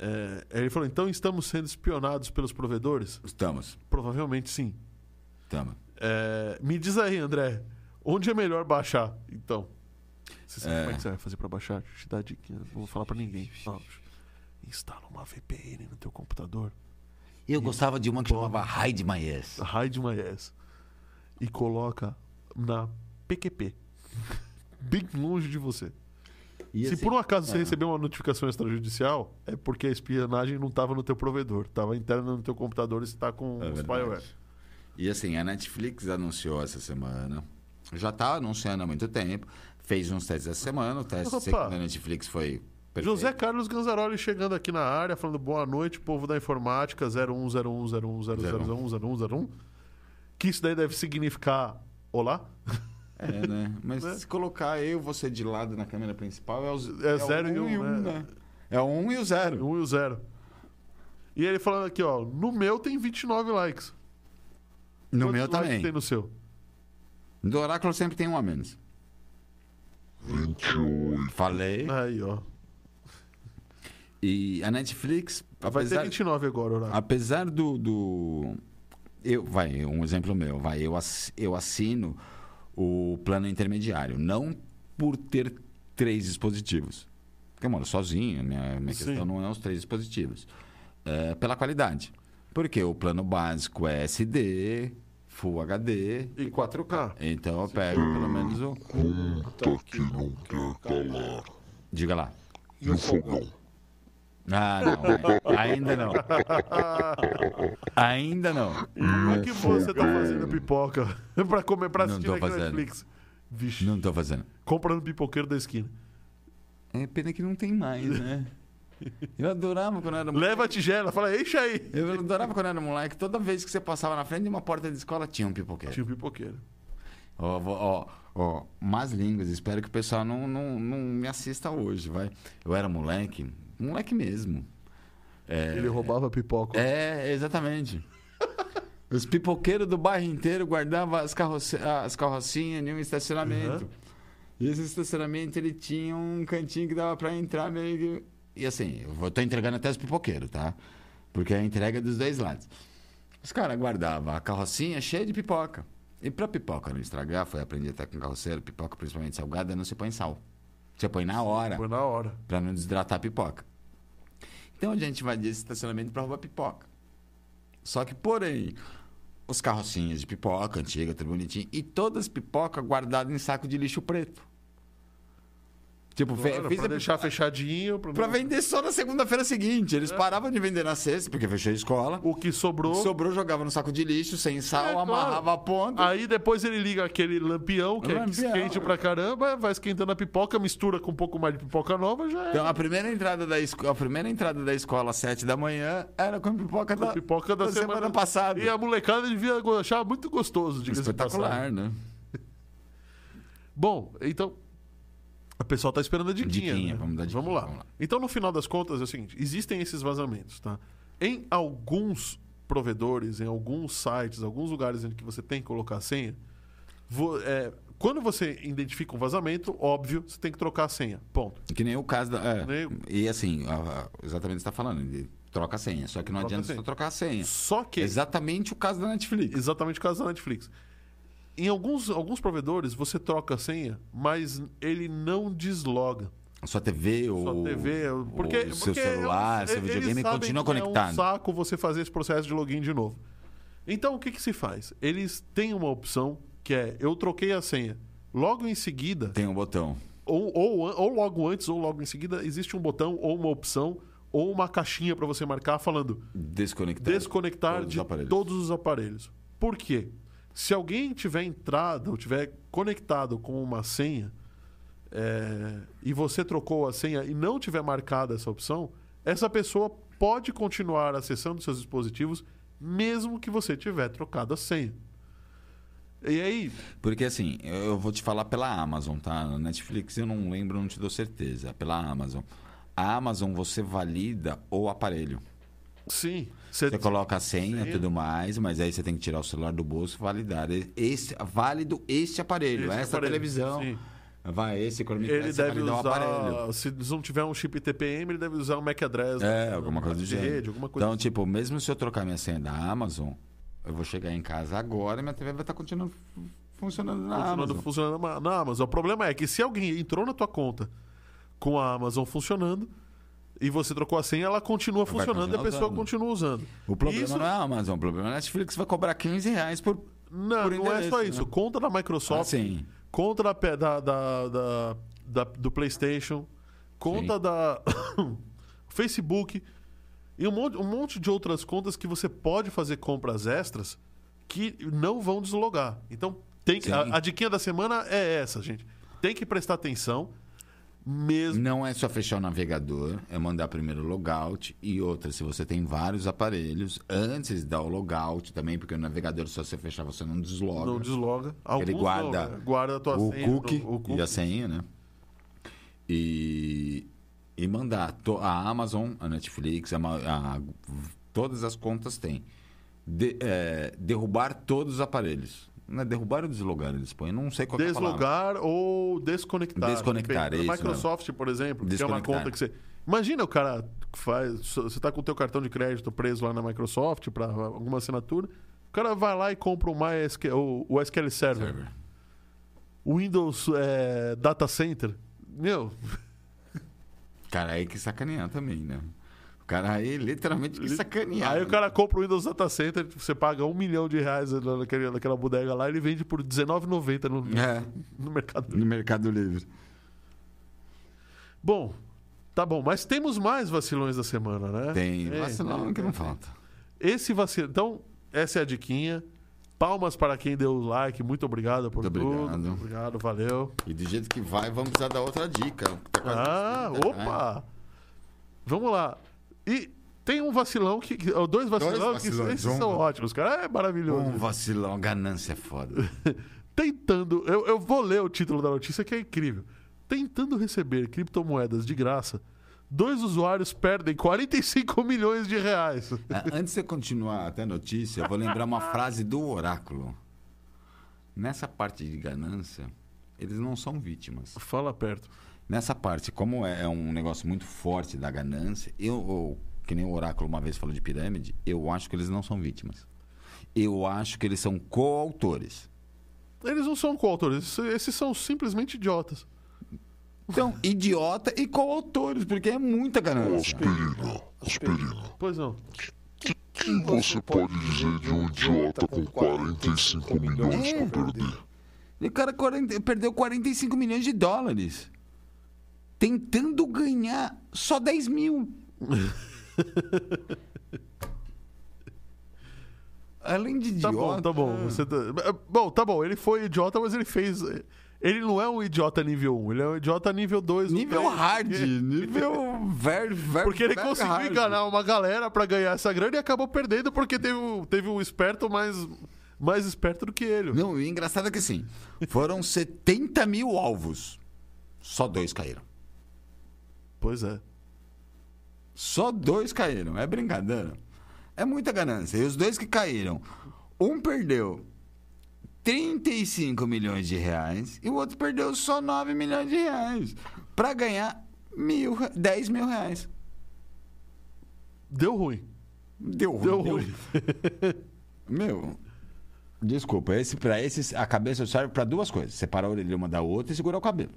Speaker 1: É, ele falou, então estamos sendo espionados pelos provedores?
Speaker 2: Estamos,
Speaker 1: Provavelmente sim.
Speaker 2: estamos.
Speaker 1: É, me diz aí, André, onde é melhor baixar? Então, você sabe
Speaker 2: É.
Speaker 1: como é que você vai fazer pra baixar? Deixa eu te dar dica, eu não vou falar pra ninguém. Não, instala uma VPN no teu computador,
Speaker 2: Eu gostava de uma que chamava Hide My Ass.
Speaker 1: hide my ass, e coloca na PQP, bem longe de você.
Speaker 2: E,
Speaker 1: Se
Speaker 2: assim,
Speaker 1: por um acaso você receber uma notificação extrajudicial, é porque a espionagem não estava no teu provedor, estava interna no teu computador e você está com
Speaker 2: É
Speaker 1: um
Speaker 2: verdade.
Speaker 1: spyware.
Speaker 2: E assim, a Netflix anunciou essa semana. Já está anunciando há muito tempo. Fez uns testes essa semana. O teste
Speaker 1: Opa!
Speaker 2: da Netflix foi. perfeito.
Speaker 1: José Carlos Ganzaroli chegando aqui na área, falando boa noite, povo da informática 010101000101. Que isso daí deve significar olá?
Speaker 2: É, né? Mas se colocar eu e você de lado na câmera principal é, os,
Speaker 1: É zero e
Speaker 2: o
Speaker 1: um, né?
Speaker 2: É o 1 um e o 0.
Speaker 1: Um e o zero. E ele falando aqui, ó, no meu tem 29 likes.
Speaker 2: No
Speaker 1: Quantos
Speaker 2: meu
Speaker 1: likes
Speaker 2: também.
Speaker 1: tem no seu?
Speaker 2: Do Oráculo sempre tem um a menos.
Speaker 3: 28,
Speaker 2: Falei.
Speaker 1: Aí, ó.
Speaker 2: E a Netflix,
Speaker 1: Vai ter
Speaker 2: apesar,
Speaker 1: 29 agora, Horácio.
Speaker 2: apesar do, do. Eu, vai, um exemplo meu. Vai, eu, ass- eu assino o plano intermediário. Não por ter três dispositivos. Porque eu moro sozinho, minha, minha
Speaker 1: Sim.
Speaker 2: questão não é os três dispositivos. É pela qualidade. Porque o plano básico é SD, Full HD.
Speaker 1: E 4K.
Speaker 2: Então eu pego pelo menos o.
Speaker 3: conta que não quer calar.
Speaker 2: Diga lá.
Speaker 3: E o fogão?
Speaker 2: Ah, não. Ainda não. Ainda não.
Speaker 1: Como é que você tá fazendo pipoca pra comer, pra
Speaker 2: Não
Speaker 1: assistir
Speaker 2: tô
Speaker 1: aqui na
Speaker 2: fazendo.
Speaker 1: Netflix? Vixe,
Speaker 2: Não tô fazendo.
Speaker 1: compra no pipoqueiro da esquina.
Speaker 2: É pena que não tem mais, né? Eu adorava quando eu era moleque.
Speaker 1: Leva a tigela, fala, enche aí.
Speaker 2: Eu adorava quando eu era moleque. Toda vez que você passava na frente de uma porta de escola, tinha um pipoqueiro.
Speaker 1: Tinha um pipoqueiro.
Speaker 2: Ó, vou- ó, ó, más línguas. Espero que o pessoal não, não, não me assista hoje, vai. Eu era moleque, moleque mesmo. É,
Speaker 1: Ele roubava pipoca.
Speaker 2: É, exatamente. Os pipoqueiros do bairro inteiro guardavam as, carroce- as carrocinhas em um estacionamento.
Speaker 1: Uhum.
Speaker 2: E esse estacionamento ele tinha um cantinho que dava pra entrar meio que... E assim, eu vou- tô entregando até os pipoqueiros, tá? Porque a entrega é dos dois lados. Os caras guardavam a carrocinha cheia de pipoca. E pra pipoca não estragar, foi aprender até com carroceiro, pipoca principalmente salgada, não se põe sal. Você põe na hora.
Speaker 1: Foi na hora.
Speaker 2: Pra não desidratar a pipoca. Então a gente vai desse estacionamento pra roubar pipoca. Só que, porém, os carrocinhas de pipoca, antiga, tudo bonitinho, e todas as pipoca guardadas em saco de lixo preto. Tipo, fe-
Speaker 1: Claro,
Speaker 2: fiz
Speaker 1: pra
Speaker 2: a
Speaker 1: deixar fechadinho. Pra...
Speaker 2: pra vender só na segunda-feira seguinte. Eles paravam de vender na sexta, porque fechou a escola.
Speaker 1: É. O que sobrou.
Speaker 2: Sobrou, jogava no saco de lixo, sem sal,
Speaker 1: É, claro.
Speaker 2: amarrava a ponta.
Speaker 1: Aí depois ele liga aquele lampião, que é
Speaker 2: Lampião.
Speaker 1: esquente pra caramba, vai esquentando a pipoca, mistura com um pouco mais de pipoca nova, já é.
Speaker 2: Então, a primeira entrada da, esco- a primeira entrada da escola às sete da manhã era com a pipoca da,
Speaker 1: pipoca da,
Speaker 2: semana, passada.
Speaker 1: E a molecada devia go- achar muito gostoso, diga-se de passagem.
Speaker 2: Espetacular, né?
Speaker 1: Bom, então. O pessoal tá esperando a diquinha.
Speaker 2: Diquinha,
Speaker 1: né?
Speaker 2: vamos dar diquinha,
Speaker 1: Vamos lá.
Speaker 2: vamos lá.
Speaker 1: Então, no final das contas, é o seguinte: existem esses vazamentos, tá? Em alguns provedores, em alguns sites, alguns lugares em que você tem que colocar a senha, vo- é, quando você identifica um vazamento, óbvio, você tem que trocar a senha. Ponto.
Speaker 2: Que nem o caso da. é.
Speaker 1: Nem-
Speaker 2: E assim, a- a- exatamente o que você está falando. de troca a senha. Só que não
Speaker 1: Troca a
Speaker 2: adianta
Speaker 1: senha.
Speaker 2: só trocar a senha. É
Speaker 1: Só que.
Speaker 2: Exatamente o caso da Netflix.
Speaker 1: Exatamente o caso da Netflix. Em alguns, alguns provedores, você troca a senha, mas ele não desloga
Speaker 2: Sua TV ou.
Speaker 1: sua TV. é Porque,
Speaker 2: ou seu
Speaker 1: porque um
Speaker 2: celular,
Speaker 1: eles-
Speaker 2: seu
Speaker 1: eles
Speaker 2: videogame
Speaker 1: sabem
Speaker 2: continua
Speaker 1: que É um
Speaker 2: conectado.
Speaker 1: saco você fazer esse processo de login de novo. Então, o que, que se faz? Eles têm uma opção que é: eu troquei a senha. Logo em seguida,
Speaker 2: Tem um botão.
Speaker 1: ou, ou, ou logo antes ou logo em seguida, existe um botão ou uma opção ou uma caixinha para você marcar falando
Speaker 2: Desconectar.
Speaker 1: desconectar
Speaker 2: Todos os
Speaker 1: de
Speaker 2: aparelhos.
Speaker 1: todos os aparelhos. Por quê? Se alguém tiver entrado ou tiver conectado com uma senha é, e você trocou a senha e não tiver marcada essa opção, essa pessoa pode continuar acessando seus dispositivos mesmo que você tiver trocado a senha. E aí,
Speaker 2: Porque assim, eu- eu vou te falar pela Amazon, tá? Na Netflix eu não lembro, não te dou certeza. Pela Amazon. A Amazon você valida o aparelho.
Speaker 1: sim, você,
Speaker 2: Você coloca a senha e
Speaker 1: Senha.
Speaker 2: tudo mais, mas aí você tem que tirar o celular do bolso e validar. Este, válido este aparelho,
Speaker 1: Este
Speaker 2: essa
Speaker 1: aparelho,
Speaker 2: televisão.
Speaker 1: sim.
Speaker 2: Vai, esse cormico,
Speaker 1: ele
Speaker 2: essa
Speaker 1: deve
Speaker 2: validar o um aparelho.
Speaker 1: usar, se não tiver um chip TPM, ele deve usar um MAC address,
Speaker 2: É,
Speaker 1: um
Speaker 2: alguma coisa do
Speaker 1: de
Speaker 2: gênero.
Speaker 1: rede, alguma coisa assim.
Speaker 2: então, tipo, mesmo se eu trocar minha senha da Amazon, eu vou chegar em casa agora e minha TV vai estar continuando fu- funcionando na
Speaker 1: funcionando,
Speaker 2: Amazon.
Speaker 1: funcionando na- na Amazon. O problema é que se alguém entrou na tua conta com a Amazon funcionando e você trocou a senha, ela continua
Speaker 2: Vai
Speaker 1: funcionando e a
Speaker 2: continuar
Speaker 1: pessoa
Speaker 2: usando.
Speaker 1: continua usando.
Speaker 2: O problema
Speaker 1: Isso-
Speaker 2: não é a Amazon, o problema é a Netflix vai cobrar 15 reais por.
Speaker 1: Não,
Speaker 2: por
Speaker 1: não é só
Speaker 2: endereço,
Speaker 1: isso.
Speaker 2: né?
Speaker 1: Conta da Microsoft,
Speaker 2: Ah, sim.
Speaker 1: conta da, pe- da- da- da- da- do PlayStation, conta da Facebook e um monte, um monte de outras contas que você pode fazer compras extras que não vão deslogar. Então, tem que-
Speaker 2: Sim.
Speaker 1: a, a diquinha da semana é essa, gente. Tem que prestar atenção mesmo.
Speaker 2: Não é só fechar o navegador, é mandar primeiro o logout e outra. Se você tem vários aparelhos, antes de dar o logout também, porque o navegador, se você fechar, você não desloga.
Speaker 1: Não desloga. Alguns
Speaker 2: Ele guarda
Speaker 1: não, né? guarda a tua
Speaker 2: o
Speaker 1: senha,
Speaker 2: cookie
Speaker 1: o cookie.
Speaker 2: e a senha, né? E, e mandar. To- A Amazon, a Netflix, a, ma- a- todas as contas têm. De- é, derrubar todos os aparelhos. Não é derrubar ou deslogar, eles põem. Não sei qual que é a palavra.
Speaker 1: Deslogar ou desconectar.
Speaker 2: Desconectar,
Speaker 1: Depende.
Speaker 2: é
Speaker 1: Na
Speaker 2: isso
Speaker 1: Microsoft, por exemplo, que é uma
Speaker 2: Desconectar.
Speaker 1: conta que você. Imagina o cara que faz. Você tá com o teu cartão de crédito preso lá na Microsoft para alguma assinatura. O cara vai lá e compra o, MySQL, o- o SQL Server,
Speaker 2: Server.
Speaker 1: o Windows eh, Data Center. Meu,
Speaker 2: Cara, aí que sacanear também, né? O cara aí literalmente que sacanear.
Speaker 1: aí o
Speaker 2: né?
Speaker 1: cara compra o Windows Data Center, você paga um milhão de reais naquele, naquela bodega lá, ele vende por R$19,90 no,
Speaker 2: É,
Speaker 1: no mercado
Speaker 2: no Mercado Livre.
Speaker 1: Bom, tá bom, mas temos mais vacilões da semana, né?
Speaker 2: Tem.
Speaker 1: É,
Speaker 2: Nossa, não,
Speaker 1: tem,
Speaker 2: que não
Speaker 1: tem.
Speaker 2: falta.
Speaker 1: Esse vacilo. Então, essa é a diquinha. Palmas para quem deu o like, muito obrigado por
Speaker 2: Muito
Speaker 1: tudo.
Speaker 2: obrigado.
Speaker 1: obrigado, valeu.
Speaker 2: E do jeito que vai, vamos precisar dar outra dica. Tá quase
Speaker 1: Ah,
Speaker 2: nos 30, né?
Speaker 1: opa! Vamos lá. E tem um vacilão que. que- ó, Dois vacilões,
Speaker 2: vacilões,
Speaker 1: que esses
Speaker 2: um-
Speaker 1: são ótimos, cara. É maravilhoso.
Speaker 2: Um vacilão, ganância é foda.
Speaker 1: Tentando. Eu, eu vou ler o título da notícia que é incrível. Tentando receber criptomoedas de graça, dois usuários perdem 45 milhões de reais.
Speaker 2: Ah, Antes de você continuar até a notícia, eu vou lembrar uma frase do oráculo. Nessa parte de ganância, eles não são vítimas.
Speaker 1: Fala perto.
Speaker 2: Nessa parte, como é é um negócio muito forte da ganância, eu, eu- que nem o oráculo uma vez falou de pirâmide, eu acho que eles não são vítimas. Eu acho que eles são coautores.
Speaker 1: Eles não são coautores, esses- esses são simplesmente idiotas.
Speaker 2: Então, idiota e coautores, porque é muita
Speaker 3: Ô,
Speaker 2: ganância.
Speaker 3: Asperina, Asperina,
Speaker 1: Pois não.
Speaker 3: o que você pode dizer de um idiota com 45 milhões pra perder?
Speaker 2: E o cara 40 perdeu 45 milhões de dólares. Tentando ganhar só 10 mil. Além de
Speaker 1: Tá
Speaker 2: idiota.
Speaker 1: bom, tá bom. Você tá- Bom, tá bom, ele foi idiota, mas ele fez. Ele não é um idiota nível 1, ele é um idiota nível 2. um
Speaker 2: Nível
Speaker 1: três,
Speaker 2: hard,
Speaker 1: porque-
Speaker 2: nível ver, ver,
Speaker 1: Porque ele
Speaker 2: ver
Speaker 1: conseguiu
Speaker 2: hard.
Speaker 1: enganar uma galera pra ganhar essa grana e acabou perdendo porque teve, um- teve um esperto mais, mais esperto do que ele.
Speaker 2: Não, e o engraçado é que assim, foram 70 mil alvos. Só dois caíram.
Speaker 1: Pois é.
Speaker 2: Só dois caíram. É brincadeira. É muita ganância. E os dois que caíram, um perdeu 35 milhões de reais e o outro perdeu só 9 milhões de reais. Pra ganhar mil, re- 10 mil reais.
Speaker 1: Deu ruim.
Speaker 2: Deu,
Speaker 1: Deu ruim.
Speaker 2: Meu. Desculpa, esse, pra esse, a cabeça serve pra duas coisas: separar a orelha uma da outra e segurar o cabelo.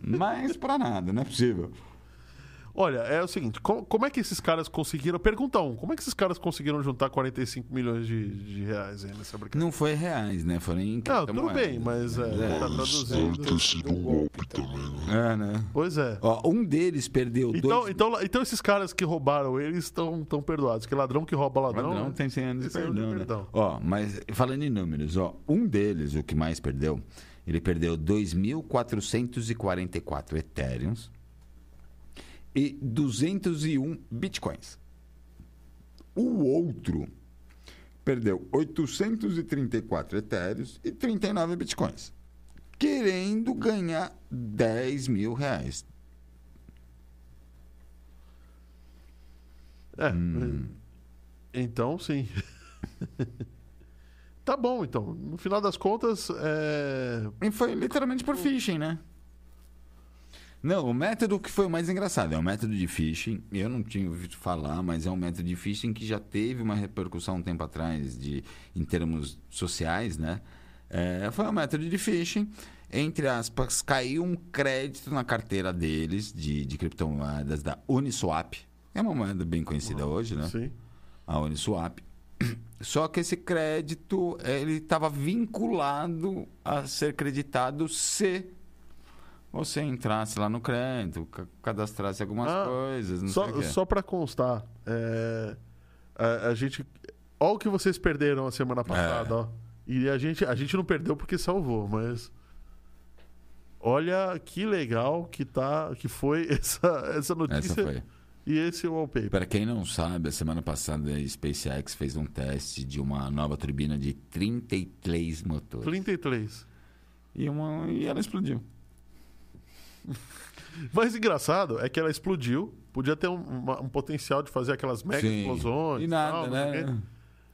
Speaker 2: Mas pra nada, não é possível.
Speaker 1: Olha, é o seguinte, co- como, é que esses caras conseguiram... Pergunta um, como é que esses caras conseguiram juntar 45 milhões de, de reais aí nessa brincadeira?
Speaker 2: Não foi reais, né? Foram em
Speaker 1: Não, tudo
Speaker 2: criptomoeda.
Speaker 1: bem, mas é,
Speaker 2: É.
Speaker 1: tá
Speaker 3: Mas deve ter
Speaker 1: traduzindo.
Speaker 3: sido um golpe também, né?
Speaker 2: É, né?
Speaker 1: Pois é.
Speaker 2: Ó, um deles perdeu
Speaker 1: Então,
Speaker 2: dois...
Speaker 1: então, então esses caras que roubaram eles estão tão perdoados. Que ladrão que rouba ladrão.
Speaker 2: Padrão
Speaker 1: né?
Speaker 2: tem 100 anos de
Speaker 1: Tem anos
Speaker 2: perdão,
Speaker 1: de
Speaker 2: né?
Speaker 1: perdão.
Speaker 2: Ó, mas falando em números, ó, um deles, o que mais perdeu, ele perdeu 2.444 Ethereums e 201 Bitcoins. O outro perdeu 834 Ethereums e 39 Bitcoins, querendo ganhar 10 mil reais.
Speaker 1: É.
Speaker 2: Hum.
Speaker 1: Então, sim. tá bom, então. No final das contas, é...
Speaker 2: E foi literalmente por phishing, né? Não, o método que foi o mais engraçado é o método de phishing. Eu não tinha ouvido falar, mas é um método de phishing que já teve uma repercussão um tempo atrás de, em termos sociais, né? É, foi um método de phishing. Entre aspas, caiu um crédito na carteira deles de, de criptomoedas da Uniswap. É uma moeda bem conhecida hoje, né?
Speaker 1: sim.
Speaker 2: a Uniswap. Só que esse crédito ele estava vinculado a ser creditado se você entrasse lá no crédito, ca- cadastrasse algumas
Speaker 1: Ah,
Speaker 2: coisas, não sei o
Speaker 1: Só,
Speaker 2: quê.
Speaker 1: só para constar, é, a, a gente. Olha o que vocês perderam a
Speaker 2: É.
Speaker 1: semana passada, ó. E a gente, a gente não perdeu porque salvou, mas. Olha que legal que, tá, que foi essa, essa
Speaker 2: Essa
Speaker 1: notícia
Speaker 2: foi.
Speaker 1: e esse wallpaper.
Speaker 2: Para quem não sabe, a semana passada a SpaceX fez um teste de uma nova turbina de 33 motores.
Speaker 1: 33.
Speaker 2: E, uma, e ela explodiu.
Speaker 1: Mas engraçado é que ela explodiu. Podia ter um, uma- um potencial de fazer aquelas mega
Speaker 2: Sim.
Speaker 1: explosões.
Speaker 2: E nada,
Speaker 1: tal, não sei o quê.
Speaker 2: né?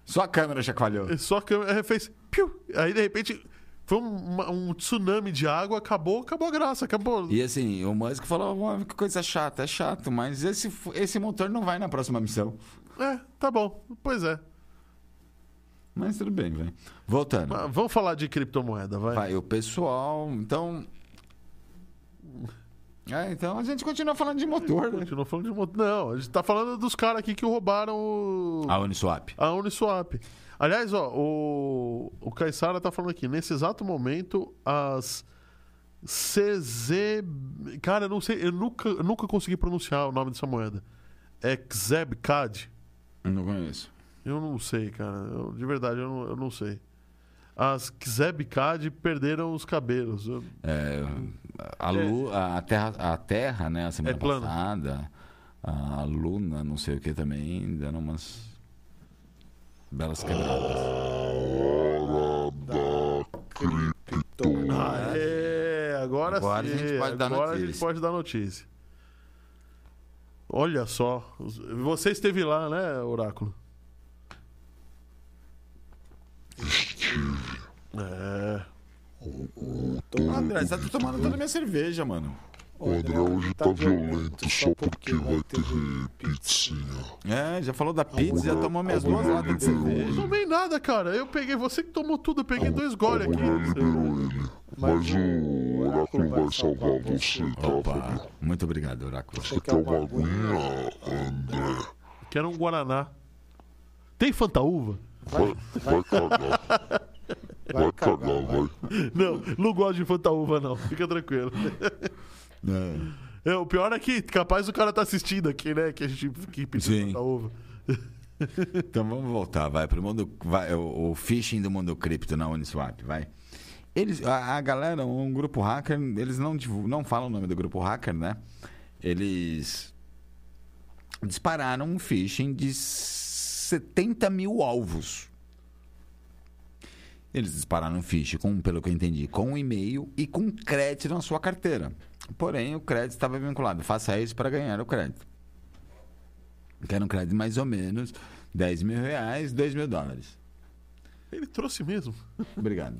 Speaker 2: Só a câmera chacoalhou.
Speaker 1: Só que ela fez. Piu! Aí de repente foi um, uma- um tsunami de água, acabou, acabou a graça, acabou.
Speaker 2: E assim, o Musk falou, "Ó, que coisa chata, é chato, mas esse, f- esse motor não vai na próxima missão.
Speaker 1: É, tá bom. Pois é.
Speaker 2: Mas tudo bem, velho. Voltando.
Speaker 1: Mas vamos falar de criptomoeda, vai.
Speaker 2: Vai, o pessoal, então... Ah, então a gente continua falando de motor, né?
Speaker 1: Continua falando de um monte. Não, a gente tá falando dos caras aqui que roubaram o...
Speaker 2: A Uniswap.
Speaker 1: a Uniswap. Aliás, ó, o, o Caissara tá falando aqui, nesse exato momento, as CZ. Cara, eu não sei, eu nunca, eu nunca consegui pronunciar o nome dessa moeda. É Xebcad?
Speaker 2: Eu não conheço.
Speaker 1: Eu não sei, cara. Eu- de verdade, eu não, eu não sei. As Xebcad perderam os cabelos. Eu-
Speaker 2: É, a, Lu, a, terra, a Terra, né, a semana
Speaker 1: É plana.
Speaker 2: passada, a Luna, não sei o que também, dando umas belas quebradas.
Speaker 3: Hora da cripto.
Speaker 1: É, agora,
Speaker 2: Agora
Speaker 1: sim.
Speaker 2: a gente pode dar
Speaker 1: agora a gente
Speaker 2: notícia.
Speaker 1: pode dar notícia. Olha só. os- Você esteve lá, né, Oráculo? É.
Speaker 2: Ô, André, você tá tomando toda a minha cerveja, mano.
Speaker 3: Então, O André hoje tá violento só porque vai ter pizzinha.
Speaker 2: É, já falou da pizza, já tomou minhas duas
Speaker 3: Agora
Speaker 2: latas de
Speaker 3: liberou
Speaker 1: Não
Speaker 2: cerveja.
Speaker 1: tomei nada, cara. Eu peguei. Você que tomou tudo. Eu peguei dois
Speaker 3: A
Speaker 1: goles
Speaker 3: mulher
Speaker 1: aqui.
Speaker 3: liberou ele. Mas o oráculo vai salvar você, tá, Fabio?
Speaker 2: Opa, muito obrigado, Oráculo.
Speaker 3: Você quer uma aguinha, André?
Speaker 1: Quero um Guaraná. Tem Fantaúva?
Speaker 3: Vai, vai cagar. Vai cagar, vai.
Speaker 1: Não, não gosto de Fantaúva, não. Fica tranquilo.
Speaker 2: É.
Speaker 1: É, o pior é que capaz o cara tá assistindo aqui, né? Que a gente que pediu
Speaker 2: Sim.
Speaker 1: Fantaúva.
Speaker 2: Então vamos voltar, vai, pro mundo. Vai, o, o phishing do mundo cripto na Uniswap, vai. Eles, a, a galera, um grupo hacker, eles não, divul- não falam o nome do grupo hacker, né? Eles dispararam um phishing de 70 mil alvos. Eles dispararam um phishing, com, pelo que eu entendi, com um e-mail e com crédito na sua carteira. Porém, o crédito estava vinculado. Faça isso para ganhar o crédito. Quero um crédito mais ou menos 10 mil reais, 2 mil dólares.
Speaker 1: Ele trouxe mesmo.
Speaker 2: Obrigado.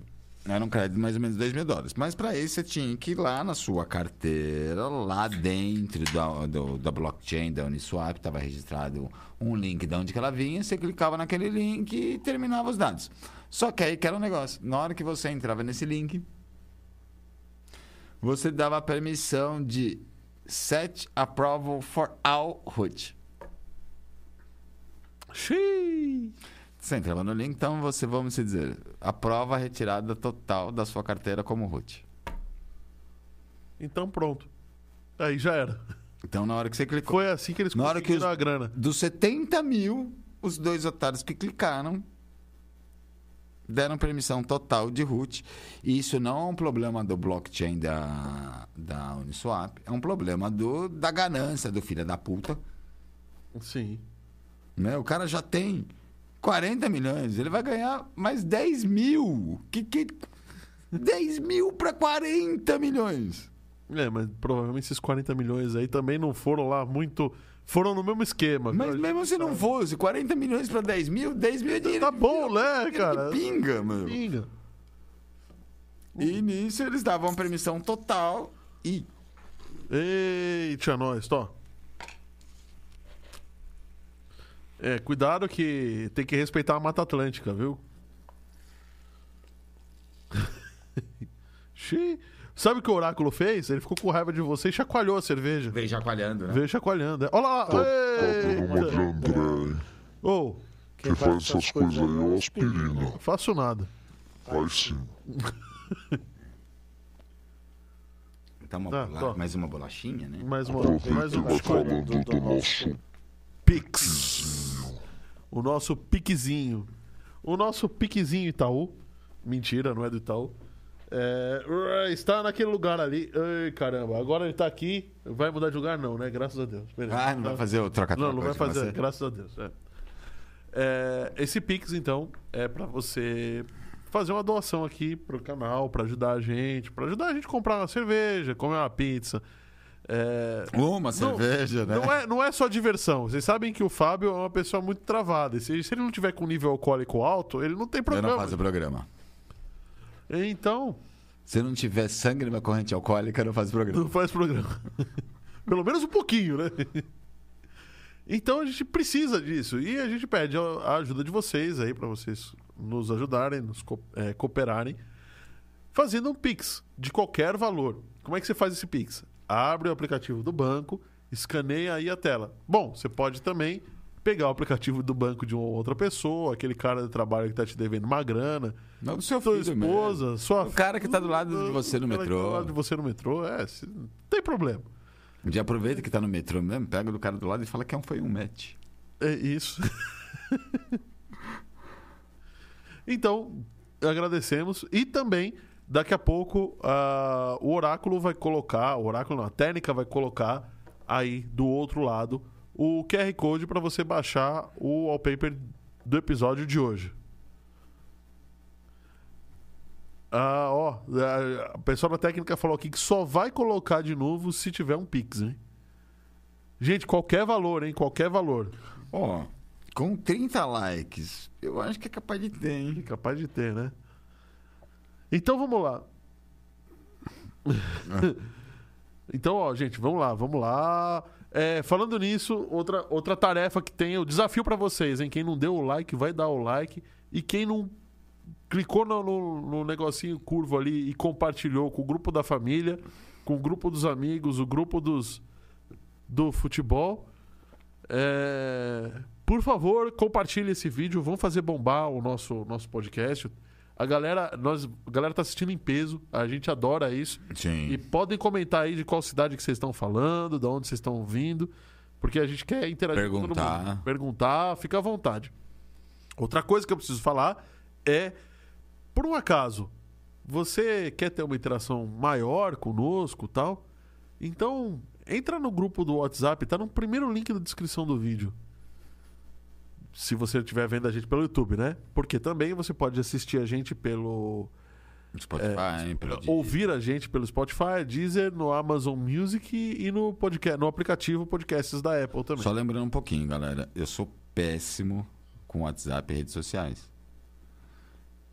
Speaker 2: Era um crédito de mais ou menos 2 mil dólares. Mas para isso você tinha que ir lá na sua carteira, lá dentro da, do- da blockchain da Uniswap, estava registrado um link de onde que ela vinha, você clicava naquele link e terminava os dados. Só que aí que era um negócio. Na hora que você entrava nesse link, você dava a permissão de Set approval for all route.
Speaker 1: Xiii.
Speaker 2: Você entra lá no link, então você, vamos se dizer, aprova a retirada total da sua carteira como root.
Speaker 1: Então pronto. Aí já era.
Speaker 2: Então, na hora que você clicou.
Speaker 1: Foi assim que eles
Speaker 2: Na hora que
Speaker 1: conseguiram
Speaker 2: os-
Speaker 1: a grana.
Speaker 2: Dos 70 mil, os dois otários que clicaram deram permissão total de root. E isso não é um problema do blockchain da, da Uniswap, é um problema do, da ganância do filho da puta.
Speaker 1: Sim.
Speaker 2: Né? O cara já tem 40 milhões, ele vai ganhar mais 10 mil. Que, que... 10 mil para 40 milhões.
Speaker 1: É, mas provavelmente esses 40 milhões aí também não foram lá muito. Foram no mesmo esquema.
Speaker 2: Mas
Speaker 1: viu?
Speaker 2: mesmo se não fosse, 40 milhões para 10 mil, 10 mil é dinheiro
Speaker 1: Tá bom, né,
Speaker 2: que
Speaker 1: cara?
Speaker 2: pinga, mano.
Speaker 1: Pinga.
Speaker 2: E nisso eles davam permissão total e
Speaker 1: Eita, nós, tó. É, cuidado que tem que respeitar a Mata Atlântica, viu? Xiii. Sabe o que o oráculo fez? Ele ficou com raiva de você e chacoalhou a cerveja.
Speaker 2: veio chacoalhando, né?
Speaker 1: Veio chacoalhando. é. Olha lá!
Speaker 3: Tá, tá dando uma de
Speaker 1: Eita.
Speaker 3: André, hein?
Speaker 1: Ô,
Speaker 3: Quem faz essas coisas aí é o aspirina.
Speaker 1: faço nada.
Speaker 3: Faz sim.
Speaker 2: Tá uma
Speaker 1: Tá,
Speaker 2: bola-
Speaker 1: tô.
Speaker 2: mais uma bolachinha, né?
Speaker 1: Mais uma, mais
Speaker 3: Aproveita e
Speaker 1: um
Speaker 3: vai falando do nosso
Speaker 1: Pix. O nosso piquezinho. O nosso piquezinho Itaú. Mentira, não é do Itaú. É, está naquele lugar ali. Ai, caramba. Agora ele tá aqui. Vai mudar de lugar? Não, né? Graças a Deus. Beleza.
Speaker 2: Ah, não vai fazer o troca-troca.
Speaker 1: Não, não vai
Speaker 2: hoje com
Speaker 1: fazer.
Speaker 2: você?
Speaker 1: Graças a Deus. é. É, esse Pix, então, é para você fazer uma doação aqui pro canal, para ajudar a gente, para ajudar a gente a comprar uma cerveja, comer uma pizza. É,
Speaker 2: Uma cerveja, né?
Speaker 1: não é, não é só diversão. Vocês sabem que o Fábio é uma pessoa muito travada. E Se, se ele não tiver com nível alcoólico alto, ele não tem
Speaker 2: Eu não
Speaker 1: problema.
Speaker 2: faço o programa.
Speaker 1: Então,
Speaker 2: Se não tiver sangue numa corrente alcoólica, eu não faço programa.
Speaker 1: não faz programa. Pelo menos um pouquinho, né? Então a gente precisa disso. E a gente pede a ajuda de vocês aí para vocês nos ajudarem, nos co- eh, cooperarem, fazendo um Pix de qualquer valor. Como é que você faz esse Pix? Abre o aplicativo do banco, escaneia aí a tela. Bom, você pode também pegar o aplicativo do banco de uma outra pessoa, aquele cara do trabalho que tá te devendo uma grana,
Speaker 2: Não do seu
Speaker 1: sua
Speaker 2: filho mesmo.
Speaker 1: esposa, sua
Speaker 2: O cara que tá do lado de você no
Speaker 1: o cara que tá Do lado de
Speaker 2: metrô.
Speaker 1: você no metrô, é, se- não tem problema.
Speaker 2: Já aproveita que tá no metrô mesmo, pega do cara do lado e fala que é um- foi um match.
Speaker 1: É isso. então, agradecemos. E também, daqui a pouco, ah, o Oráculo vai colocar o Oráculo não, a técnica vai colocar aí do outro lado o QR Code para você baixar o wallpaper do episódio de hoje. Ah, ó, a- a pessoa da técnica falou aqui que só vai colocar de novo se tiver um Pix, hein? Gente, qualquer valor, hein? Qualquer valor.
Speaker 2: Ó, com 30 likes, eu acho que é capaz de ter,
Speaker 1: É
Speaker 2: hein?
Speaker 1: capaz de ter, né? Então vamos lá. então, ó, gente, vamos lá, vamos lá. É, falando nisso, outra, outra tarefa que tem, o desafio pra vocês, hein? Quem não deu o like, vai dar o like. E quem não clicou no, no- no negocinho curvo ali e compartilhou com o grupo da família, com o grupo dos amigos, o grupo dos do futebol, é, por favor, compartilhe esse vídeo. Vamos fazer bombar o nosso, nosso podcast. A galera, nós, a galera tá assistindo em peso. A gente adora isso.
Speaker 2: Sim.
Speaker 1: E podem comentar aí de qual cidade que vocês estão falando, de onde vocês estão vindo. Porque a gente quer interagir com todo
Speaker 2: Perguntar.
Speaker 1: mundo. Perguntar, fica à vontade. Outra coisa que eu preciso falar é, por um acaso, você quer ter uma interação maior conosco tal? Então, entra no grupo do WhatsApp, tá no primeiro link da descrição do vídeo. Se você estiver vendo a gente pelo YouTube, né? Porque também você pode assistir a gente pelo
Speaker 2: Spotify, hein? pelo dia.
Speaker 1: ouvir a gente pelo Spotify, Deezer, no Amazon Music e no, podcast, no aplicativo Podcasts da Apple também.
Speaker 2: Só lembrando um pouquinho, galera. Eu sou péssimo com WhatsApp e redes sociais.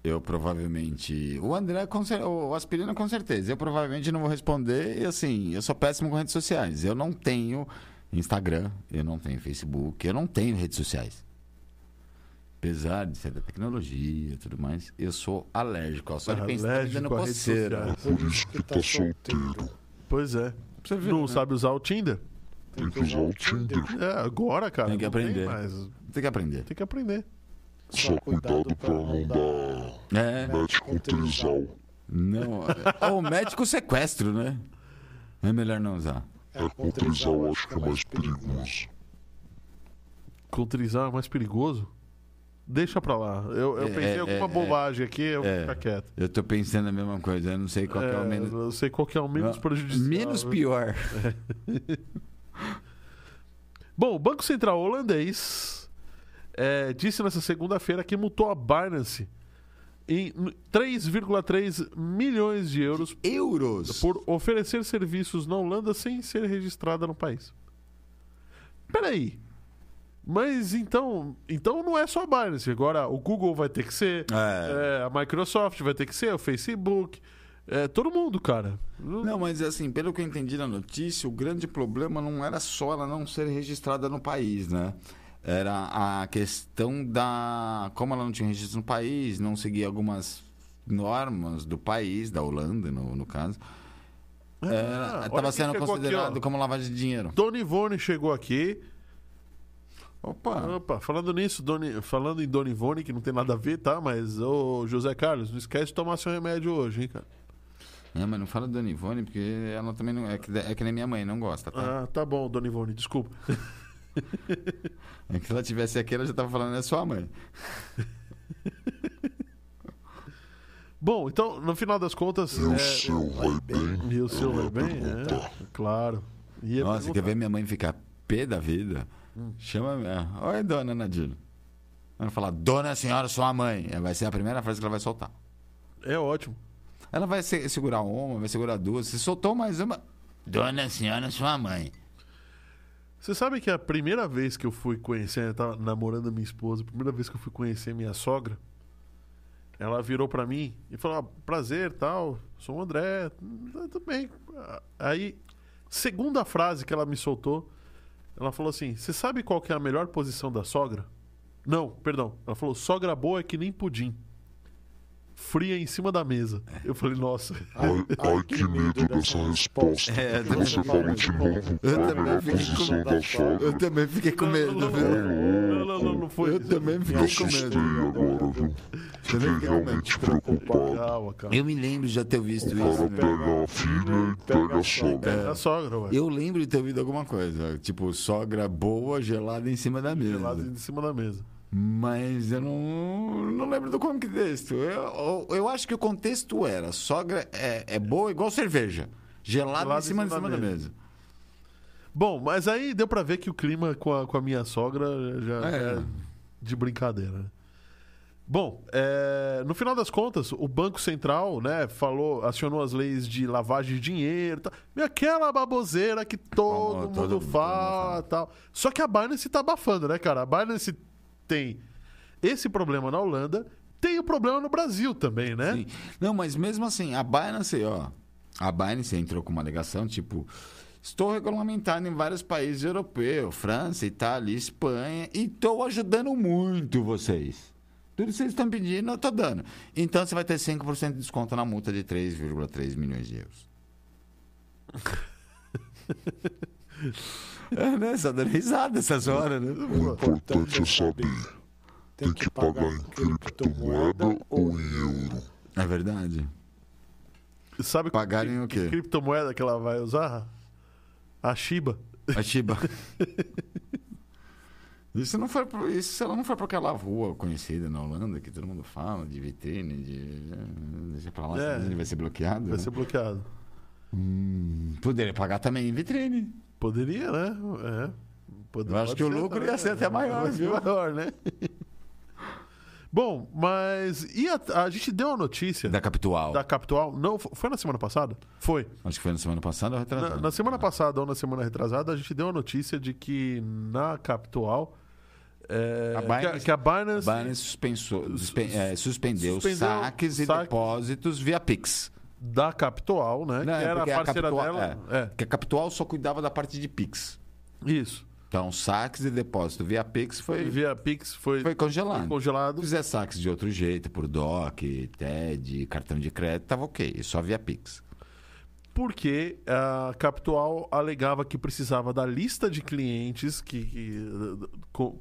Speaker 2: Eu provavelmente. O André, com cer... o Aspirina, com certeza. Eu provavelmente não vou responder. E assim, eu sou péssimo com redes sociais. Eu não tenho Instagram, eu não tenho Facebook, eu não tenho redes sociais. Apesar de ser da tecnologia e tudo mais, eu sou alérgico. ó. Só de pensar tá me
Speaker 1: Alérgico
Speaker 2: dando
Speaker 1: a redes
Speaker 2: coceira.
Speaker 1: sociais.
Speaker 3: Por isso que tá solteiro.
Speaker 1: Pois é.
Speaker 2: Você vê,
Speaker 1: Não
Speaker 2: né?
Speaker 1: sabe usar o Tinder?
Speaker 3: Tem que usar o Tinder.
Speaker 1: É, agora, cara.
Speaker 4: Tem que
Speaker 1: não
Speaker 4: aprender.
Speaker 1: mais.
Speaker 2: Tem que aprender.
Speaker 1: tem que aprender.
Speaker 3: Só cuidado pra não dar
Speaker 2: É.
Speaker 3: match com o trisal.
Speaker 2: Não. Ou o médico sequestro, né? É melhor não usar.
Speaker 3: É com o trisal acho que é mais perigoso.
Speaker 1: Com o trisal é mais perigoso? Deixa pra lá. Eu, eu
Speaker 2: É,
Speaker 1: pensei em
Speaker 2: é,
Speaker 1: alguma
Speaker 2: é,
Speaker 1: bobagem aqui, eu vou
Speaker 2: é.
Speaker 1: ficar quieto.
Speaker 2: Eu tô pensando a mesma coisa, eu não sei qual que é o
Speaker 1: É,
Speaker 2: menos.
Speaker 1: Eu sei qual que é o menos prejudicial.
Speaker 2: Menos
Speaker 1: né?
Speaker 2: pior.
Speaker 1: Bom, o Banco Central holandês é, disse nessa segunda-feira que multou a Binance em 3,3 milhões de euros
Speaker 2: Euros.
Speaker 1: por oferecer serviços na Holanda sem ser registrada no país. Peraí. Mas então, então não é só a Binance. Agora o Google vai ter que ser,
Speaker 2: É.
Speaker 1: é, a Microsoft vai ter que ser, o Facebook, é, todo mundo, cara.
Speaker 2: Não, mas assim, pelo que eu entendi na notícia, o grande problema não era só ela não ser registrada no país, né? Era a questão da. Como ela não tinha registro no país, não seguia algumas normas do país, da Holanda, no, no caso,
Speaker 1: É, olha
Speaker 2: estava
Speaker 1: quem
Speaker 2: sendo
Speaker 1: chegou aqui, ó.
Speaker 2: considerado como lavagem de dinheiro.
Speaker 1: Dona Ivone chegou aqui.
Speaker 2: Opa!
Speaker 1: Opa, falando nisso, Doni- falando em Dona Ivone, que não tem nada a ver, tá? Mas, ô José Carlos, não esquece de tomar seu remédio hoje, hein, cara?
Speaker 2: É, mas não fala da Dona Ivone, porque ela também não. É que, é que nem minha mãe, não gosta, tá?
Speaker 1: Ah, tá bom, Dona Ivone, desculpa.
Speaker 2: É que se ela tivesse aqui, ela já tava falando, é sua mãe.
Speaker 1: Bom, então, no final das contas.
Speaker 3: E o
Speaker 1: é,
Speaker 3: seu vai bem?
Speaker 1: E o seu vai
Speaker 3: Eu ia
Speaker 1: bem?
Speaker 3: perguntar.
Speaker 1: É, claro. é Ia
Speaker 2: Nossa, quer
Speaker 1: perguntar. Hum.
Speaker 2: ver minha mãe ficar pé da vida? Chama. é, Oi, dona Nadine. Ela vai falar, dona senhora, sua mãe. Ela vai ser a primeira frase que ela vai soltar.
Speaker 1: É ótimo.
Speaker 2: Ela vai se- segurar uma, vai segurar duas. Se soltou mais uma, dona senhora, sua mãe.
Speaker 1: Você sabe que a primeira vez que eu fui conhecer, eu tava namorando a minha esposa, a primeira vez que eu fui conhecer minha sogra, ela virou pra mim e falou: ah, prazer, tal, sou o André, "Tá, tudo bem. Aí, segunda frase que ela me soltou, ela falou assim: você sabe qual que é a melhor posição da sogra? Não, perdão. Ela falou: sogra boa é que nem pudim. Fria em cima da mesa. Eu falei, nossa.
Speaker 3: Ai, ai, que medo dessa resposta.
Speaker 2: É, eu também
Speaker 3: Você
Speaker 2: fiquei-
Speaker 3: falou de novo
Speaker 2: eu
Speaker 3: qual a
Speaker 2: também
Speaker 3: melhor
Speaker 2: fiquei com
Speaker 3: posição
Speaker 2: medo.
Speaker 3: da sogra.
Speaker 2: Eu também fiquei com
Speaker 1: Não,
Speaker 2: medo,
Speaker 1: não,
Speaker 2: viu?
Speaker 1: não, não, não, não foi.
Speaker 2: Eu também
Speaker 3: Me
Speaker 2: fiquei com
Speaker 3: assustei
Speaker 2: medo.
Speaker 3: agora, viu? Fiquei
Speaker 2: fiquei com
Speaker 3: realmente preocupado.
Speaker 1: Calma, calma.
Speaker 2: Eu me lembro de já ter visto
Speaker 3: O cara
Speaker 2: isso. né?
Speaker 3: pega a filha e pega a sogra.
Speaker 1: É
Speaker 2: É.
Speaker 1: A sogra, ué.
Speaker 2: Eu lembro de ter ouvido alguma coisa. Tipo, sogra boa, gelada em cima da mesa.
Speaker 1: lá de cima da mesa.
Speaker 2: Mas eu não, não lembro do contexto. Eu, eu, eu acho que o contexto era: sogra é, é boa igual cerveja. Gelada em cima, em cima da mesa.
Speaker 1: Bom, mas aí deu pra ver que o clima com a, com a minha sogra já
Speaker 2: É.
Speaker 1: é, de brincadeira. né? Bom, é, no final das contas, o Banco Central, né, falou, acionou as leis de lavagem de dinheiro, tá, E aquela baboseira que todo,
Speaker 2: Todo-
Speaker 1: mundo,
Speaker 2: todo mundo
Speaker 1: fala,
Speaker 2: fala.
Speaker 1: tal. Só que a Binance tá abafando, né, cara? A Binance tem esse problema na Holanda, tem o problema no Brasil também, né?
Speaker 2: Sim. Não, mas mesmo assim, a Binance, ó. A Binance entrou com uma alegação tipo. Estou regulamentado em vários países europeus, França, Itália, Espanha, e estou ajudando muito vocês. Tudo que vocês estão pedindo, eu estou dando. Então você vai ter 5% de desconto na multa de 3,3 milhões de euros. é, né? Só dando risada essas horas, né?
Speaker 3: O importante é saber: tem que pagar em criptomoeda ou em euro?
Speaker 2: É verdade.
Speaker 1: Sabe
Speaker 2: Pagarem
Speaker 1: que-
Speaker 2: o quê?
Speaker 1: Que criptomoeda que ela vai usar? A Shiba.
Speaker 2: A Shiba. Isso não foi pro- isso se ela não foi para aquela rua conhecida na Holanda que todo mundo fala de vitrine, de eh, deixa pra lá,
Speaker 1: É.
Speaker 2: senão ele vai ser bloqueado.
Speaker 1: Vai
Speaker 2: né?
Speaker 1: ser bloqueado.
Speaker 2: Hum, Poderia pagar também em vitrine.
Speaker 1: Poderia, né? É. Pode-
Speaker 2: Eu acho
Speaker 1: pode
Speaker 2: que o
Speaker 1: ser
Speaker 2: lucro
Speaker 1: também,
Speaker 2: ia ser
Speaker 1: né?
Speaker 2: até maior,
Speaker 1: Vai ser
Speaker 2: viu?
Speaker 1: maior, né? Bom, mas. E a, a gente deu a notícia
Speaker 2: Da Capital.
Speaker 1: da Capital. Não, fo- foi na semana passada? Foi.
Speaker 2: Acho que foi na semana passada ou
Speaker 1: Na,
Speaker 2: retrasada.
Speaker 1: na semana passada ou na semana retrasada, a gente deu a notícia de que na Capital. é,
Speaker 2: A
Speaker 1: que
Speaker 2: Binance-
Speaker 1: que a Binance.
Speaker 2: Binance suspenso- suspe- eh, suspendeu,
Speaker 1: suspendeu
Speaker 2: saques e
Speaker 1: saques.
Speaker 2: depósitos via Pix.
Speaker 1: da Capital, né?
Speaker 2: Não, é
Speaker 1: que era a
Speaker 2: porque
Speaker 1: parceira
Speaker 2: Capital-
Speaker 1: dela.
Speaker 2: é, Porque a Capital só cuidava da parte de Pix.
Speaker 1: é. Isso.
Speaker 2: Então, saques e depósito via Pix
Speaker 1: E
Speaker 2: foi,
Speaker 1: via Pix foi,
Speaker 2: foi
Speaker 1: foi
Speaker 2: congelado.
Speaker 1: congelado.
Speaker 2: fizer saques de outro jeito, por DOC, TED, cartão de crédito, tava ok. Só via Pix.
Speaker 1: porque a Capital alegava que precisava da lista de clientes que, que- com,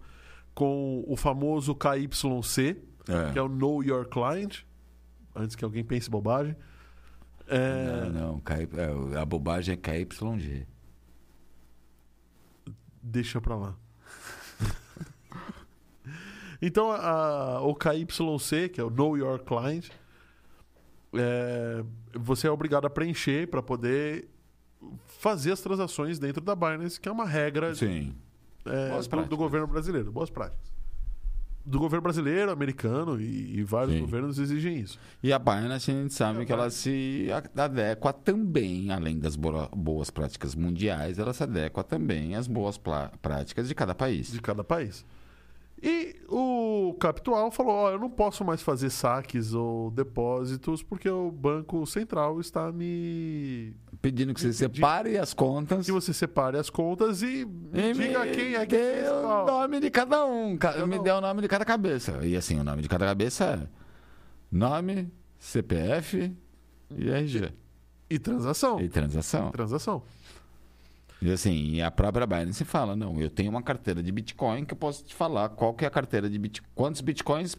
Speaker 1: com o famoso KYC,
Speaker 2: É.
Speaker 1: que é o Know Your Client, antes que alguém pense bobagem. É,
Speaker 2: Não, não, K- é, a bobagem é KYG.
Speaker 1: Deixa pra lá. então, a- o KYC, que é o Know Your Client, é, você é obrigado a preencher para poder fazer as transações dentro da Binance, que é uma regra
Speaker 2: Sim.
Speaker 1: é,
Speaker 2: Boas
Speaker 1: do, do
Speaker 2: práticas.
Speaker 1: governo brasileiro. Boas práticas. Do governo brasileiro, americano e, e vários
Speaker 2: Sim.
Speaker 1: governos exigem isso.
Speaker 2: E a Binance, a gente sabe que ela se a- adequa também, além das boa- boas práticas mundiais, ela se adequa também às boas plá- práticas de cada país.
Speaker 1: de cada país. E o Capital falou: ó, eu não posso mais fazer saques ou depósitos porque o Banco Central está me.
Speaker 2: Pedindo que você separe as contas
Speaker 1: que você separe as contas e me diga
Speaker 2: me
Speaker 1: quem é que
Speaker 2: dê
Speaker 1: fez
Speaker 2: o
Speaker 1: tal.
Speaker 2: nome de cada um. ca-
Speaker 1: Cada
Speaker 2: me
Speaker 1: um.
Speaker 2: dê o nome de cada cabeça. E assim, o nome de cada cabeça é nome, CPF e RG.
Speaker 1: E transação.
Speaker 2: E transação.
Speaker 1: Transação.
Speaker 2: E assim, e a própria Binance fala, não, eu tenho uma carteira de Bitcoin que eu posso te falar qual que é a carteira de Bitcoin, quantos Bitcoins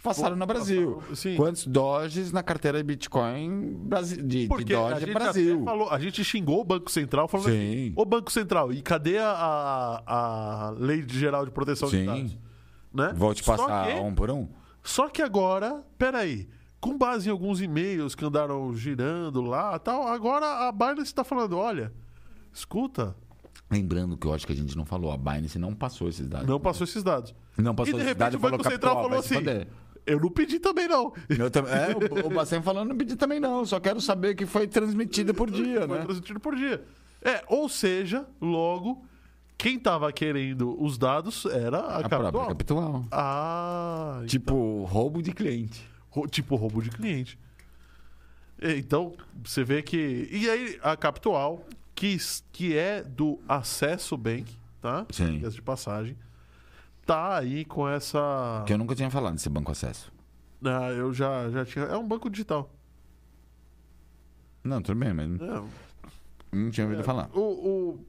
Speaker 2: passaram no Brasil,
Speaker 1: tá Sim.
Speaker 2: quantos Doges na carteira de Bitcoin Brasi- de, de
Speaker 1: Porque a
Speaker 2: Doge
Speaker 1: gente, até
Speaker 2: Brasil.
Speaker 1: falou, a gente xingou o Banco Central falando assim,
Speaker 2: Sim,
Speaker 1: ô Banco Central, e cadê a, a, a Lei Geral de Proteção de
Speaker 2: Sim.
Speaker 1: Dados? Né?
Speaker 2: vou te
Speaker 1: Só
Speaker 2: passar
Speaker 1: que-
Speaker 2: um por um.
Speaker 1: Só que agora, peraí, com base em alguns e-mails que andaram girando lá tal, agora a Binance está falando, olha, escuta,
Speaker 2: Lembrando que eu acho que a gente não falou, a Binance não passou esses dados.
Speaker 1: não passou esses dados.
Speaker 2: Não
Speaker 1: E,
Speaker 2: passou
Speaker 1: de
Speaker 2: a
Speaker 1: repente,
Speaker 2: cidade
Speaker 1: o Banco Central falou assim, eu não pedi também não.
Speaker 2: Eu também, é, o, o Bacen falando não pedi também não, só quero saber que foi transmitido por dia,
Speaker 1: Foi
Speaker 2: né?
Speaker 1: transmitido por dia. É, ou seja, logo, quem estava querendo os dados era a,
Speaker 2: A
Speaker 1: Capital.
Speaker 2: própria
Speaker 1: Então.
Speaker 2: capital.
Speaker 1: Ah,
Speaker 2: Tipo, roubo de cliente.
Speaker 1: Ro- Tipo roubo de cliente. É, Então, você vê que. E aí, a Capital, que, s- que é do Acesso Bank, tá?
Speaker 2: Sim.
Speaker 1: Diga-se De passagem. Tá aí com essa.
Speaker 2: Que eu nunca tinha falado desse banco acesso.
Speaker 1: Ah, eu já, já tinha. É um banco digital.
Speaker 2: Não, tudo bem, mas
Speaker 1: É,
Speaker 2: não tinha ouvido falar.
Speaker 1: o, o,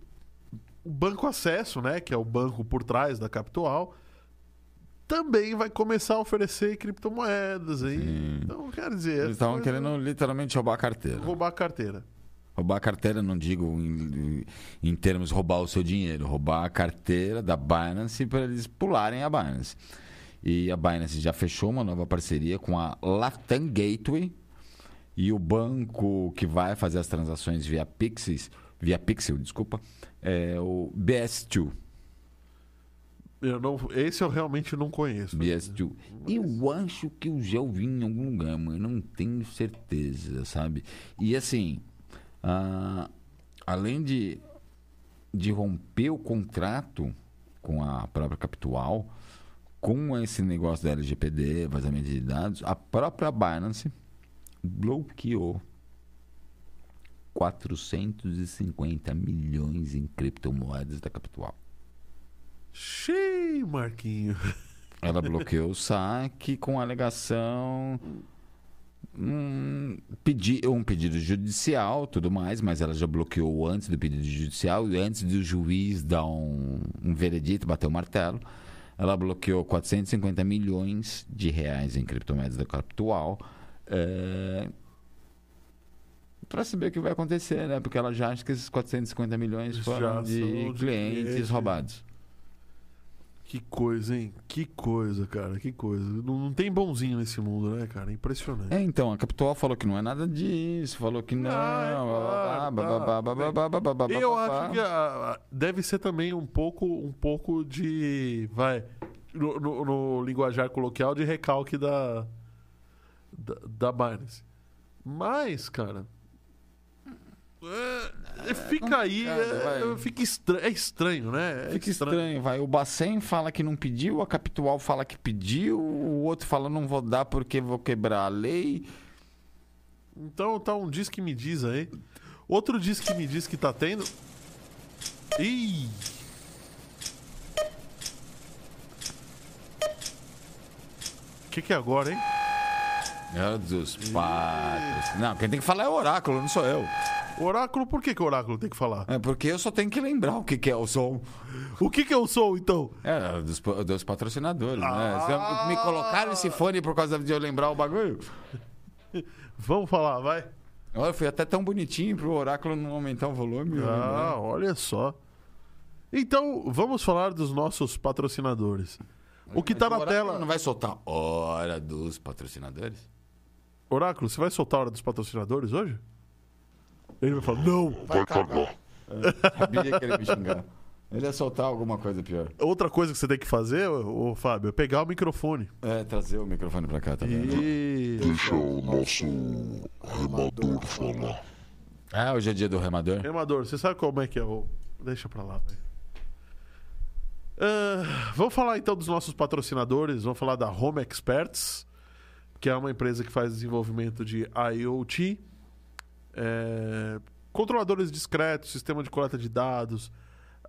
Speaker 1: o Banco Acesso, né? Que é o banco por trás da Capital, também vai começar a oferecer criptomoedas aí.
Speaker 2: Sim.
Speaker 1: Então, quer dizer.
Speaker 2: Eles
Speaker 1: essa
Speaker 2: estavam
Speaker 1: coisa-
Speaker 2: querendo literalmente roubar a carteira.
Speaker 1: roubar a carteira.
Speaker 2: Roubar a carteira, não digo em, em termos roubar o seu dinheiro, roubar a carteira da Binance para eles pularem a Binance. E a Binance já fechou uma nova parceria com a Latam Gateway e o banco que vai fazer as transações via Pixis, via Pixel, desculpa, é o BS2.
Speaker 1: Eu não, esse eu realmente não conheço.
Speaker 2: BS2. Eu acho que eu já ouvi em algum lugar, mas não tenho certeza, sabe? E assim, ah, além de, de romper o contrato com a própria Capital, com esse negócio da LGPD, vazamento de dados, a própria Binance bloqueou 450 milhões em criptomoedas da Capital.
Speaker 1: Xiii, Marquinho.
Speaker 2: Ela bloqueou o saque com alegação. Hum, pedi, um pedido judicial tudo mais, mas ela já bloqueou antes do pedido judicial e antes do juiz dar um, um veredito, bater o martelo. Ela bloqueou 450 milhões de reais em criptomoedas da Capital. É... Para saber o que vai acontecer, né? Porque ela já acha que esses 450 milhões
Speaker 1: Já
Speaker 2: foram de
Speaker 1: são
Speaker 2: clientes
Speaker 1: de clientes.
Speaker 2: roubados.
Speaker 1: Que coisa, hein? Que coisa, cara. Que coisa. Não, não tem bonzinho nesse mundo, né, cara? Impressionante.
Speaker 2: É, então, a Capital falou que não é nada disso, falou que não.
Speaker 1: Ah, é claro, tá, tudo Eu acho que ah, ah, deve ser também um pouco, um pouco de. Vai. No, no- no linguajar coloquial, de recalque da. Da, da Binance. Mas, cara. é, fica aí.
Speaker 2: complicado,
Speaker 1: É,
Speaker 2: vai.
Speaker 1: fica estranho. É estranho, né? É
Speaker 2: Fica estranho, vai. O Bacen fala que não pediu, a Capital fala que pediu, o outro fala não vou dar porque vou quebrar a lei.
Speaker 1: Então tá um diz que me diz aí. Outro diz que me diz que tá tendo. Ih! O que, que é agora, hein?
Speaker 2: Meu Deus, patos. Não, quem tem que falar é o oráculo, não sou eu.
Speaker 1: Oráculo, por que, que o oráculo tem que falar?
Speaker 2: É porque eu só tenho que lembrar o que, que é o som.
Speaker 1: O que, que eu sou, então?
Speaker 2: É, dos, pa- dos patrocinadores,
Speaker 1: Ah!
Speaker 2: né? Se Me colocaram esse fone por causa de eu lembrar o bagulho.
Speaker 1: Vamos falar, vai.
Speaker 2: Olha, eu fui até tão bonitinho pro oráculo não aumentar o volume. eu lembrar.
Speaker 1: Ah, olha só. Então, vamos falar dos nossos patrocinadores. O que
Speaker 2: Mas
Speaker 1: tá
Speaker 2: o
Speaker 1: na
Speaker 2: oráculo
Speaker 1: tela.
Speaker 2: Não vai soltar hora dos patrocinadores?
Speaker 1: Oráculo, você vai soltar a hora dos patrocinadores hoje? Ele vai falar, não.
Speaker 3: Vai cagar.
Speaker 2: Sabia que ele ia me xingar. Ele ia soltar alguma coisa pior.
Speaker 1: Outra coisa que você tem que fazer, ô, ô, Fábio, é pegar o microfone.
Speaker 2: É, trazer o microfone pra cá também.
Speaker 1: E.
Speaker 3: Deixa o nosso remador falar.
Speaker 2: Ah, hoje é dia do remador?
Speaker 1: Remador, você sabe como é que é o. Deixa pra lá, velho. Ah, vamos falar então dos nossos patrocinadores. Vamos falar da Home Experts, que é uma empresa que faz desenvolvimento de IoT, é, controladores discretos, sistema de coleta de dados,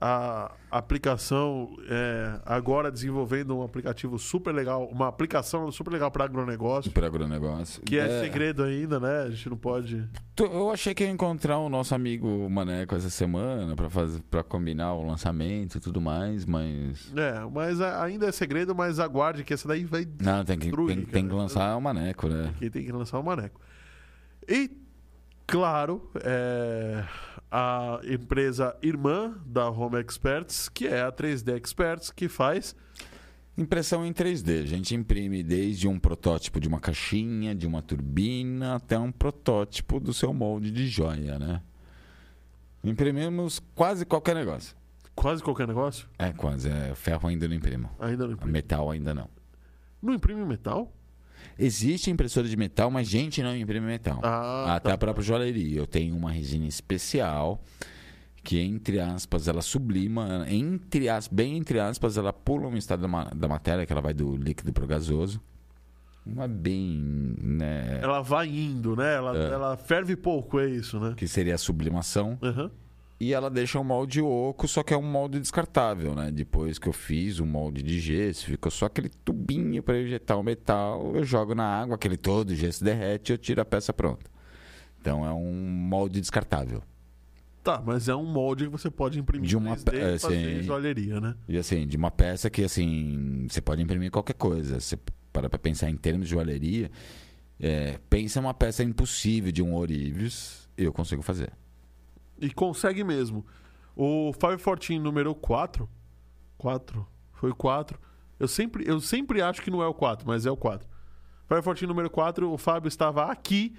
Speaker 1: a aplicação é, agora desenvolvendo um aplicativo super legal, uma aplicação super legal para agronegócio,
Speaker 2: Super agronegócio.
Speaker 1: que é, segredo ainda, né? A gente não pode.
Speaker 2: Tu- Eu achei que ia encontrar o nosso amigo Maneco essa semana pra, fazer, pra combinar o lançamento e tudo mais, mas.
Speaker 1: É, mas a- ainda é segredo, mas aguarde que essa daí vai
Speaker 2: Não, tem que,
Speaker 1: Destruir,
Speaker 2: tem,
Speaker 1: cara.
Speaker 2: tem que lançar o Maneco, né?
Speaker 1: Quem tem que lançar o Maneco. E, claro, é, a empresa irmã da Home Experts, que é a 3D Experts, que faz.
Speaker 2: Impressão em 3D. A gente imprime desde um protótipo de uma caixinha, de uma turbina, até um protótipo do seu molde de joia, né? Imprimimos quase qualquer negócio.
Speaker 1: Quase qualquer negócio?
Speaker 2: É, quase. É, ferro ainda não imprimo.
Speaker 1: Ainda não imprime.
Speaker 2: Metal ainda não.
Speaker 1: Não imprime metal?
Speaker 2: Existe impressora de metal, mas gente não imprime metal.
Speaker 1: Ah,
Speaker 2: Até a própria joalheria. Eu tenho uma resina especial que, entre aspas, ela sublima, entre as, bem entre aspas, ela pula um estado da, ma- da matéria, que ela vai do líquido para o gasoso. Uma bem, né,
Speaker 1: Ela vai indo, né? Ela,
Speaker 2: É.
Speaker 1: ela ferve pouco, é isso, né?
Speaker 2: que seria a sublimação.
Speaker 1: Aham.
Speaker 2: E ela deixa um molde oco, só que é um molde descartável, né? Depois que eu fiz o molde de gesso, ficou só aquele tubinho para injetar o metal, eu jogo na água, aquele todo, o gesso derrete, eu tiro a peça pronta. Então é um molde descartável.
Speaker 1: Tá, mas é um molde que você pode imprimir
Speaker 2: De uma
Speaker 1: 3D e
Speaker 2: pe- é,
Speaker 1: fazer
Speaker 2: sim.
Speaker 1: joalheria, né?
Speaker 2: E assim, de uma peça que assim, você pode imprimir qualquer coisa. Você para pra pensar em termos de joalheria, é, pensa uma peça impossível de um Orives, eu consigo fazer.
Speaker 1: E consegue mesmo. O Fire Fortin número 4. 4? Foi o 4. Eu sempre, eu sempre acho que não é o 4, mas é o 4. Fire Fortin número 4, o Fábio estava aqui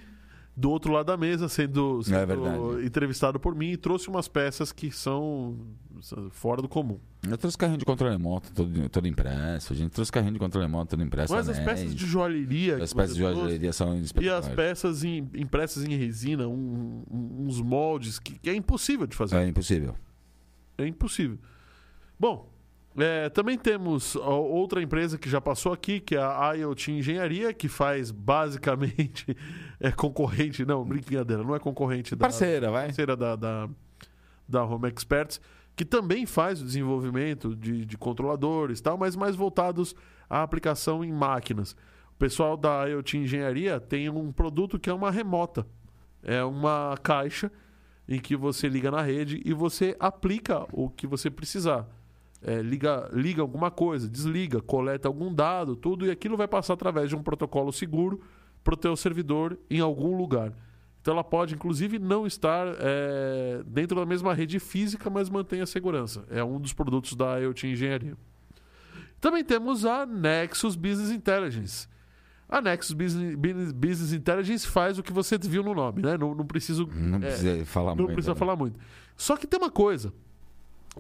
Speaker 1: do outro lado da mesa, sendo,
Speaker 2: É
Speaker 1: sendo
Speaker 2: verdade.
Speaker 1: entrevistado por mim, e trouxe umas peças que são são fora do comum.
Speaker 2: Eu trouxe carrinho de controle remoto todo, todo impresso, a gente trouxe carrinho de controle remoto todo impresso.
Speaker 1: mas as
Speaker 2: anéis.
Speaker 1: peças de joalheria. que
Speaker 2: As peças
Speaker 1: você
Speaker 2: de
Speaker 1: trouxe,
Speaker 2: joalheria são
Speaker 1: E as
Speaker 2: espetaculares.
Speaker 1: peças em- impressas em resina, um- um- uns moldes que- que é impossível de fazer.
Speaker 2: É impossível.
Speaker 1: É impossível. Bom, é, também temos ó, outra empresa que já passou aqui, que é a IoT Engenharia, que faz basicamente. É concorrente, não, brincadeira, não é concorrente da.
Speaker 2: Parceira, vai.
Speaker 1: Parceira da, da, da Home Experts, que também faz o desenvolvimento de, de controladores e tal, mas mais voltados à aplicação em máquinas. O pessoal da IoT Engenharia tem um produto que é uma remota. É uma caixa em que você liga na rede e você aplica o que você precisar. É, liga, liga alguma coisa, desliga, coleta algum dado, tudo, e aquilo vai passar através de um protocolo seguro para o teu servidor em algum lugar. Então ela pode, inclusive, não estar é, dentro da mesma rede física, mas mantém a segurança. É um dos produtos da IoT Engenharia. Também temos a Nexus Business Intelligence. A Nexus Business, Business- Business Intelligence faz o que você viu no nome, né? Não, não preciso
Speaker 2: Não
Speaker 1: é,
Speaker 2: precisa falar
Speaker 1: não
Speaker 2: muito.
Speaker 1: precisa
Speaker 2: né?
Speaker 1: falar muito. Só que tem uma coisa.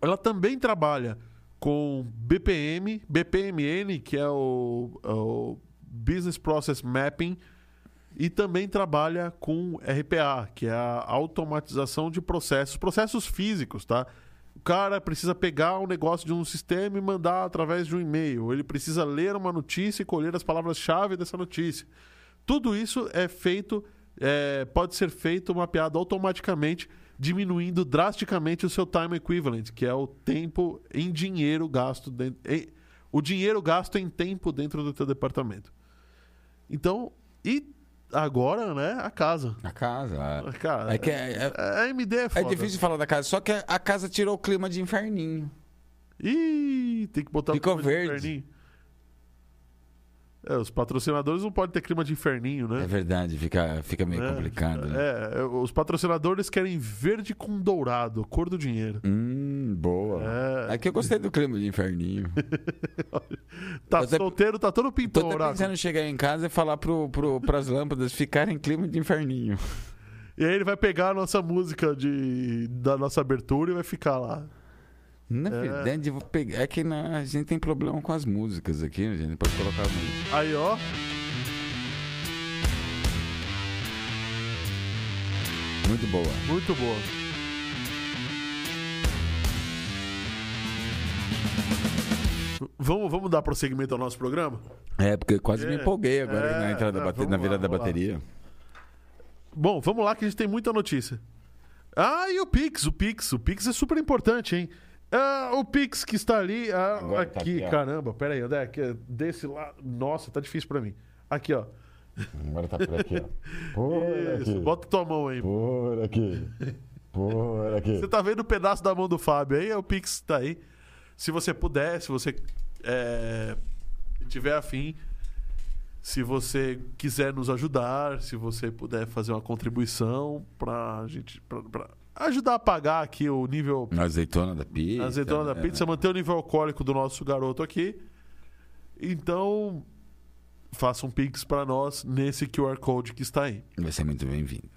Speaker 1: Ela também trabalha com BPM, BPMN, que é o, é o Business Process Mapping, e também trabalha com RPA, que é a automatização de processos, processos físicos, tá? O cara precisa pegar um negócio de um sistema e mandar através de um e-mail. Ele precisa ler uma notícia e colher as palavras-chave dessa notícia. Tudo isso é feito, é, pode ser feito mapeado automaticamente, diminuindo drasticamente o seu time equivalent, que é o tempo em dinheiro gasto dentro, em- o dinheiro gasto em tempo dentro do teu departamento. Então, e agora, né, a casa.
Speaker 2: A casa. é.
Speaker 1: Cara,
Speaker 2: É que é, é-
Speaker 1: a AMD é
Speaker 2: é
Speaker 1: foda.
Speaker 2: difícil falar da casa, só que a casa tirou o clima de inferninho.
Speaker 1: Ih, tem que botar
Speaker 2: Ficou
Speaker 1: clima de
Speaker 2: verde.
Speaker 1: inferninho. É, os patrocinadores não podem ter clima de inferninho, né?
Speaker 2: É verdade, fica, fica meio
Speaker 1: É,
Speaker 2: complicado. Né?
Speaker 1: É, é, os patrocinadores querem verde com dourado, cor do dinheiro.
Speaker 2: Hum, boa.
Speaker 1: É,
Speaker 2: Aqui eu gostei do clima de inferninho.
Speaker 1: tá
Speaker 2: eu tô-
Speaker 1: solteiro, tá todo
Speaker 2: Tô
Speaker 1: pintor.
Speaker 2: até
Speaker 1: Oraco.
Speaker 2: pensando em chegar em casa e falar pro, pro, pras lâmpadas ficarem em clima de inferninho.
Speaker 1: E aí ele vai pegar a nossa música de, da nossa abertura e vai ficar lá.
Speaker 2: Na
Speaker 1: É.
Speaker 2: verdade, eu vou pegar. É que na- a gente tem problema com as músicas aqui, a gente pode colocar música.
Speaker 1: Aí, ó.
Speaker 2: Muito boa.
Speaker 1: Muito boa. Vamos, vamos dar prosseguimento ao nosso programa?
Speaker 2: É, porque eu quase
Speaker 1: É,
Speaker 2: me empolguei agora
Speaker 1: é,
Speaker 2: na entrada
Speaker 1: é,
Speaker 2: da bateria,
Speaker 1: vamos
Speaker 2: na
Speaker 1: lá,
Speaker 2: virada da
Speaker 1: vamos lá.
Speaker 2: bateria.
Speaker 1: Bom, vamos lá que a gente tem muita notícia. Ah, e o Pix, o Pix, o Pix é super importante, hein? Ah, o Pix que está ali, ah,
Speaker 2: Agora tá
Speaker 1: aqui,
Speaker 2: aqui, ó.
Speaker 1: caramba, pera aí, André, aqui, é desse lado, nossa, tá difícil pra mim. Aqui, ó,
Speaker 4: Agora tá por aqui, ó.
Speaker 2: É.
Speaker 4: Por
Speaker 1: isso,
Speaker 4: aqui.
Speaker 1: bota tua mão aí.
Speaker 4: Por aqui. Por aqui.
Speaker 1: Você tá vendo o pedaço da mão do Fábio aí, é o Pix tá aí. Se você puder, se você é, tiver afim, se você quiser nos ajudar, se você puder fazer uma contribuição pra gente, pra, pra ajudar a pagar aqui o nível
Speaker 2: Na azeitona da pizza.
Speaker 1: A azeitona da
Speaker 2: né?
Speaker 1: pizza, manter o nível alcoólico do nosso garoto aqui. Então, faça um pix para nós nesse QR Code que está aí.
Speaker 2: Vai ser muito bem-vindo.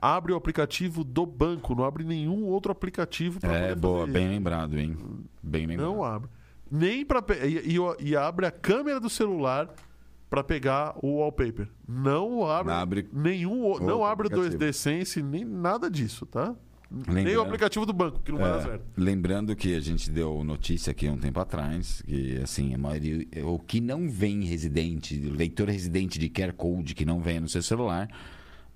Speaker 1: Abre o aplicativo do banco, não abre nenhum outro aplicativo para
Speaker 2: É, boa, bem lembrado, hein? Bem lembrado.
Speaker 1: Não abre. Nem para e, e- e abre a câmera do celular para pegar o wallpaper. Não abre,
Speaker 2: Não abre
Speaker 1: nenhum, o-
Speaker 2: outro
Speaker 1: não abre o
Speaker 2: aplicativo.
Speaker 1: 2D Sense, nem nada disso, tá? Nem o
Speaker 2: Lembrando-
Speaker 1: aplicativo do banco, que não vai dar
Speaker 2: É,
Speaker 1: certo.
Speaker 2: lembrando que a gente deu notícia aqui há um tempo atrás, que assim, a maioria, o que não vem residente, leitor residente de QR Code que não vem no seu celular,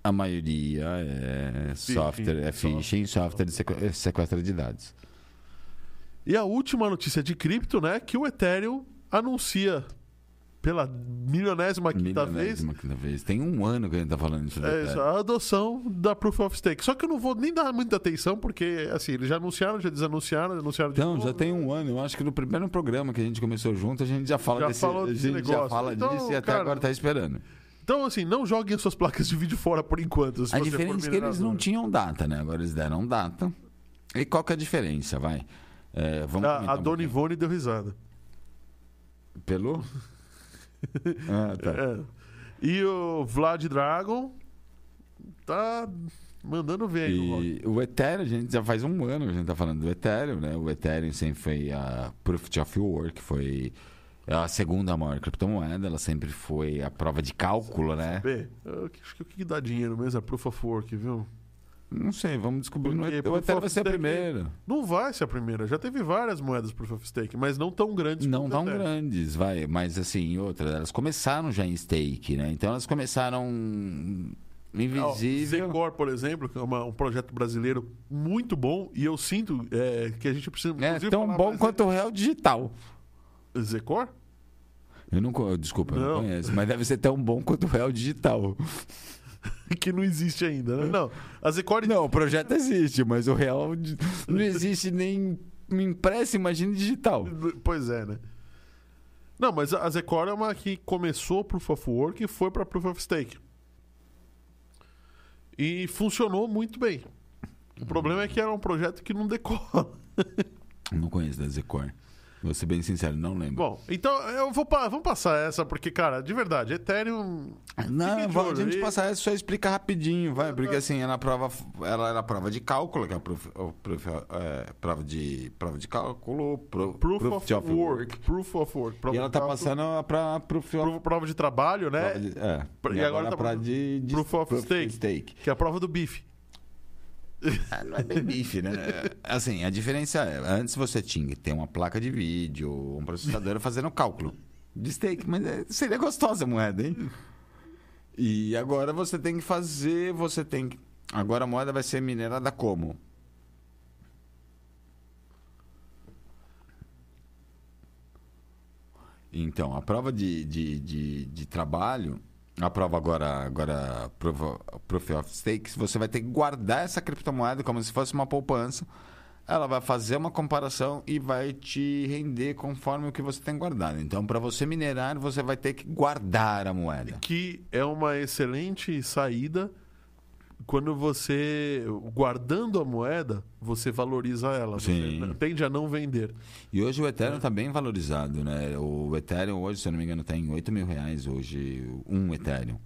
Speaker 2: a maioria é software, é phishing, software de sequ- é sequestro de dados.
Speaker 1: E a última notícia de cripto, né? Que o Ethereum anuncia pela milionésima quinta vez
Speaker 2: Milionésima quinta vez. Tem um ano que a gente tá falando isso.
Speaker 1: é isso, a adoção da Proof of Stake. Só que eu não vou nem dar muita atenção, porque assim, eles já anunciaram, já desanunciaram, já anunciaram de
Speaker 2: Então,
Speaker 1: novo.
Speaker 2: já tem um ano. Eu acho que no primeiro programa que a gente começou junto, a gente já fala
Speaker 1: Já
Speaker 2: desse,
Speaker 1: falou
Speaker 2: a
Speaker 1: desse
Speaker 2: gente já
Speaker 1: negócio.
Speaker 2: fala
Speaker 1: Então,
Speaker 2: disso e até
Speaker 1: cara,
Speaker 2: agora tá esperando.
Speaker 1: Então, assim, não joguem as suas placas de vídeo fora por enquanto. se
Speaker 2: A
Speaker 1: você for
Speaker 2: diferença é que eles não
Speaker 1: minerador.
Speaker 2: tinham data, né? Agora eles deram data. E qual que é a diferença, vai? É, vamos
Speaker 1: A,
Speaker 2: comentar
Speaker 1: Ah, a
Speaker 2: um
Speaker 1: Dona
Speaker 2: pouquinho.
Speaker 1: Ivone deu risada.
Speaker 2: Pelo? ah, tá.
Speaker 1: É. E o Vlad Dragon tá mandando ver aí no rock.
Speaker 2: E o Ethereum, a gente já faz um ano que a gente tá falando do Ethereum, né? O Ethereum sempre foi a Proof of Work, foi a segunda maior criptomoeda, ela sempre foi a prova de cálculo, né?
Speaker 1: Bê, eu acho que o que dá dinheiro mesmo é Proof of Work, viu?
Speaker 2: Não sei, vamos descobrir. no
Speaker 1: Porque
Speaker 2: Ethereum. O
Speaker 1: Proof
Speaker 2: Ethereum
Speaker 1: of
Speaker 2: vai ser a
Speaker 1: Stake-
Speaker 2: primeira.
Speaker 1: Não vai ser a primeira. Já teve várias moedas Proof of Stake, mas não tão grandes.
Speaker 2: Não
Speaker 1: quanto
Speaker 2: tão
Speaker 1: a Ethereum.
Speaker 2: grandes, vai. Mas assim, outra, elas começaram já em stake, né? Então elas começaram
Speaker 1: Ó,
Speaker 2: invisível.
Speaker 1: Zcor, por exemplo, que é uma- um projeto brasileiro muito bom, e eu sinto é, que a gente precisa.
Speaker 2: é
Speaker 1: inclusive,
Speaker 2: tão
Speaker 1: falar
Speaker 2: bom
Speaker 1: mais
Speaker 2: quanto o real digital.
Speaker 1: de- Zcor?
Speaker 2: Eu não, co- desculpa, eu não
Speaker 1: Não.
Speaker 2: conheço, mas deve ser tão bom quanto o real digital.
Speaker 1: Que não existe ainda, né? Não. A Zcor
Speaker 2: Não, o projeto existe, mas o real di- não existe nem impresso, imagina digital.
Speaker 1: Pois é, né? Não, mas a Zecor é uma que começou Proof of Work e foi pra Proof of Stake. E funcionou muito bem.
Speaker 2: Uhum.
Speaker 1: O problema é que era um projeto que não decola.
Speaker 2: Não conheço da Zecor. Vou ser bem sincero, não lembro.
Speaker 1: Bom, então eu vou pa- vamos passar essa, porque, cara, de verdade, Ethereum. fiquem
Speaker 2: Não,
Speaker 1: de
Speaker 2: vamos,
Speaker 1: olho
Speaker 2: a gente
Speaker 1: aí.
Speaker 2: passar essa só explica rapidinho, vai, porque assim, ela prova, ela era prova de cálculo, que é a proof- o proof- é, prova de prova de cálculo, pro-
Speaker 1: Proof, of, work. Proof of work. Prova
Speaker 2: E ela tá
Speaker 1: de-
Speaker 2: passando para proof of
Speaker 1: Prova, prova de trabalho, né?
Speaker 2: prova de- é.
Speaker 1: Pra- e agora tá
Speaker 2: pra
Speaker 1: pro-
Speaker 2: de, de
Speaker 1: proof of stake. Que é a prova do bife.
Speaker 2: Ah, não é bem bife, né? Assim, a diferença é, antes você tinha que ter uma placa de vídeo, um processador fazendo cálculo de stake, mas é- seria gostosa a moeda, hein? E agora você tem que fazer, você tem que... Agora a moeda vai ser minerada como? Então, a prova de, de, de, de trabalho, a prova agora, agora proof of- proof of stakes, você vai ter que guardar essa criptomoeda como se fosse uma poupança. Ela vai fazer uma comparação e vai te render conforme o que você tem guardado. Então, para você minerar, você vai ter que guardar a moeda.
Speaker 1: que é uma excelente saída quando você guardando a moeda, você valoriza ela,
Speaker 2: Sim.
Speaker 1: você n- tende a não vender.
Speaker 2: E hoje o Ethereum está bem valorizado, né? O Ethereum hoje, se eu não me engano, está em 8 mil reais hoje, um Ethereum.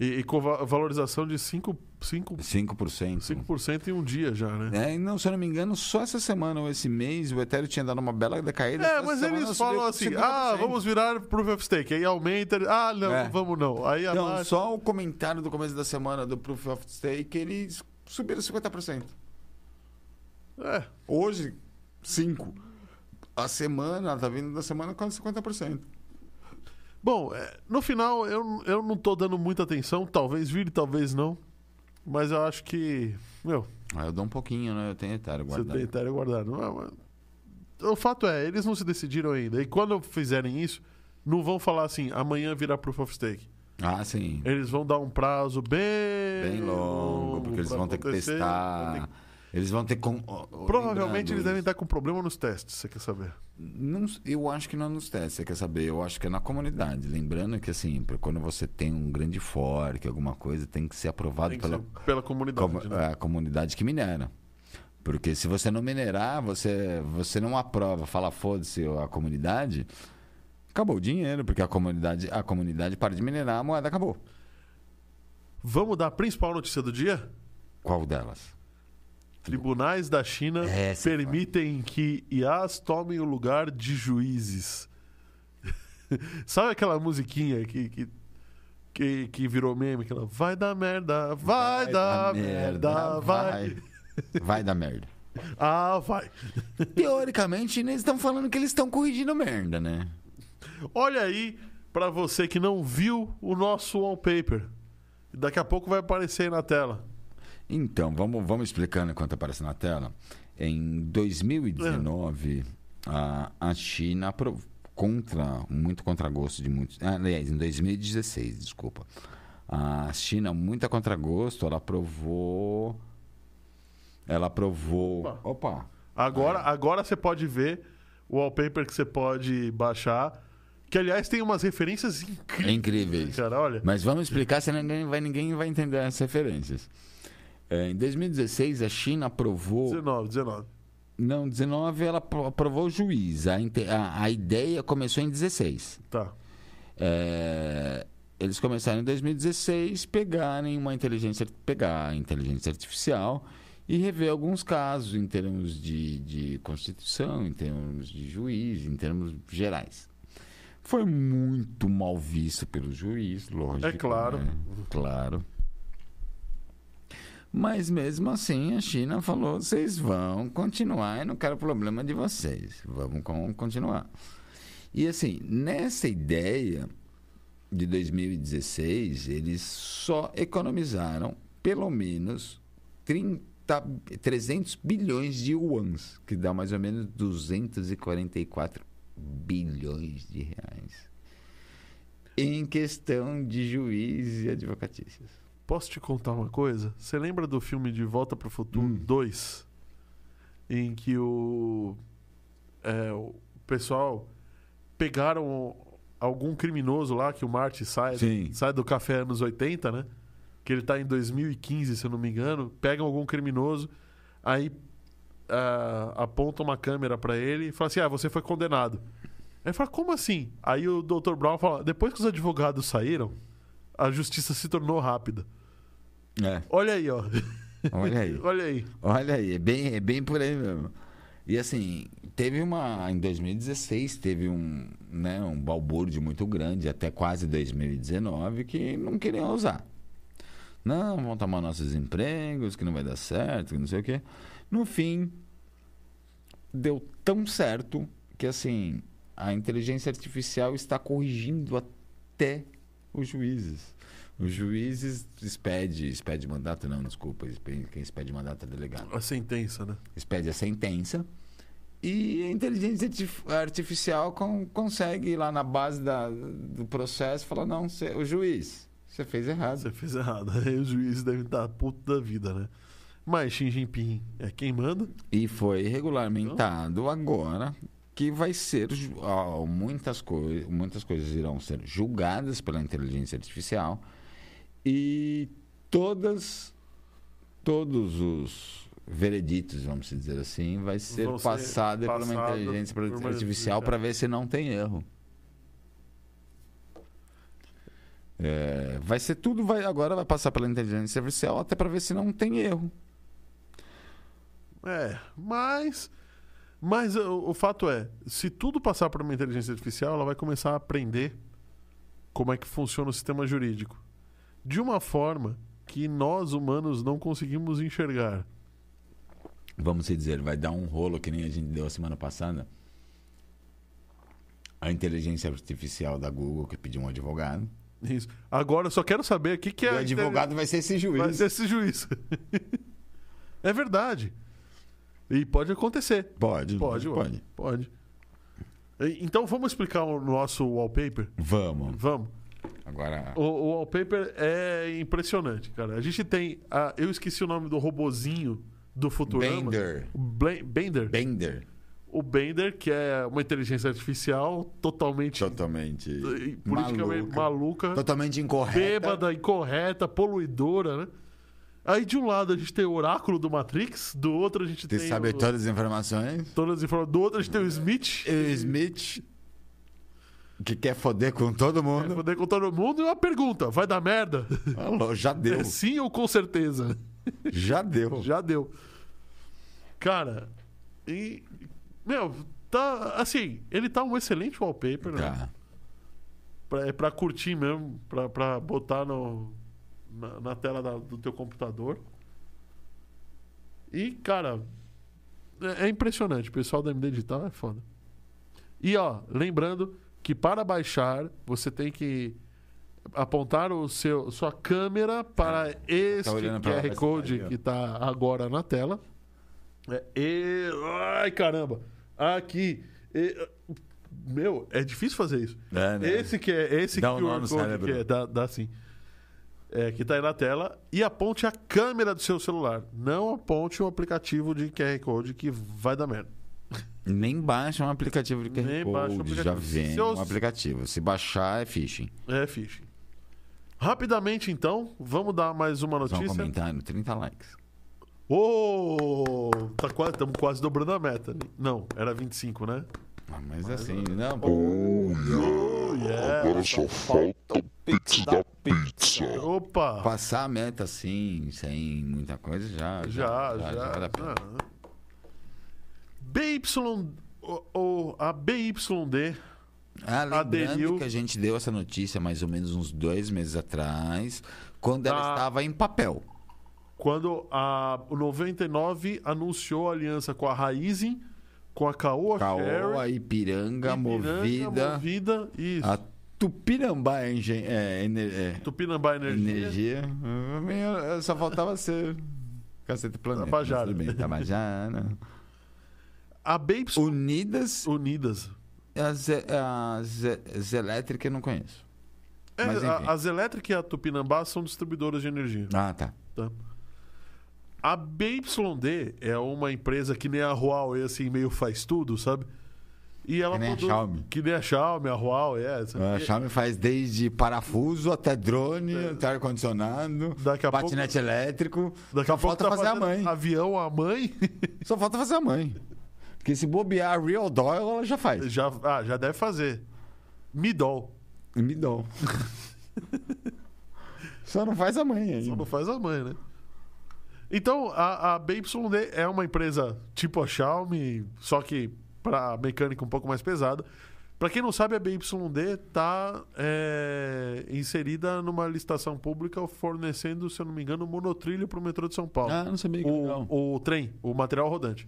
Speaker 1: E, e com va- valorização de 5%, 5,
Speaker 2: 5%.
Speaker 1: 5% em um dia já, né?
Speaker 2: É, e não, se eu não me engano, só essa semana ou esse mês o Ethereum tinha dado uma bela decaída.
Speaker 1: É,
Speaker 2: Essa
Speaker 1: mas
Speaker 2: semana
Speaker 1: eles
Speaker 2: subiu
Speaker 1: falam assim:
Speaker 2: 50%.
Speaker 1: ah, vamos virar proof of stake. Aí aumenta, ele- ah, não,
Speaker 2: É.
Speaker 1: vamos não. Aí a
Speaker 2: Não,
Speaker 1: taxa-
Speaker 2: só o comentário do começo da semana do Proof of Stake, eles subiram 50%.
Speaker 1: É,
Speaker 2: Hoje, 5%. A semana, tá vindo da semana quase 50%.
Speaker 1: Bom, é, no final eu, eu não tô dando muita atenção, talvez vire, talvez não. Mas eu acho que. Meu,
Speaker 2: Ah, eu dou um pouquinho, né? Eu tenho Ethereum
Speaker 1: você
Speaker 2: guardado.
Speaker 1: tem Ethereum guardado. Não é uma- O fato é, eles não se decidiram ainda. E quando fizerem isso, não vão falar assim, amanhã virá proof of stake.
Speaker 2: Ah, sim.
Speaker 1: Eles vão dar um prazo bem.
Speaker 2: Bem longo, porque eles
Speaker 1: pra
Speaker 2: vão ter que
Speaker 1: acontecer.
Speaker 2: testar. Eles vão ter... Com... ó, ó,
Speaker 1: Provavelmente eles
Speaker 2: lembrando,
Speaker 1: devem estar com problema nos testes, você quer saber?
Speaker 2: Não- eu acho que não é nos testes, você quer saber? Eu acho que é na comunidade. Lembrando que, assim, pra quando você tem um grande fork, alguma coisa, tem que ser aprovado
Speaker 1: Tem que
Speaker 2: pela é?
Speaker 1: ser pela comunidade.
Speaker 2: com-
Speaker 1: né?
Speaker 2: a comunidade que minera. Porque se você não minerar, você, você não aprova, fala foda-se a comunidade, acabou o dinheiro, porque a comunidade, a comunidade para de minerar, a moeda acabou.
Speaker 1: Vamos dar a principal notícia do dia?
Speaker 2: Qual delas?
Speaker 1: Tribunais da China
Speaker 2: É, sim,
Speaker 1: permitem que IAs tomem o lugar de juízes. Sabe aquela musiquinha que, que, que, que virou meme? Aquela vai dar merda, vai, dar merda, vai.
Speaker 2: Vai, vai dar merda.
Speaker 1: Ah, vai.
Speaker 2: Teoricamente, eles estão falando que eles estão corrigindo merda, né?
Speaker 1: Olha aí pra você que não viu o nosso wallpaper. Daqui a pouco vai aparecer aí na tela.
Speaker 2: Então, vamos, vamos explicando enquanto aparece na tela. Em 2019, a, a China apro- contra muito contragosto de muitos. ah, Aliás, em 2016, desculpa. A China, muito a contragosto, ela aprovou. Ela aprovou. Opa!
Speaker 1: Agora, agora você pode ver o wallpaper que você pode baixar. Que, aliás, tem umas referências
Speaker 2: é
Speaker 1: incríveis,
Speaker 2: incrível isso.
Speaker 1: cara. Olha.
Speaker 2: Mas vamos explicar, senão ninguém vai, ninguém vai entender as referências. É, em 2016, a China aprovou.
Speaker 1: 19, 19.
Speaker 2: Não, 19 ela apro- aprovou o juiz. A, inte- a- a ideia começou em 16.
Speaker 1: Tá.
Speaker 2: É, eles começaram em 2016 pegarem uma inteligência, pegar a inteligência artificial e rever alguns casos em termos de, de constituição, em termos de juiz, em termos gerais. Foi muito mal visto pelo juiz, lógico.
Speaker 1: É claro.
Speaker 2: né? Claro. Mas mesmo assim, a China falou: vocês vão continuar, eu não quero problema de vocês. Vamos con- continuar. E assim, nessa ideia de 2016, eles só economizaram pelo menos 30, 300 bilhões de yuans, que dá mais ou menos 244 bilhões de reais. Em questão de juiz e advocatícias.
Speaker 1: Posso te contar uma coisa? Você lembra do filme De Volta pro Futuro 2? Em que o, é, o pessoal pegaram algum criminoso lá, que o Marty sai,
Speaker 2: Sim.
Speaker 1: sai do café anos 80, né? Que ele tá em 2015, se eu não me engano. Pegam algum criminoso, aí ah, apontam uma câmera pra ele e falam assim: Ah, você foi condenado. Aí ele fala, como assim? Aí o Dr. Brown fala: depois que os advogados saíram, a justiça se tornou rápida.
Speaker 2: É,
Speaker 1: Olha aí, ó.
Speaker 2: olha aí.
Speaker 1: Olha aí.
Speaker 2: Olha aí, é bem, é bem por aí mesmo. E assim, teve uma. Em 2016 teve um, né, um balbúrdio muito grande, até quase 2019, que não queriam usar. Não, vão tomar nossos empregos, que não vai dar certo, que não sei o quê. No fim, deu tão certo que assim, a inteligência artificial está corrigindo até os juízes. Os juízes expede, expede mandato, não, desculpa, expede- quem expede mandato é delegado
Speaker 1: A sentença, né?
Speaker 2: expede a sentença E a inteligência artif- artificial con- consegue ir lá na base da- do processo e falar: não, cê- o juiz, você fez errado.
Speaker 1: Você fez errado. Aí o juiz deve estar puto da vida, né? Mas Xi Jinping é quem manda.
Speaker 2: E foi regulamentado agora que vai ser ju- ó, muitas, coi muitas coisas irão ser julgadas pela inteligência artificial e todas todos os vereditos, vamos dizer assim, vai ser
Speaker 1: Vão ser
Speaker 2: passado pela uma
Speaker 1: passado
Speaker 2: inteligência
Speaker 1: por uma
Speaker 2: artificial para ver se não tem erro. É, vai ser tudo vai agora vai passar pela inteligência artificial até para ver se não tem erro.
Speaker 1: É, mas. Mas o, o fato é: se tudo passar por uma inteligência artificial, ela vai começar a aprender como é que funciona o sistema jurídico. De uma forma que nós humanos não conseguimos enxergar.
Speaker 2: vamos se dizer, vai dar um rolo que nem a gente deu a semana passada. A inteligência artificial da Google que pediu um advogado.
Speaker 1: Isso. Agora eu só quero saber o que, que
Speaker 2: E
Speaker 1: é.
Speaker 2: o
Speaker 1: a
Speaker 2: advogado vai ser esse juiz.
Speaker 1: Mas esse juiz. é verdade. E pode acontecer.
Speaker 2: Pode,
Speaker 1: Pode, ué.
Speaker 2: pode.
Speaker 1: Pode. E- Então vamos explicar o nosso wallpaper?
Speaker 2: Vamos.
Speaker 1: Vamos.
Speaker 2: Agora,
Speaker 1: O, o wallpaper é impressionante, cara. A gente tem. a- eu esqueci o nome do robozinho do Futurama.
Speaker 2: Bender.
Speaker 1: O Bla- Bender.
Speaker 2: Bender.
Speaker 1: O Bender, que é uma inteligência artificial totalmente
Speaker 2: Totalmente.
Speaker 1: eh, politicamente maluca.
Speaker 2: Totalmente incorreta.
Speaker 1: bêbada, incorreta, poluidora, né? Aí de um lado a gente tem o oráculo do Matrix, do outro a gente
Speaker 2: Você
Speaker 1: tem
Speaker 2: sabe
Speaker 1: o-
Speaker 2: todas as informações.
Speaker 1: todas as informações, do outro a gente tem o Smith,
Speaker 2: E o Smith, que quer foder com
Speaker 1: pra
Speaker 2: todo mundo.
Speaker 1: poder contar todo mundo, e uma pergunta, vai dar merda?
Speaker 2: Alô, já deu.
Speaker 1: É sim ou com certeza?
Speaker 2: Já deu.
Speaker 1: Já deu. Cara, e... Meu, tá... Assim, ele tá um excelente wallpaper, né?
Speaker 2: Tá.
Speaker 1: Pra, é pra curtir mesmo, pra, pra botar no, na, na tela da- do teu computador. E, cara, é, é impressionante. O pessoal da MD Digital é foda. E, ó, lembrando que para baixar, você tem que apontar o seu, sua câmera para este
Speaker 2: Ah, tá olhando pra lá,
Speaker 1: QR
Speaker 2: vai
Speaker 1: Code
Speaker 2: sair, ó.
Speaker 1: que tá agora na tela. É, e... Ai, caramba! Aqui. E- Meu, é difícil fazer isso.
Speaker 2: É, né?
Speaker 1: Esse que é esse
Speaker 2: Dá
Speaker 1: QR
Speaker 2: um nó no
Speaker 1: Code
Speaker 2: cérebro.
Speaker 1: que é, dá, dá sim. É, que tá aí na tela. E aponte a câmera do seu celular. Não aponte o aplicativo de QR Code que vai dar merda.
Speaker 2: Nem baixa um aplicativo de QR
Speaker 1: Nem baixa um
Speaker 2: Code,
Speaker 1: aplicativo.
Speaker 2: já vem
Speaker 1: Se eu-
Speaker 2: um aplicativo. Se baixar, é phishing.
Speaker 1: É phishing. Rapidamente, então, vamos dar mais uma
Speaker 2: Só um
Speaker 1: notícia.
Speaker 2: comentário, 30 likes.
Speaker 1: Ô! tá quase, estamos quase dobrando a meta. Não, era 25, né?
Speaker 2: Ah, mas assim, não, pô.
Speaker 3: Oh, yeah. Agora só É, falta o pix da pizza. É
Speaker 1: Opa!
Speaker 2: Passar a meta assim, sem muita coisa, já.
Speaker 1: Já, já.
Speaker 2: vale a pena.
Speaker 1: já. BY. o- o- a BYD.
Speaker 2: Ah, lembrando
Speaker 1: Aderiu.
Speaker 2: que a gente deu essa notícia mais ou menos uns dois meses atrás, quando ela
Speaker 1: Ah.
Speaker 2: estava em papel.
Speaker 1: Quando a o 99 anunciou a aliança com a Raizen, com a Caoa Sherry,
Speaker 2: Caoa, Ipiranga,
Speaker 1: Ipiranga,
Speaker 2: Movida,
Speaker 1: Movida e
Speaker 2: a Tupinambá Engen- é, ener- é,
Speaker 1: Tupinambá Energia.
Speaker 2: Energia. Meu, Só faltava ser. Cacete Planeta.
Speaker 1: Tabajara.
Speaker 2: mas tudo bem, Tabajara.
Speaker 1: A Babes
Speaker 2: Unidas.
Speaker 1: Unidas.
Speaker 2: As, as, as elétricas eu não conheço.
Speaker 1: É,
Speaker 2: Mas
Speaker 1: a-
Speaker 2: enfim.
Speaker 1: as Elétrica e a Tupinambá são distribuidoras de energia.
Speaker 2: Ah, tá.
Speaker 1: tá? A BYD é uma empresa que nem a Huawei, assim, meio faz tudo, sabe? E ela
Speaker 2: Que nem a Xiaomi.
Speaker 1: Que nem a Xiaomi, a Huawei, é. sabe?
Speaker 2: A Xiaomi faz desde parafuso até drone, até ar-condicionado,
Speaker 1: É. Daqui a pouco-
Speaker 2: patinete elétrico.
Speaker 1: Daqui
Speaker 2: Só
Speaker 1: a pouco
Speaker 2: falta
Speaker 1: tá
Speaker 2: fazer a
Speaker 1: fazendo
Speaker 2: mãe.
Speaker 1: Avião, a mãe.
Speaker 2: Só falta fazer a mãe. Porque se bobear a Real Doll, ela já faz.
Speaker 1: já, ah, já deve fazer. Midol.
Speaker 2: Me dão. Só não faz a mãe
Speaker 1: Só
Speaker 2: ainda.
Speaker 1: não faz a mãe, né? Então, a, a BYD é uma empresa tipo a Xiaomi, só que para mecânica um pouco mais pesada. Para quem não sabe, a BYD está tá, é, inserida numa licitação pública fornecendo, se eu não me engano, monotrilho para o metrô de São Paulo.
Speaker 2: Ah, não sabia que legal.
Speaker 1: o, o trem, o material rodante.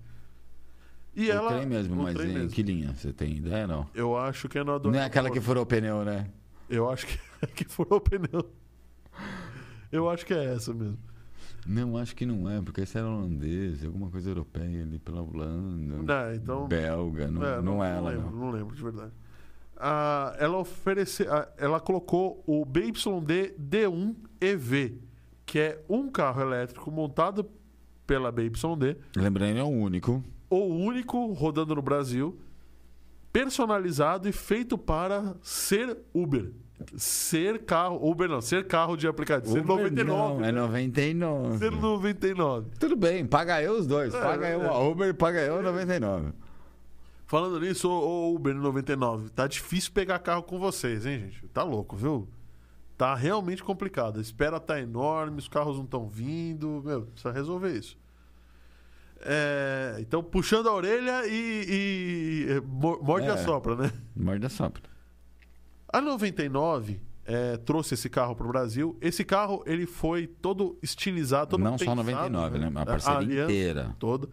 Speaker 1: E
Speaker 2: O
Speaker 1: ela,
Speaker 2: trem mesmo,
Speaker 1: o
Speaker 2: mas
Speaker 1: trem
Speaker 2: em
Speaker 1: mesmo.
Speaker 2: que linha? Você tem ideia, não?
Speaker 1: Eu acho que é na do
Speaker 2: Não é aquela que furou o pneu, né?
Speaker 1: Eu acho que, que furou o pneu. Eu acho que é essa mesmo.
Speaker 2: Não, acho que não é, porque esse era holandês, alguma coisa europeia ali pela Holanda.
Speaker 1: Não, então-
Speaker 2: Belga, não é, não é ela,
Speaker 1: lembro,
Speaker 2: não.
Speaker 1: lembro de verdade. Ah, ela ofereceu, ah, ela colocou o BYD D1 EV, um que é um carro elétrico montado pela BYD,
Speaker 2: Lembrando, é o único.
Speaker 1: o único rodando no Brasil, personalizado e feito para ser Uber. Ser carro, Uber não, ser carro de aplicativo, ser
Speaker 2: Uber,
Speaker 1: 99.
Speaker 2: Não, é
Speaker 1: né?
Speaker 2: 99.
Speaker 1: Ser 99.
Speaker 2: Tudo bem, paga eu os dois.
Speaker 1: É,
Speaker 2: Paga eu a Uber e paga eu a 99.
Speaker 1: Falando nisso, ô, ô Uber 99, tá difícil pegar carro com vocês, hein, gente? Tá louco, viu? Tá realmente complicado. A espera tá enorme, os carros não estão vindo. Meu, precisa resolver isso. É, então, puxando a orelha e. e é, mo- morde
Speaker 2: É.
Speaker 1: a sopra, né?
Speaker 2: Morde a sopra.
Speaker 1: A 99 é, trouxe esse carro pro Brasil. Esse carro, ele foi todo estilizado, todo
Speaker 2: não só
Speaker 1: pensado,
Speaker 2: 99, né? A
Speaker 1: A
Speaker 2: parceria
Speaker 1: aliança
Speaker 2: inteira.
Speaker 1: todo.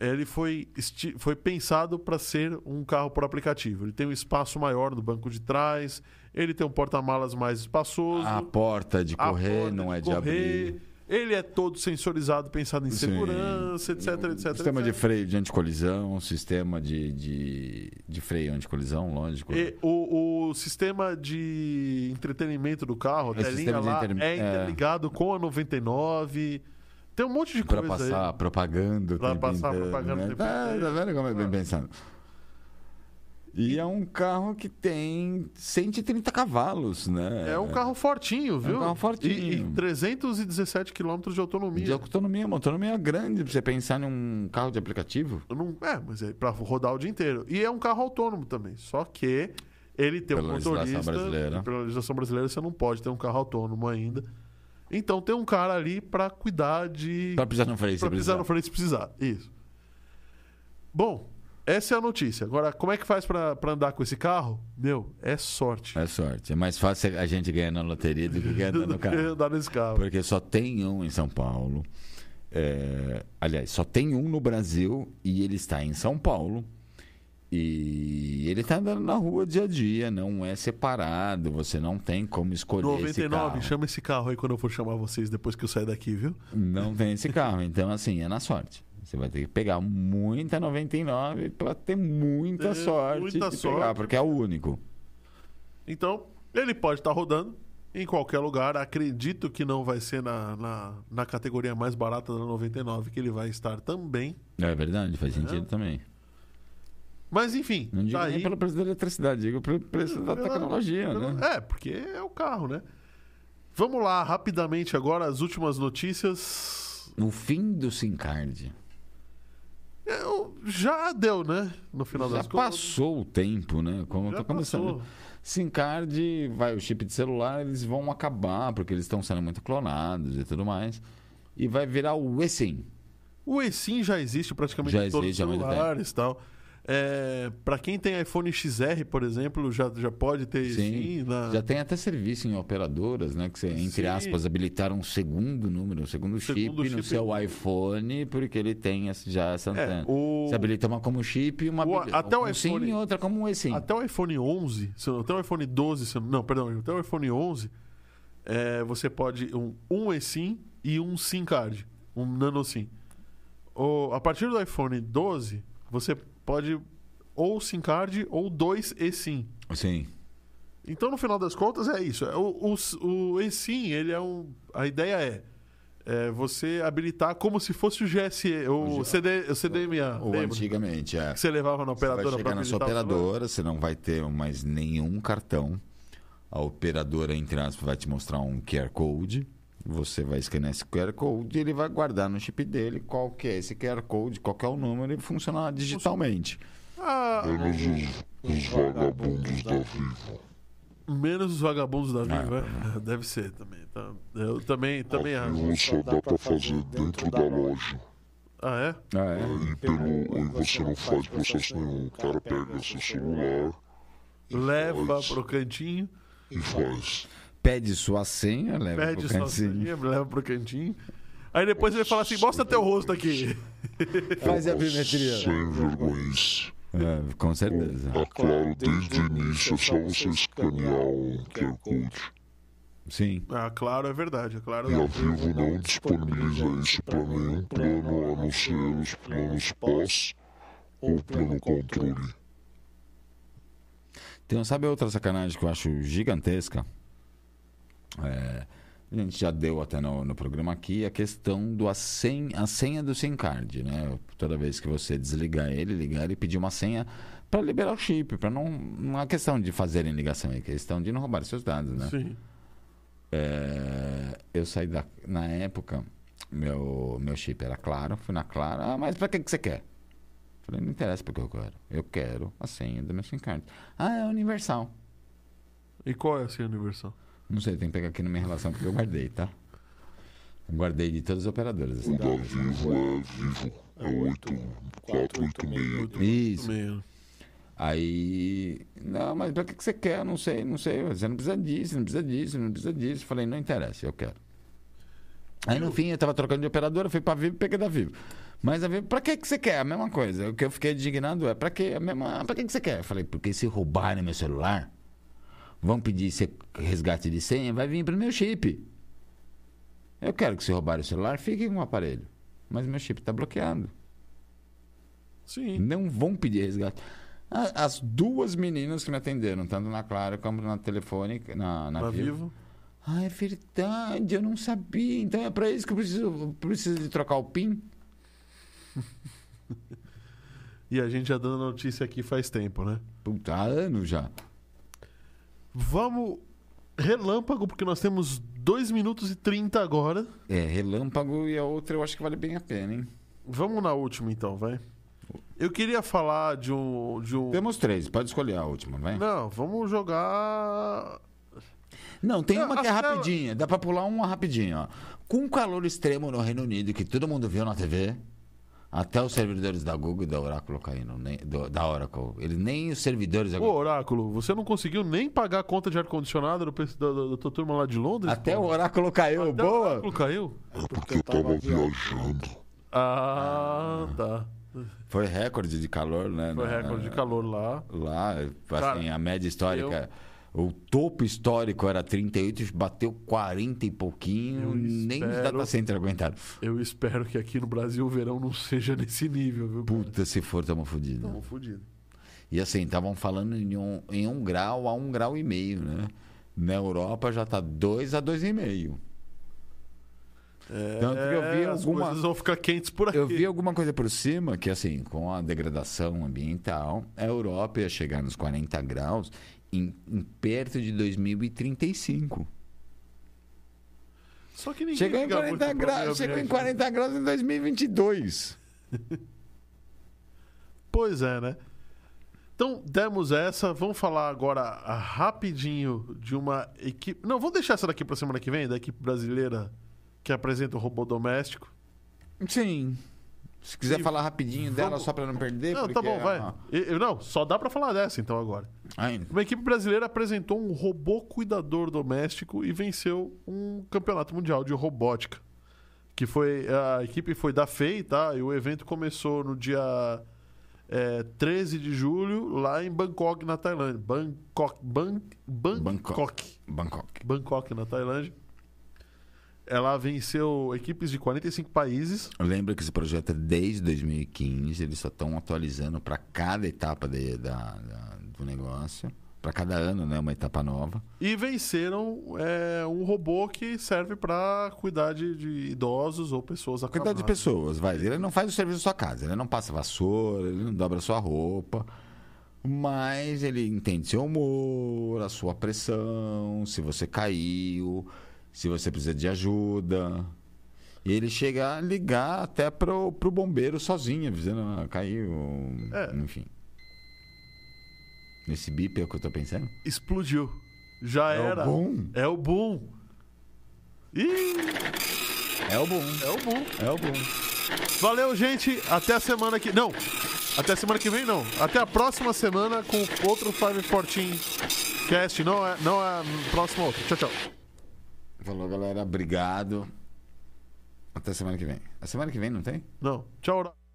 Speaker 1: Ele foi, esti- foi pensado para ser um carro por aplicativo. Ele tem um espaço maior no banco de trás, ele tem um porta-malas mais espaçoso.
Speaker 2: A porta de
Speaker 1: a
Speaker 2: Ah, correr
Speaker 1: porta
Speaker 2: não é de
Speaker 1: correr,
Speaker 2: abrir.
Speaker 1: Ele é todo sensorizado, pensado em
Speaker 2: Sim.
Speaker 1: segurança, etc, etc.
Speaker 2: Sistema de
Speaker 1: etc.
Speaker 2: freio de anticolisão, um sistema de, de, de freio anticolisão, lógico.
Speaker 1: E o, o sistema de entretenimento do carro, a
Speaker 2: Esse
Speaker 1: telinha
Speaker 2: sistema de
Speaker 1: lá,
Speaker 2: inter-
Speaker 1: é
Speaker 2: é.
Speaker 1: interligado com a 99. Tem um monte de
Speaker 2: Pra
Speaker 1: coisa aí.
Speaker 2: passar propaganda. o
Speaker 1: Pra
Speaker 2: tempo
Speaker 1: passar
Speaker 2: inteiro,
Speaker 1: propaganda o
Speaker 2: né?
Speaker 1: tempo
Speaker 2: Tá,
Speaker 1: inteiro. Ah.
Speaker 2: tá vendo como é bem pensado? E é um carro que tem 130 cavalos, né?
Speaker 1: É um carro fortinho, viu?
Speaker 2: carro fortinho.
Speaker 1: E, e 317 km de autonomia.
Speaker 2: de autonomia, uma autonomia grande pra você pensar num carro de aplicativo.
Speaker 1: Eu não- é, mas é pra rodar o dia inteiro. E é um carro autônomo também. Só que ele tem um
Speaker 2: Pela legislação
Speaker 1: motorista.
Speaker 2: brasileira.
Speaker 1: e Pela legislação brasileira, você não pode ter um carro autônomo ainda. Então tem um cara ali pra cuidar de.
Speaker 2: Pra precisar de um freio, se
Speaker 1: Pra pisar
Speaker 2: precisar.
Speaker 1: no freio se precisar. Isso. Bom, essa é a notícia. Agora, como é que faz pra, pra andar com esse carro? Meu, é sorte.
Speaker 2: É sorte. É mais fácil a gente ganhar na loteria do que ganhar no
Speaker 1: Do é, que
Speaker 2: carro.
Speaker 1: andar nesse carro.
Speaker 2: Porque só tem um em São Paulo. É, aliás, só tem um no Brasil e ele está em São Paulo. E ele está andando na rua dia a dia, não é separado, você não tem como escolher esse
Speaker 1: 99,
Speaker 2: carro.
Speaker 1: chama esse carro aí quando eu for chamar vocês depois que eu sair daqui, viu?
Speaker 2: Não tem esse carro, então assim, é na sorte. Você vai ter que pegar muita 99 para ter muita
Speaker 1: É,
Speaker 2: sorte
Speaker 1: muita
Speaker 2: de
Speaker 1: sorte.
Speaker 2: pegar, porque é o único.
Speaker 1: Então, ele pode estar rodando em qualquer lugar. Acredito que não vai ser na, na, na categoria mais barata da 99 que ele vai estar também.
Speaker 2: É verdade, faz sentido também.
Speaker 1: Mas enfim,
Speaker 2: Não digo
Speaker 1: tá
Speaker 2: nem
Speaker 1: aí.
Speaker 2: pelo preço da eletricidade, digo pelo preço da
Speaker 1: Pela-
Speaker 2: tecnologia,
Speaker 1: pela-
Speaker 2: né?
Speaker 1: É, porque é o carro, né? Vamos lá, rapidamente agora, as últimas notícias.
Speaker 2: No fim do SimCard,
Speaker 1: É, o- já deu, né? No final
Speaker 2: já
Speaker 1: das contas.
Speaker 2: passou o tempo, né? Como
Speaker 1: Já
Speaker 2: tá começando.
Speaker 1: passou.
Speaker 2: SimCard, vai, o chip de celular, eles vão acabar, porque eles estão sendo muito clonados e tudo mais. E vai virar o eSIM.
Speaker 1: O eSIM já existe praticamente
Speaker 2: Já
Speaker 1: em todos
Speaker 2: existe há
Speaker 1: os
Speaker 2: muito
Speaker 1: celulares e tal. É, para quem tem iPhone XR, por exemplo, já, já pode ter eSIM. Na...
Speaker 2: Já tem até serviço em operadoras, né? Que você, entre
Speaker 1: Ah. Sim.
Speaker 2: aspas, habilitar um segundo número, um segundo,
Speaker 1: Segundo
Speaker 2: chip,
Speaker 1: chip.
Speaker 2: no seu iPhone, porque ele tem esse- já essa
Speaker 1: É,
Speaker 2: antena.
Speaker 1: o-
Speaker 2: Você habilita uma como chip e uma
Speaker 1: O-
Speaker 2: habili-
Speaker 1: até o
Speaker 2: um SIM
Speaker 1: iPhone-
Speaker 2: e outra como um eSIM.
Speaker 1: Até o iPhone 11, se não- até o iPhone 12, se não, não, perdão, até o iPhone 11, é, você pode um, um eSIM e um SIM card, um nano SIM. O- a partir do iPhone 12, você pode ou SIM card ou dois eSIM.
Speaker 2: Sim.
Speaker 1: Então, no final das contas, é isso. É O, o, o eSIM, ele é um... A ideia é, é você habilitar como se fosse o GSE, o, CD, o CDMA.
Speaker 2: Ou
Speaker 1: lembra?
Speaker 2: antigamente, é.
Speaker 1: Que você levava na
Speaker 2: Você vai
Speaker 1: operadora
Speaker 2: chegar
Speaker 1: para
Speaker 2: na sua operadora, você não vai ter mais nenhum cartão. A operadora, entre aspas, vai te mostrar um QR Code. Você vai escanear esse QR Code e ele vai guardar no chip dele qual que é esse QR Code, qual que é o número e funcionar digitalmente.
Speaker 1: Ah,
Speaker 3: Menos os, os vagabundos da Vivo.
Speaker 1: Menos os vagabundos da
Speaker 2: Ah,
Speaker 1: Viva, é? Deve ser também. tá? Eu também, também
Speaker 3: A
Speaker 1: acho.
Speaker 3: Vivo só dá pra fazer dentro da loja.
Speaker 1: Ah, é?
Speaker 2: É.
Speaker 3: E pelo e você não faz processo nenhum. O cara pega seu celular
Speaker 1: Leva pro cantinho,
Speaker 3: e faz.
Speaker 2: Pede sua senha, leva
Speaker 1: perde
Speaker 2: pro
Speaker 1: é. sua
Speaker 2: cantinho.
Speaker 1: senha, leva pro cantinho. Aí depois ele fala assim: mostra teu rosto aqui.
Speaker 2: Faz a biometria.
Speaker 3: Sem vergonhice.
Speaker 2: É, com certeza.
Speaker 3: um É claro, desde o início é só você escanear um QR Code.
Speaker 2: Sim.
Speaker 1: Ah, claro, é verdade. é Claro,
Speaker 3: E a Vivo não disponibiliza isso para nenhum plano, a não ser os planos pós ou plano controle.
Speaker 2: Tem, sabe outra sacanagem que eu acho gigantesca? É, a gente já deu até no, no programa aqui a questão do a senha, a senha do SIM card, né? Toda vez que você desligar ele, ligar ele, pedir uma senha para liberar o chip, para não não é questão de fazerem ligação, é questão de não roubar seus dados, né?
Speaker 1: Sim.
Speaker 2: É, eu saí da na época, meu meu chip era claro, fui na Claro, ah, mas para que que você quer? Falei, não interessa porque eu quero. Eu quero a senha do meu SIM card. Ah, é universal.
Speaker 1: E qual é a senha universal?
Speaker 2: Não sei, tem que pegar aqui na minha relação porque eu guardei, tá? Guardei de todas as operadoras. assim.
Speaker 3: O da Vivo é Vivo, é 8486.
Speaker 2: Isso.
Speaker 1: Meio.
Speaker 2: Aí. Não, mas pra que que você quer? Eu Não sei, não sei. Você não precisa disso, não precisa disso, não precisa disso. Falei, não interessa, eu quero. Aí no fim eu tava trocando de operadora, fui pra Vivo e peguei da Vivo. Mas a Vivo, pra que que você quer? A mesma coisa. O que eu fiquei indignado é, pra que a mesma. Pra que que você quer? Eu falei, porque se roubarem meu celular, vão pedir se- resgate de senha, vai vir pro meu chip. Eu quero que se roubarem o celular, fiquem com o aparelho. Mas meu chip tá bloqueado.
Speaker 1: Sim.
Speaker 2: Não vão pedir resgate. A- As duas meninas que me atenderam, tanto na Clara como na telefônica, na, na
Speaker 1: Tá
Speaker 2: Vivo.
Speaker 1: vivo?
Speaker 2: Ah, é verdade, eu não sabia. Então é pra isso que eu preciso, eu preciso de trocar o PIN?
Speaker 1: E a gente já dando notícia aqui faz tempo, né?
Speaker 2: Puta, há anos já.
Speaker 1: Vamos relâmpago, porque nós temos 2 minutos e 30 agora.
Speaker 2: É, relâmpago e a outra eu acho que vale bem a pena, hein?
Speaker 1: Vamos na última então, vai. Eu queria falar de um. De um...
Speaker 2: Temos três, pode escolher a última, vai. Não,
Speaker 1: Não, vamos jogar.
Speaker 2: tem
Speaker 1: Não,
Speaker 2: uma que é
Speaker 1: acho que ela-
Speaker 2: rapidinha, dá pra pular uma rapidinha, ó. Com um calor extremo no Reino Unido, que todo mundo viu na TV, até os servidores da Google e da Oracle caindo, nem, do- da Oracle. Eles nem os servidores
Speaker 1: Ô,
Speaker 2: agora.
Speaker 1: Oráculo, você não conseguiu nem pagar a conta de ar-condicionado do pe- da, da, da tua turma lá de Londres?
Speaker 2: Até
Speaker 1: pô?
Speaker 2: o oráculo caiu,
Speaker 1: Até O
Speaker 2: boa!
Speaker 1: Oráculo caiu?
Speaker 3: É porque eu tava viajando.
Speaker 1: Ah, tá.
Speaker 2: Foi recorde de calor, né?
Speaker 1: Foi
Speaker 2: na-
Speaker 1: recorde de calor lá.
Speaker 2: Lá, assim,
Speaker 1: Cara,
Speaker 2: a média histórica. O topo histórico era 38, bateu 40 e
Speaker 1: Eu
Speaker 2: pouquinho, nem os
Speaker 1: espero-
Speaker 2: data center aguentaram.
Speaker 1: Eu espero que aqui no Brasil o verão não seja nesse nível, viu?
Speaker 2: Puta, se for, tamo fodido.
Speaker 1: Tamo fudido.
Speaker 2: E assim, estavam falando em um, em um grau a um grau e meio, né? Na Europa já tá 2 a 2,5.
Speaker 1: É,
Speaker 2: Tanto que eu vi
Speaker 1: as
Speaker 2: alguma-
Speaker 1: coisas vão ficar quentes por aqui.
Speaker 2: Eu vi alguma coisa por cima que, assim, com a degradação ambiental, a Europa ia chegar nos 40 graus em, em perto de 2035.
Speaker 1: Só que ninguém
Speaker 2: Chegou em
Speaker 1: liga muito
Speaker 2: 40
Speaker 1: pro meio
Speaker 2: graus, chegou em
Speaker 1: ambiente.
Speaker 2: 40 graus em 2022.
Speaker 1: Pois é, né? Então, demos essa. Vamos falar agora ah, rapidinho de uma equipe. Não, vamos deixar essa daqui pra semana que vem, da equipe brasileira que apresenta o robô doméstico.
Speaker 2: Sim. Se quiser
Speaker 1: E
Speaker 2: falar rapidinho dela
Speaker 1: vamos-
Speaker 2: só pra não perder,
Speaker 1: Não,
Speaker 2: porque
Speaker 1: tá bom,
Speaker 2: é
Speaker 1: vai.
Speaker 2: uma-
Speaker 1: Eu- eu- não, só dá pra falar dessa então agora.
Speaker 2: Ai,
Speaker 1: Uma equipe brasileira apresentou um robô cuidador doméstico e venceu um campeonato mundial de robótica. Que foi. A equipe foi da FEI, tá? E o evento começou no dia é, 13 de julho, lá em Bangkok, na Tailândia. Bangkok. Ban, Bangkok. Bangkok.
Speaker 2: Bangkok. Bangkok.
Speaker 1: na Tailândia. Ela venceu equipes de 45 países.
Speaker 2: Lembra que esse projeto é desde 2015, eles só estão atualizando para cada etapa de- da- da- do negócio. Para cada ano, né? Uma etapa nova.
Speaker 1: E venceram é, um robô que serve para cuidar de, de idosos ou pessoas
Speaker 2: Cuidar tá de
Speaker 1: acabadas.
Speaker 2: pessoas, vai. Ele não faz o serviço da sua casa, ele não passa vassoura, ele não dobra sua roupa. Mas ele entende seu humor, a sua pressão, se você caiu, se você precisa de ajuda. E ele chega a ligar até pro, pro bombeiro sozinho, dizendo, ah, caiu,
Speaker 1: É.
Speaker 2: enfim. Esse bip é o que eu tô pensando?
Speaker 1: explodiu. Já
Speaker 2: É o
Speaker 1: era.
Speaker 2: boom.
Speaker 1: É o boom. Ih,
Speaker 2: É o bom,
Speaker 1: é o boom.
Speaker 2: é o bom.
Speaker 1: Valeu, gente. Até a semana que. Não! Até a semana que vem, não. Até a próxima semana com outro 514 Cast. Não é, não é a próxima outra. Tchau, tchau.
Speaker 2: Falou, galera, obrigado. Até semana que vem. A semana que vem não tem?
Speaker 1: Não. Tchau, Aurora.